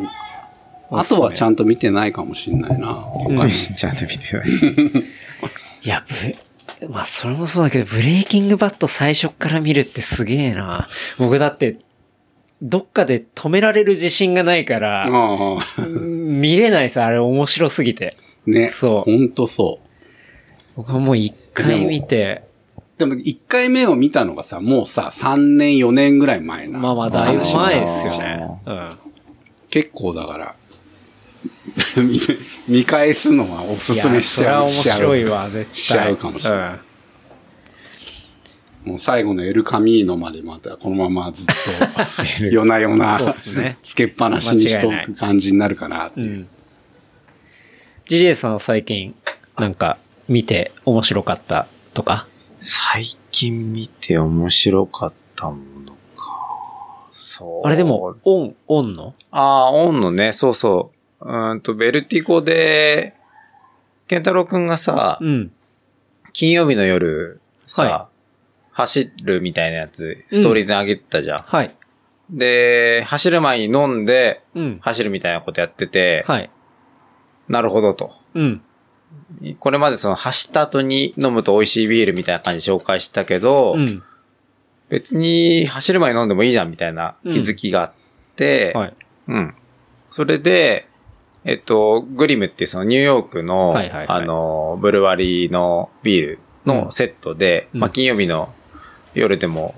[SPEAKER 5] あとはちゃんと見てないかもしんないな。他に
[SPEAKER 3] ちゃんと見てない。
[SPEAKER 4] いや、ブまあ、それもそうだけど、ブレイキングバット最初っから見るってすげえな。僕だって、どっかで止められる自信がないから、
[SPEAKER 5] あ
[SPEAKER 4] 見れないさ、あれ面白すぎて。
[SPEAKER 5] あ、ね。
[SPEAKER 4] そう
[SPEAKER 5] ほんとそう。
[SPEAKER 4] 僕はもう一回見て、
[SPEAKER 5] でも、1回目を見たのがさ、もうさ、3年、4年ぐらい前な。
[SPEAKER 4] まあまあ、だいぶ前ですよ
[SPEAKER 3] あ
[SPEAKER 4] ね。うん。
[SPEAKER 5] 結構だから、 [laughs] 見見返すのはおすすめ
[SPEAKER 4] い
[SPEAKER 5] しちゃう。
[SPEAKER 4] やそれは面白いわ、絶対。
[SPEAKER 5] しちゃうかもしれない
[SPEAKER 4] うん
[SPEAKER 5] もう最後のエルカミーノまでまたこのままずっ
[SPEAKER 4] [laughs]
[SPEAKER 5] と夜な夜な
[SPEAKER 4] そうっすね
[SPEAKER 5] つけっぱなしにしと
[SPEAKER 4] 間違いな
[SPEAKER 5] く感じになるかなって
[SPEAKER 4] う
[SPEAKER 5] いう。
[SPEAKER 4] ん。JJ さんは最近、なんか、見て面白かったとか。
[SPEAKER 3] 最近見て面白かったものか。そう。
[SPEAKER 4] あれでも、オン、オンの
[SPEAKER 3] ああ、オンのね、そうそう。うーんと、ベルティコで、ケンタロウくんがさ、
[SPEAKER 4] うん。
[SPEAKER 3] 金曜日の夜、さ、
[SPEAKER 4] は
[SPEAKER 3] 走るみたいなやつ、ストーリーズにあげてたじゃん。
[SPEAKER 4] はい。
[SPEAKER 3] で、走る前に飲んで、
[SPEAKER 4] うん。
[SPEAKER 3] 走るみたいなことやってて、
[SPEAKER 4] はい。
[SPEAKER 3] なるほどと。
[SPEAKER 4] うん。
[SPEAKER 3] これまでその走った後に飲むと美味しいビールみたいな感じで紹介したけど、
[SPEAKER 4] うん。
[SPEAKER 3] 別に走る前に飲んでもいいじゃんみたいな気づきがあって、
[SPEAKER 4] はい。
[SPEAKER 3] うん。それで、えっと、グリムっていうそのニューヨークの、
[SPEAKER 4] はいはいはい
[SPEAKER 3] あの、ブルワリーのビール
[SPEAKER 4] うん
[SPEAKER 3] のセットで、
[SPEAKER 4] うん
[SPEAKER 3] まあ金曜日の夜でも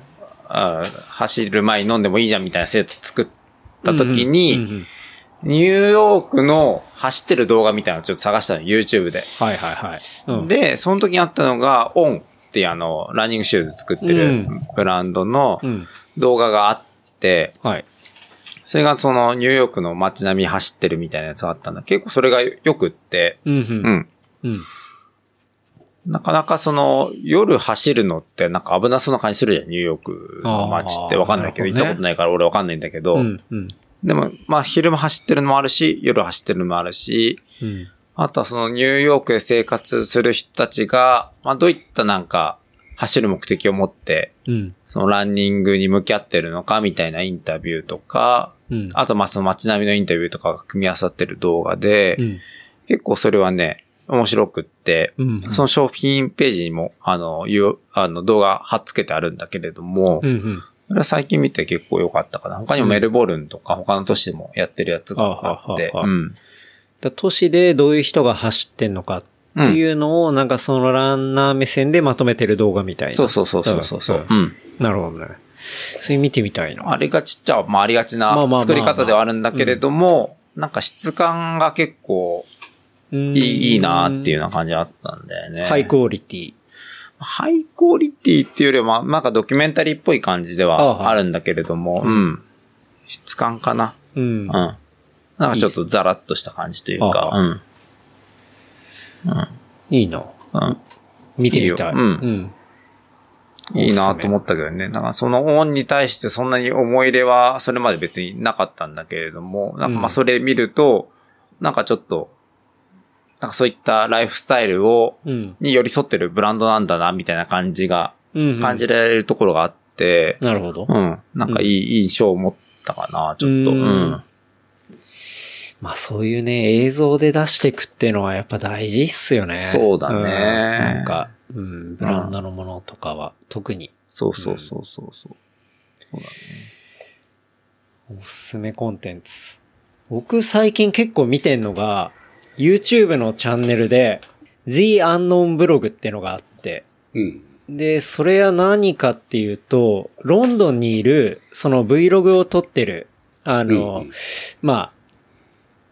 [SPEAKER 3] あ走る前に飲んでもいいじゃんみたいなセット作った時に、
[SPEAKER 4] うんうんうんうん
[SPEAKER 3] ニューヨークの走ってる動画みたいなのをちょっと探したの、YouTube で。
[SPEAKER 4] はいはいはい。うん、
[SPEAKER 3] で、その時にあったのが、オンっていうあの、ランニングシューズ作って
[SPEAKER 4] う
[SPEAKER 3] る
[SPEAKER 4] ん
[SPEAKER 3] ブランドの
[SPEAKER 4] うん。
[SPEAKER 3] 動画があって、
[SPEAKER 4] はい。
[SPEAKER 3] それがそのニューヨークの街並み走ってるみたいなやつがあったんだ。結構それがよくって、
[SPEAKER 4] うんう。
[SPEAKER 3] うんん。
[SPEAKER 4] うん。
[SPEAKER 3] なかなかその、夜走るのってなんか危なそうな感じするじゃん、ニューヨークの街って
[SPEAKER 4] あー
[SPEAKER 3] わかんないけど、
[SPEAKER 4] なるほどね
[SPEAKER 3] 行ったことないから俺わかんないんだけど、
[SPEAKER 4] うん。うん。
[SPEAKER 3] でも、まあ昼も走ってるのもあるし、夜走ってるのもあるし、
[SPEAKER 4] うん。
[SPEAKER 3] あとはそのニューヨークで生活する人たちが、まあどういったなんか走る目的を持って、
[SPEAKER 4] うん。
[SPEAKER 3] そのランニングに向き合ってるのかみたいなインタビューとか、
[SPEAKER 4] うん。
[SPEAKER 3] あとまあその街並みのインタビューとかが組み合わさってる動画で、
[SPEAKER 4] うん。
[SPEAKER 3] 結構それはね、面白くって、
[SPEAKER 4] うん。
[SPEAKER 3] その商品ページにも、あの、いうあの動画貼っつけてあるんだけれども、
[SPEAKER 4] うんうん。
[SPEAKER 3] それは最近見て結構良かったかな。他にもメルボルンとか他の都市でもやってるやつがあって、
[SPEAKER 4] ああああああ
[SPEAKER 3] うん。
[SPEAKER 4] だ都市でどういう人が走ってんのかっていうのを、なんかそのランナー目線でまとめてる動画みたいな。
[SPEAKER 3] そうそうそうそうそうそう。うん。
[SPEAKER 4] なるほどね。それ見てみたいな。
[SPEAKER 3] あれがちっちゃ、まあありがちな
[SPEAKER 4] まあまあまあ
[SPEAKER 3] 作り方ではあるんだけれども、なんか質感が結構
[SPEAKER 4] うん
[SPEAKER 3] いい、いいなっていうような感じだったんだよね。
[SPEAKER 4] ハイクオリティ。
[SPEAKER 3] ハイクオリティっていうよりは、まあなんかドキュメンタリーっぽい感じで
[SPEAKER 4] ああは
[SPEAKER 3] はいあるんだけれども、うん。質感かな。
[SPEAKER 4] う
[SPEAKER 3] うんん。。なんかちょっとザラッとした感じというか、
[SPEAKER 4] ああ
[SPEAKER 3] うん。
[SPEAKER 4] いいな。
[SPEAKER 3] うん。
[SPEAKER 4] 見てみたい。
[SPEAKER 3] いいようんいいなと思ったけどね。なんかそのオンに対してそんなに思い入れはそれまで別になかったんだけれども、なんかまあそれ見ると、なんかちょっと、なんかそういったライフスタイルを、
[SPEAKER 4] うん。
[SPEAKER 3] に寄り添ってるブランドなんだな、みたいな感じが、
[SPEAKER 4] うん。
[SPEAKER 3] 感じられるところがあって、
[SPEAKER 4] なるほど。
[SPEAKER 3] うん。なんかいい、いい印象を持ったかな、ちょっと。
[SPEAKER 4] う
[SPEAKER 3] うんん。
[SPEAKER 4] まあそういうね、映像で出していくっていうのはやっぱ大事っすよね。
[SPEAKER 3] そうだね
[SPEAKER 4] んなんか、うん、ブランドのものとかは特に
[SPEAKER 3] そうそうそうそうそう。そうだね。
[SPEAKER 4] おすすめコンテンツ。僕最近結構見てんのが、YouTube のチャンネルで、The Unknown Blog ってのがあって、
[SPEAKER 5] うん。
[SPEAKER 4] で、それは何かっていうと、ロンドンにいる、その Vlog を撮ってる、あの、
[SPEAKER 5] うん
[SPEAKER 4] ま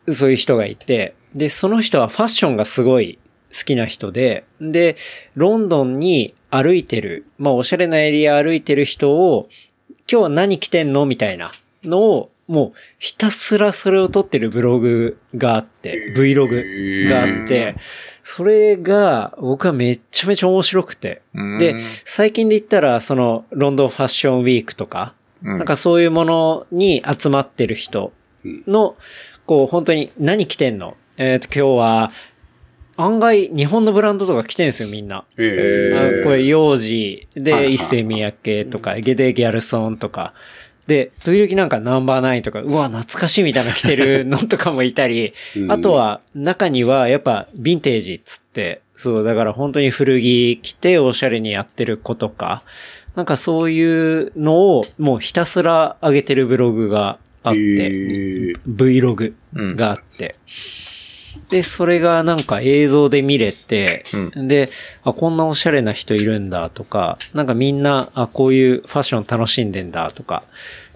[SPEAKER 4] あ、そういう人がいて、で、その人はファッションがすごい好きな人で、で、ロンドンに歩いてる、まあ、おしゃれなエリア歩いてる人を、今日は何着てんのみたいなのを、もう、ひたすらそれを撮ってるブログがあって、Vlog があって、それが、僕はめちゃめちゃ面白くて、で
[SPEAKER 3] うん、
[SPEAKER 4] 最近で言ったら、その、ロンドンファッションウィークとか、
[SPEAKER 3] な
[SPEAKER 4] なんか、そういうものに集まってる人の、こう、本当に何着てんのえっ、と、今日は、案外、日本のブランドとか着てんすよ、みんな。
[SPEAKER 5] え
[SPEAKER 4] あこれ、幼児
[SPEAKER 5] はいは
[SPEAKER 4] で、
[SPEAKER 5] い
[SPEAKER 4] 伊勢三宅とか、ゲデギャルソンとか、で、時々なんかナンバーナインとか、うわ、懐かしいみたいなの着てるのとかもいたり、
[SPEAKER 5] うん
[SPEAKER 4] あと、は、中には、やっぱ、ヴィンテージっつって、そう、だから本当に古着着て、おしゃれにやってる子とか、なんかそういうのを、もうひたすら上げてるブログがあって、
[SPEAKER 5] えー
[SPEAKER 4] Vlog があって、で、それがなんか映像で見れて、であ、こんなおしゃれな人いるんだとか、なんかみんな、あ、こういうファッション楽しんでんだとか、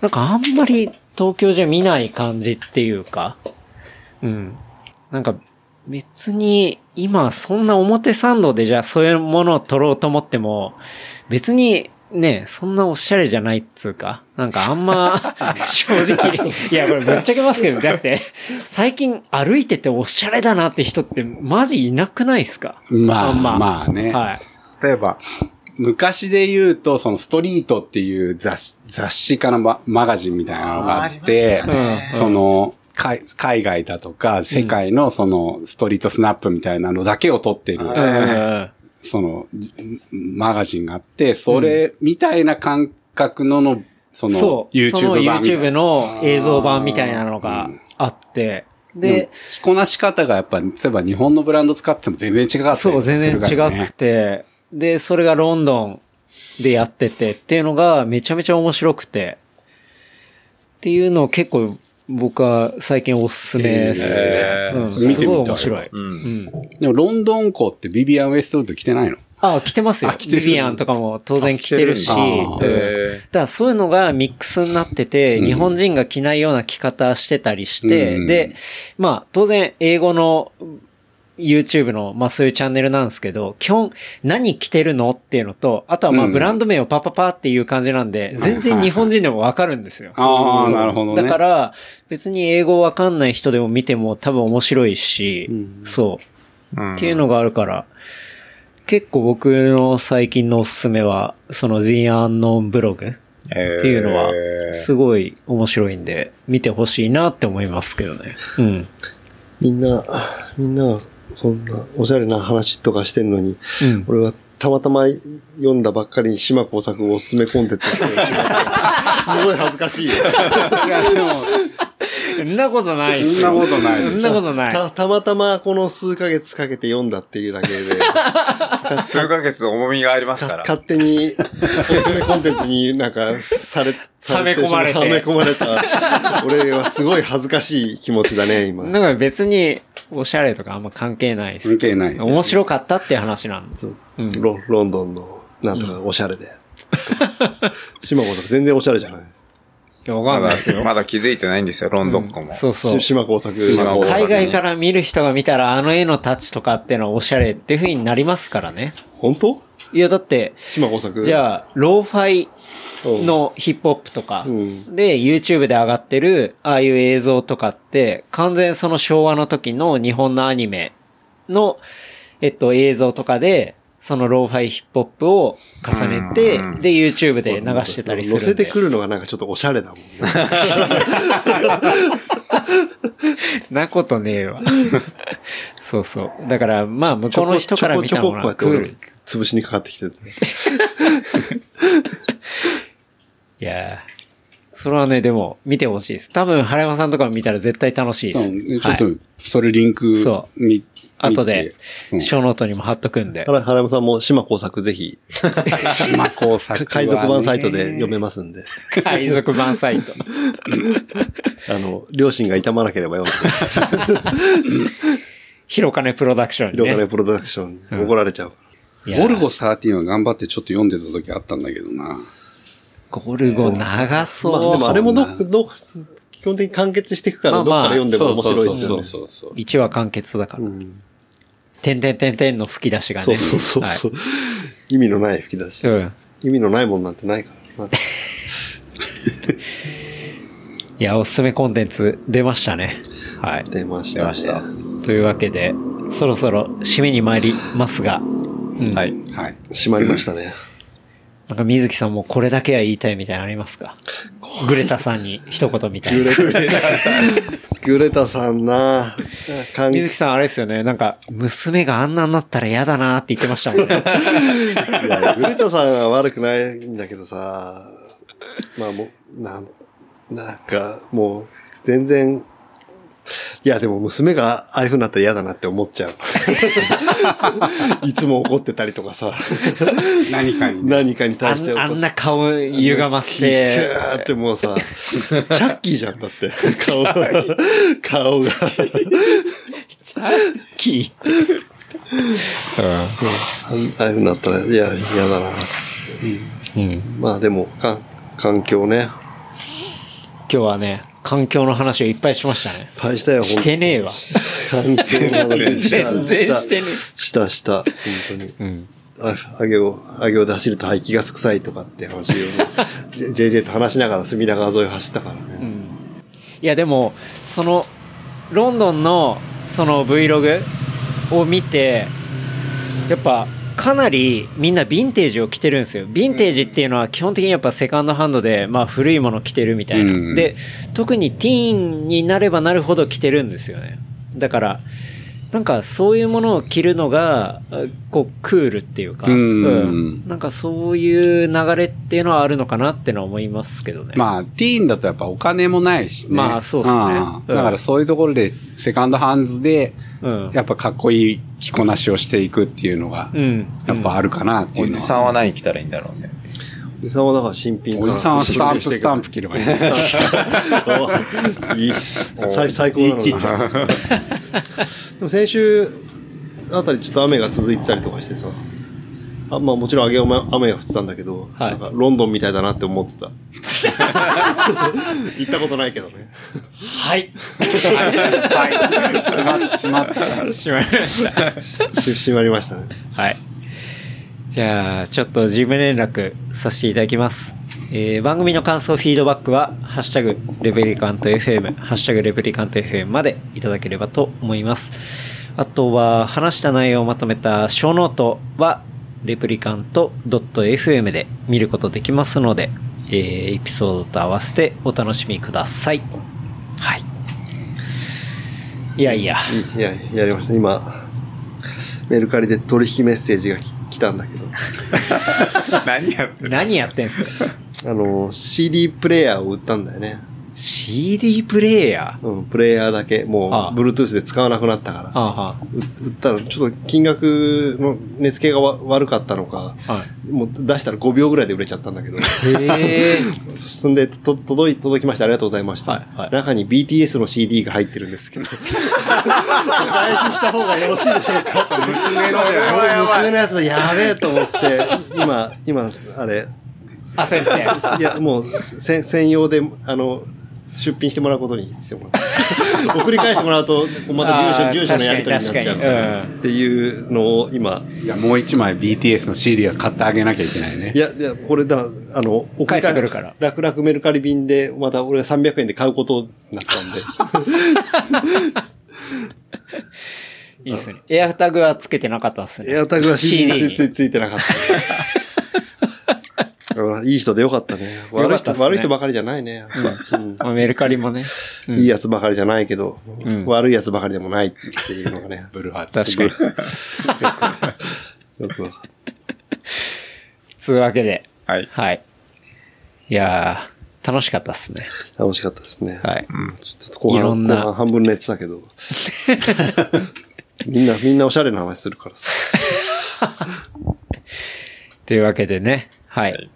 [SPEAKER 4] なんかあんまり東京じゃ見ない感じっていうか、うん。なんか別に今そんな表参道でじゃあそういうものを撮ろうと思っても、別にね、そんなおしゃれじゃないっつうか、なんかあん
[SPEAKER 5] [laughs]
[SPEAKER 4] ま正直、いやこれぶっちゃけますけど、だって最近歩いてておしゃれだなって人ってマジいなくないですか
[SPEAKER 5] まあ、
[SPEAKER 4] まあ
[SPEAKER 5] まあね。
[SPEAKER 4] はい。
[SPEAKER 5] 例えば、昔で言うと、そのストリートっていう雑誌雑誌かなママガジンみたいなのがあって、
[SPEAKER 4] うん
[SPEAKER 5] その、海海外だとか、世界のそのストリートスナップみたいなのだけを撮ってる、
[SPEAKER 4] うんうん
[SPEAKER 5] その、じマガジンがあって、それみたいな感覚のの、そ
[SPEAKER 4] うん、
[SPEAKER 5] の、
[SPEAKER 4] そう。その
[SPEAKER 5] YouTube 版みたいな
[SPEAKER 4] YouTube の映像版みたいなのがあって、
[SPEAKER 5] で
[SPEAKER 4] で
[SPEAKER 5] も、、着こなし方がやっぱ、例えば日本のブランド使っても全然違かったりする
[SPEAKER 4] そ
[SPEAKER 5] から、ね。
[SPEAKER 4] う、全然違くて、で、それがロンドンでやっててっていうのがめちゃめちゃ面白くて、っていうのを結構僕は最近おすすめですね
[SPEAKER 3] へ。ー
[SPEAKER 4] うん、
[SPEAKER 5] 見てみたい
[SPEAKER 4] すごい面白い。
[SPEAKER 3] うん
[SPEAKER 4] うん。 [laughs]
[SPEAKER 5] でもロンドン校ってビビアン・ウェストウッド着てないの
[SPEAKER 4] あ、着てますよ。
[SPEAKER 3] あ着て
[SPEAKER 4] ビ
[SPEAKER 3] る
[SPEAKER 4] ビアンとかも当然着てるし、
[SPEAKER 5] あ着て
[SPEAKER 4] う
[SPEAKER 5] る
[SPEAKER 4] ん
[SPEAKER 5] んだ
[SPEAKER 3] え
[SPEAKER 4] だからそういうのがミックスになってて、
[SPEAKER 5] うん
[SPEAKER 4] 日本人が着ないような着方してたりして、
[SPEAKER 5] うん
[SPEAKER 4] で、まあ当然英語の YouTube の、まあそういうチャンネルなんですけど、基本何着てるのっていうのと、あとはまあ
[SPEAKER 5] うん
[SPEAKER 4] ブランド名をパパパっていう感じなんで、全然日本人でもわかるんですよ。
[SPEAKER 5] あ
[SPEAKER 4] そ
[SPEAKER 5] あ、
[SPEAKER 4] う
[SPEAKER 5] なるほどね。
[SPEAKER 4] だから、別に英語わかんない人でも見ても多分面白いし、
[SPEAKER 5] うん
[SPEAKER 4] そう。
[SPEAKER 3] ー
[SPEAKER 4] っていうのがあるから、結構僕の最近のおすすめは、その The Unknown ブログっていうのは、すごい面白いんで、見てほしいなって思いますけどね。うん。
[SPEAKER 2] みんな、みんな、そんな、おしゃれな話とかしてんのに、
[SPEAKER 4] うん。
[SPEAKER 2] 俺はたまたま読んだばっかりに島工作をおすすめコンテン
[SPEAKER 4] [laughs]
[SPEAKER 2] ツをしてるすごい恥ずかしいよ。
[SPEAKER 5] いや、でも、
[SPEAKER 4] そんなことないです
[SPEAKER 5] そん
[SPEAKER 4] よ
[SPEAKER 5] なことない
[SPEAKER 4] そんなことない。
[SPEAKER 2] た、たまたまこの数ヶ月かけて読んだっていうだけ
[SPEAKER 4] [laughs]
[SPEAKER 2] で、
[SPEAKER 3] 数ヶ月の重みがありますから。
[SPEAKER 2] 勝手におすすめコンテンツになんかされ、さしま
[SPEAKER 4] は
[SPEAKER 2] う
[SPEAKER 4] め込まれて
[SPEAKER 2] はめ込まれた。俺はすごい恥ずかしい気持ちだね、今。
[SPEAKER 4] なんか別に、おしゃれとかあんま関係ないです
[SPEAKER 5] 関。係ない。
[SPEAKER 4] 面白かったっていう話なんです。
[SPEAKER 2] そう
[SPEAKER 4] うん
[SPEAKER 2] ロロンドンのなんとかおしゃれで。島工作全然おしゃれじゃない。
[SPEAKER 4] いやわか
[SPEAKER 3] ま
[SPEAKER 4] んない
[SPEAKER 3] だ
[SPEAKER 4] ですよ。、
[SPEAKER 3] まだ気づいてないんですよ、ロンドンっ子も。
[SPEAKER 4] そうそう
[SPEAKER 2] し。島工作。
[SPEAKER 5] 島工作
[SPEAKER 4] 海外から見る人が見たら、あの絵のタッチとかっていうのはおしゃれっていう風になりますからね。
[SPEAKER 2] 本当
[SPEAKER 4] いや、だって、
[SPEAKER 2] 島工作。
[SPEAKER 4] じ
[SPEAKER 2] あ、
[SPEAKER 4] ゃあ、ローファイのヒップホップとか
[SPEAKER 2] うん
[SPEAKER 4] で YouTube で上がってるああいう映像とかって完全その昭和の時の日本のアニメのえっと映像とかでそのローファイヒップホップを重ねて
[SPEAKER 3] うん
[SPEAKER 4] で YouTube で流してたりするんで。
[SPEAKER 2] 乗せてくるのがなんかちょっとおしゃ
[SPEAKER 4] [laughs]
[SPEAKER 2] れだもんね。
[SPEAKER 4] なことねえわ。 [laughs] そうそう。だからまあ向こうの人から見たものはクール。
[SPEAKER 2] 潰しにかかってきてる。
[SPEAKER 4] いやーそれはね、でも、見てほしいです。多分、原山さんとか見たら絶対楽しいです。
[SPEAKER 5] うんちょっ
[SPEAKER 4] は
[SPEAKER 5] と
[SPEAKER 4] い、
[SPEAKER 5] それリンク
[SPEAKER 4] そ
[SPEAKER 5] 見、
[SPEAKER 4] 後で、
[SPEAKER 5] 見て
[SPEAKER 4] ショーノートにも貼っとくんで。
[SPEAKER 2] 原原山さんも島工作ぜひ、
[SPEAKER 5] うん島工作はね
[SPEAKER 2] 海賊版サイトで読めますんで、
[SPEAKER 4] [laughs] 海賊版サイト。
[SPEAKER 2] あの、両親が痛まなければ読んで
[SPEAKER 4] [laughs] ヒロカネプロダクション
[SPEAKER 2] 両
[SPEAKER 4] に
[SPEAKER 2] 金
[SPEAKER 4] ね。
[SPEAKER 2] プロダクションに怒られちゃう。
[SPEAKER 4] いや
[SPEAKER 5] ゴルゴ13は頑張ってちょっと読んでた時あったんだけどな。
[SPEAKER 4] ゴルゴ長そう。
[SPEAKER 2] まあ、でもあれもど
[SPEAKER 5] そう
[SPEAKER 2] っ、どっ、基本的に完結していくから、
[SPEAKER 4] ま
[SPEAKER 2] ど
[SPEAKER 4] あ
[SPEAKER 2] っか
[SPEAKER 4] まあ
[SPEAKER 2] ら読んでも面白いですよ
[SPEAKER 5] そ
[SPEAKER 2] ね
[SPEAKER 5] う。そうそう。
[SPEAKER 4] 1話完結だから。
[SPEAKER 2] うん
[SPEAKER 4] てんてんてんてんの吹き出しがね。
[SPEAKER 2] そうそうそうそう。意味のない吹き出し。
[SPEAKER 4] はいうん。
[SPEAKER 2] 意味のないもんなんてないからな。
[SPEAKER 4] いや、おすすめコンテンツ出ましたね。はい。
[SPEAKER 2] 出まし
[SPEAKER 3] 出
[SPEAKER 2] た。
[SPEAKER 3] ました。
[SPEAKER 4] というわけで、そろそろ締めに参りますが、うん
[SPEAKER 3] はい。
[SPEAKER 5] はい。
[SPEAKER 2] 閉まりましたね。
[SPEAKER 4] なんか水木さんもこれだけは言いたいみたいなのありますかグレタさんに一言みたいな。
[SPEAKER 2] グレタさんなかん
[SPEAKER 4] 水木さんあれですよね、なんか、娘があんなになったら嫌だなって言ってましたもん
[SPEAKER 2] [laughs]
[SPEAKER 4] ね。
[SPEAKER 2] いやグレタさんは悪くないんだけどさ、まあもう、なん、なんか、もう、全然、いやでも娘がああいう風になったら嫌だなって思っちゃう。いつも怒ってたりとかさ、
[SPEAKER 5] 何かにね。
[SPEAKER 2] 何かに
[SPEAKER 4] あ
[SPEAKER 2] 対して
[SPEAKER 4] ん [laughs]
[SPEAKER 2] 怒
[SPEAKER 4] あ
[SPEAKER 2] っ
[SPEAKER 4] んな顔歪ませ
[SPEAKER 2] キ
[SPEAKER 4] て、
[SPEAKER 2] ャーってもうさ、チャッキーじゃんだって。顔が。顔が。
[SPEAKER 4] キーって。
[SPEAKER 2] あんああいう風になったら、いや、嫌だな。
[SPEAKER 4] うん今
[SPEAKER 2] まあでも、かん環境ね。いっ
[SPEAKER 4] 日はね、環境の話をいっぱいしましたね。
[SPEAKER 2] ぱいしたよ、ほん
[SPEAKER 4] し
[SPEAKER 2] と
[SPEAKER 4] てねえわ。
[SPEAKER 2] 環境の話した。
[SPEAKER 4] 全然してね
[SPEAKER 2] した、した、本当に。
[SPEAKER 4] え。うん。
[SPEAKER 2] あ、あげを、あげをで走ると排気ガス臭いとかって話を、J- JJ と話しながら隅田川沿いを走ったから
[SPEAKER 4] う
[SPEAKER 2] ね。
[SPEAKER 4] んいやでもそのロンドンのその Vlog を見てやっぱかなりみんなヴィンテージを着てるんですよヴィンテージっていうのは基本的にやっぱセカンドハンドでまあ古いもの着てるみたいな、
[SPEAKER 5] うん
[SPEAKER 4] で特にティーンになればなるほど着てるんですよねだからなんかそういうものを着るのがあこうクールっていうか、
[SPEAKER 5] うん
[SPEAKER 4] なんかそういう流れっていうのはあるのかなってのは思いますけどね
[SPEAKER 5] まあ、ティーンだとやっぱお金もないしね。
[SPEAKER 4] まあそうっすね
[SPEAKER 5] ああ
[SPEAKER 4] うん
[SPEAKER 5] だからそういうところで、セカンドハンズで、
[SPEAKER 4] うん
[SPEAKER 5] やっぱかっこいい着こなしをしていくっていうのが、
[SPEAKER 4] うん。
[SPEAKER 5] やっぱあるかなってい
[SPEAKER 3] お
[SPEAKER 5] うの
[SPEAKER 3] じ
[SPEAKER 5] は。
[SPEAKER 3] さんは何着たらいいんだろうね。
[SPEAKER 2] おじさんはだから新品か
[SPEAKER 5] お
[SPEAKER 2] ら
[SPEAKER 5] じさんはスタンプ、スタン
[SPEAKER 2] プ。
[SPEAKER 5] プ着ればいい
[SPEAKER 2] [laughs]
[SPEAKER 5] んだ。
[SPEAKER 2] いい最最高なの
[SPEAKER 5] いい切っちゃ
[SPEAKER 2] が。でも先週あたりちょっと雨が続いてたりとかしてさ、あまあもちろん揚げ雨雨は降ってたんだけど、
[SPEAKER 4] はい
[SPEAKER 2] なんかロンドンみたいだなって思ってた。 [laughs] 行ったことないけどね。
[SPEAKER 4] はい。
[SPEAKER 5] はい。しま、しまった。
[SPEAKER 4] しまいました。
[SPEAKER 2] し閉まりましたね。
[SPEAKER 4] はい。じゃあ、ちょっと事務連絡させていただきます。えー番組の感想、フィードバックは、ハッシュタグ、レプリカント FM、ハッシュタグ、レプリカント FM までいただければと思います。あとは、話した内容をまとめた小ノートは、レプリカント .fm で見ることできますので、えーエピソードと合わせてお楽しみください。はい。いやいや。
[SPEAKER 2] いいや、やりました。今、メルカリで取引メッセージがき来たんだけど、
[SPEAKER 3] 何やってる
[SPEAKER 4] 何やってんすか
[SPEAKER 2] あの、CD プレイヤーを売ったんだよね。
[SPEAKER 4] ?CD プレイヤー
[SPEAKER 2] うん、プレイヤーだけ、
[SPEAKER 4] ああ
[SPEAKER 2] もう、Bluetooth で使わなくなったから。
[SPEAKER 4] あ
[SPEAKER 2] う売ったら、ちょっと金額の値付けがわ悪かったのか、
[SPEAKER 4] あ、はい。
[SPEAKER 2] もう出したら5秒ぐらいで売れちゃったんだけど。
[SPEAKER 4] へえ。
[SPEAKER 2] そんで、と、届い、届きました。ありがとうございました。
[SPEAKER 4] はいはい
[SPEAKER 2] 中に BTS の CD が入ってるんですけど。お返しした方がよろしいでしょう [laughs] か
[SPEAKER 5] 娘の
[SPEAKER 2] 俺
[SPEAKER 5] や
[SPEAKER 2] 娘のやつだ、やべえと思って、今、今、あれ、
[SPEAKER 4] あ、先生。
[SPEAKER 2] いや、もう、せ専用で、あの、出品してもらうことにしてもらう。送り返してもらうと、また住
[SPEAKER 4] あ
[SPEAKER 2] 所、
[SPEAKER 4] ー
[SPEAKER 2] 住所のやり取りになっちゃう
[SPEAKER 4] 確
[SPEAKER 2] か
[SPEAKER 4] かに確
[SPEAKER 2] ら。
[SPEAKER 4] かに
[SPEAKER 2] っていうのを今、
[SPEAKER 5] いや、もう一枚 BTS の CD は買ってあげなきゃいけないね。
[SPEAKER 2] い。や、いやこれだ、あの、送り返
[SPEAKER 4] 帰ってくるから
[SPEAKER 2] 楽々メルカリ便で、また俺が300円で買うことになったんで。
[SPEAKER 4] いいですね。エアタグはつけてなかった [laughs] ですね。
[SPEAKER 2] エアタグは CD に
[SPEAKER 4] CD に
[SPEAKER 2] ついついついてなかった。だからいい人でよかったね。
[SPEAKER 4] よ
[SPEAKER 2] 悪
[SPEAKER 4] か
[SPEAKER 2] い
[SPEAKER 4] った
[SPEAKER 2] 人、
[SPEAKER 4] っすね
[SPEAKER 2] 悪い人ばかりじゃないね。うん
[SPEAKER 4] まあメルカリもね。うん
[SPEAKER 2] いいやつばかりじゃないけど、
[SPEAKER 4] ん
[SPEAKER 2] 悪いやつばかりでもないっていうのがね
[SPEAKER 5] ブルーハーツ。
[SPEAKER 4] 確かに。
[SPEAKER 2] よくわかっ
[SPEAKER 4] つうわけで。
[SPEAKER 3] はい。
[SPEAKER 4] はい。いやー、楽しかったっすね。
[SPEAKER 2] た楽しかったですね。
[SPEAKER 4] はい。
[SPEAKER 2] ちょっと後
[SPEAKER 4] いろ
[SPEAKER 2] 半、
[SPEAKER 4] ん
[SPEAKER 2] 後
[SPEAKER 4] な
[SPEAKER 2] 半半分寝てた
[SPEAKER 4] [laughs]
[SPEAKER 2] けど。みんな、みんなおしゃれな話するからさ。
[SPEAKER 4] というわけでね。はい。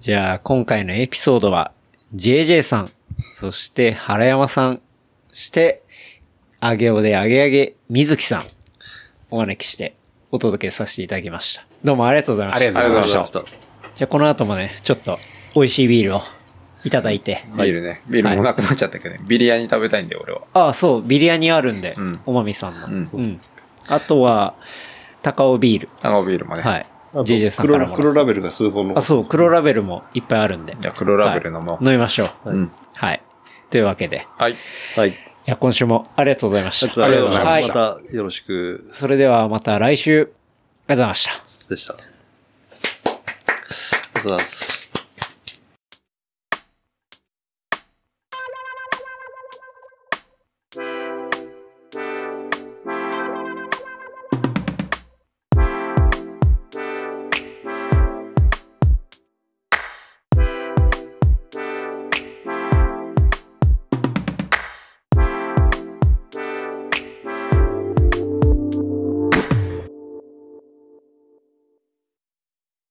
[SPEAKER 4] じゃあ、今回のエピソードは、JJ さん、そして原山さん、そして、あげおであげあげ、水木さん、お招きして、お届けさせていただきました。どうもありがとうございました。
[SPEAKER 5] ありがとうございました
[SPEAKER 2] ありがとうござい
[SPEAKER 4] じゃあこの後もね、ちょっと美味しいビールをいただいて。
[SPEAKER 3] ビールね。ビールもなくなっちゃったけどね。ビリヤニ食べたいんで、俺は。
[SPEAKER 4] ああ、そう、ビリヤニあるんで、
[SPEAKER 3] うん
[SPEAKER 4] おまみさんの。
[SPEAKER 3] うん
[SPEAKER 4] うんあとは、高尾ビール。
[SPEAKER 3] あのビールもね。。
[SPEAKER 4] はいい。
[SPEAKER 2] ました
[SPEAKER 4] JJ
[SPEAKER 2] あと
[SPEAKER 4] さんから
[SPEAKER 2] 黒
[SPEAKER 4] もら
[SPEAKER 2] 黒
[SPEAKER 4] っ
[SPEAKER 2] ラベルが数本の
[SPEAKER 4] た。あ、。そう、黒ラベルもいっぱいあるんで。
[SPEAKER 3] じゃあ黒ラベル飲もう。
[SPEAKER 4] 飲みましょう。
[SPEAKER 3] うん。
[SPEAKER 4] はい。というわけで。
[SPEAKER 3] はい。
[SPEAKER 2] はい。
[SPEAKER 4] いや、今週もありがとうございま
[SPEAKER 2] あ
[SPEAKER 4] した。
[SPEAKER 2] りがとうございま
[SPEAKER 4] は
[SPEAKER 2] し
[SPEAKER 4] い
[SPEAKER 2] た。またよろしく。
[SPEAKER 4] それではまた来週、ありがとうございました。
[SPEAKER 2] でした。ありがとうございます。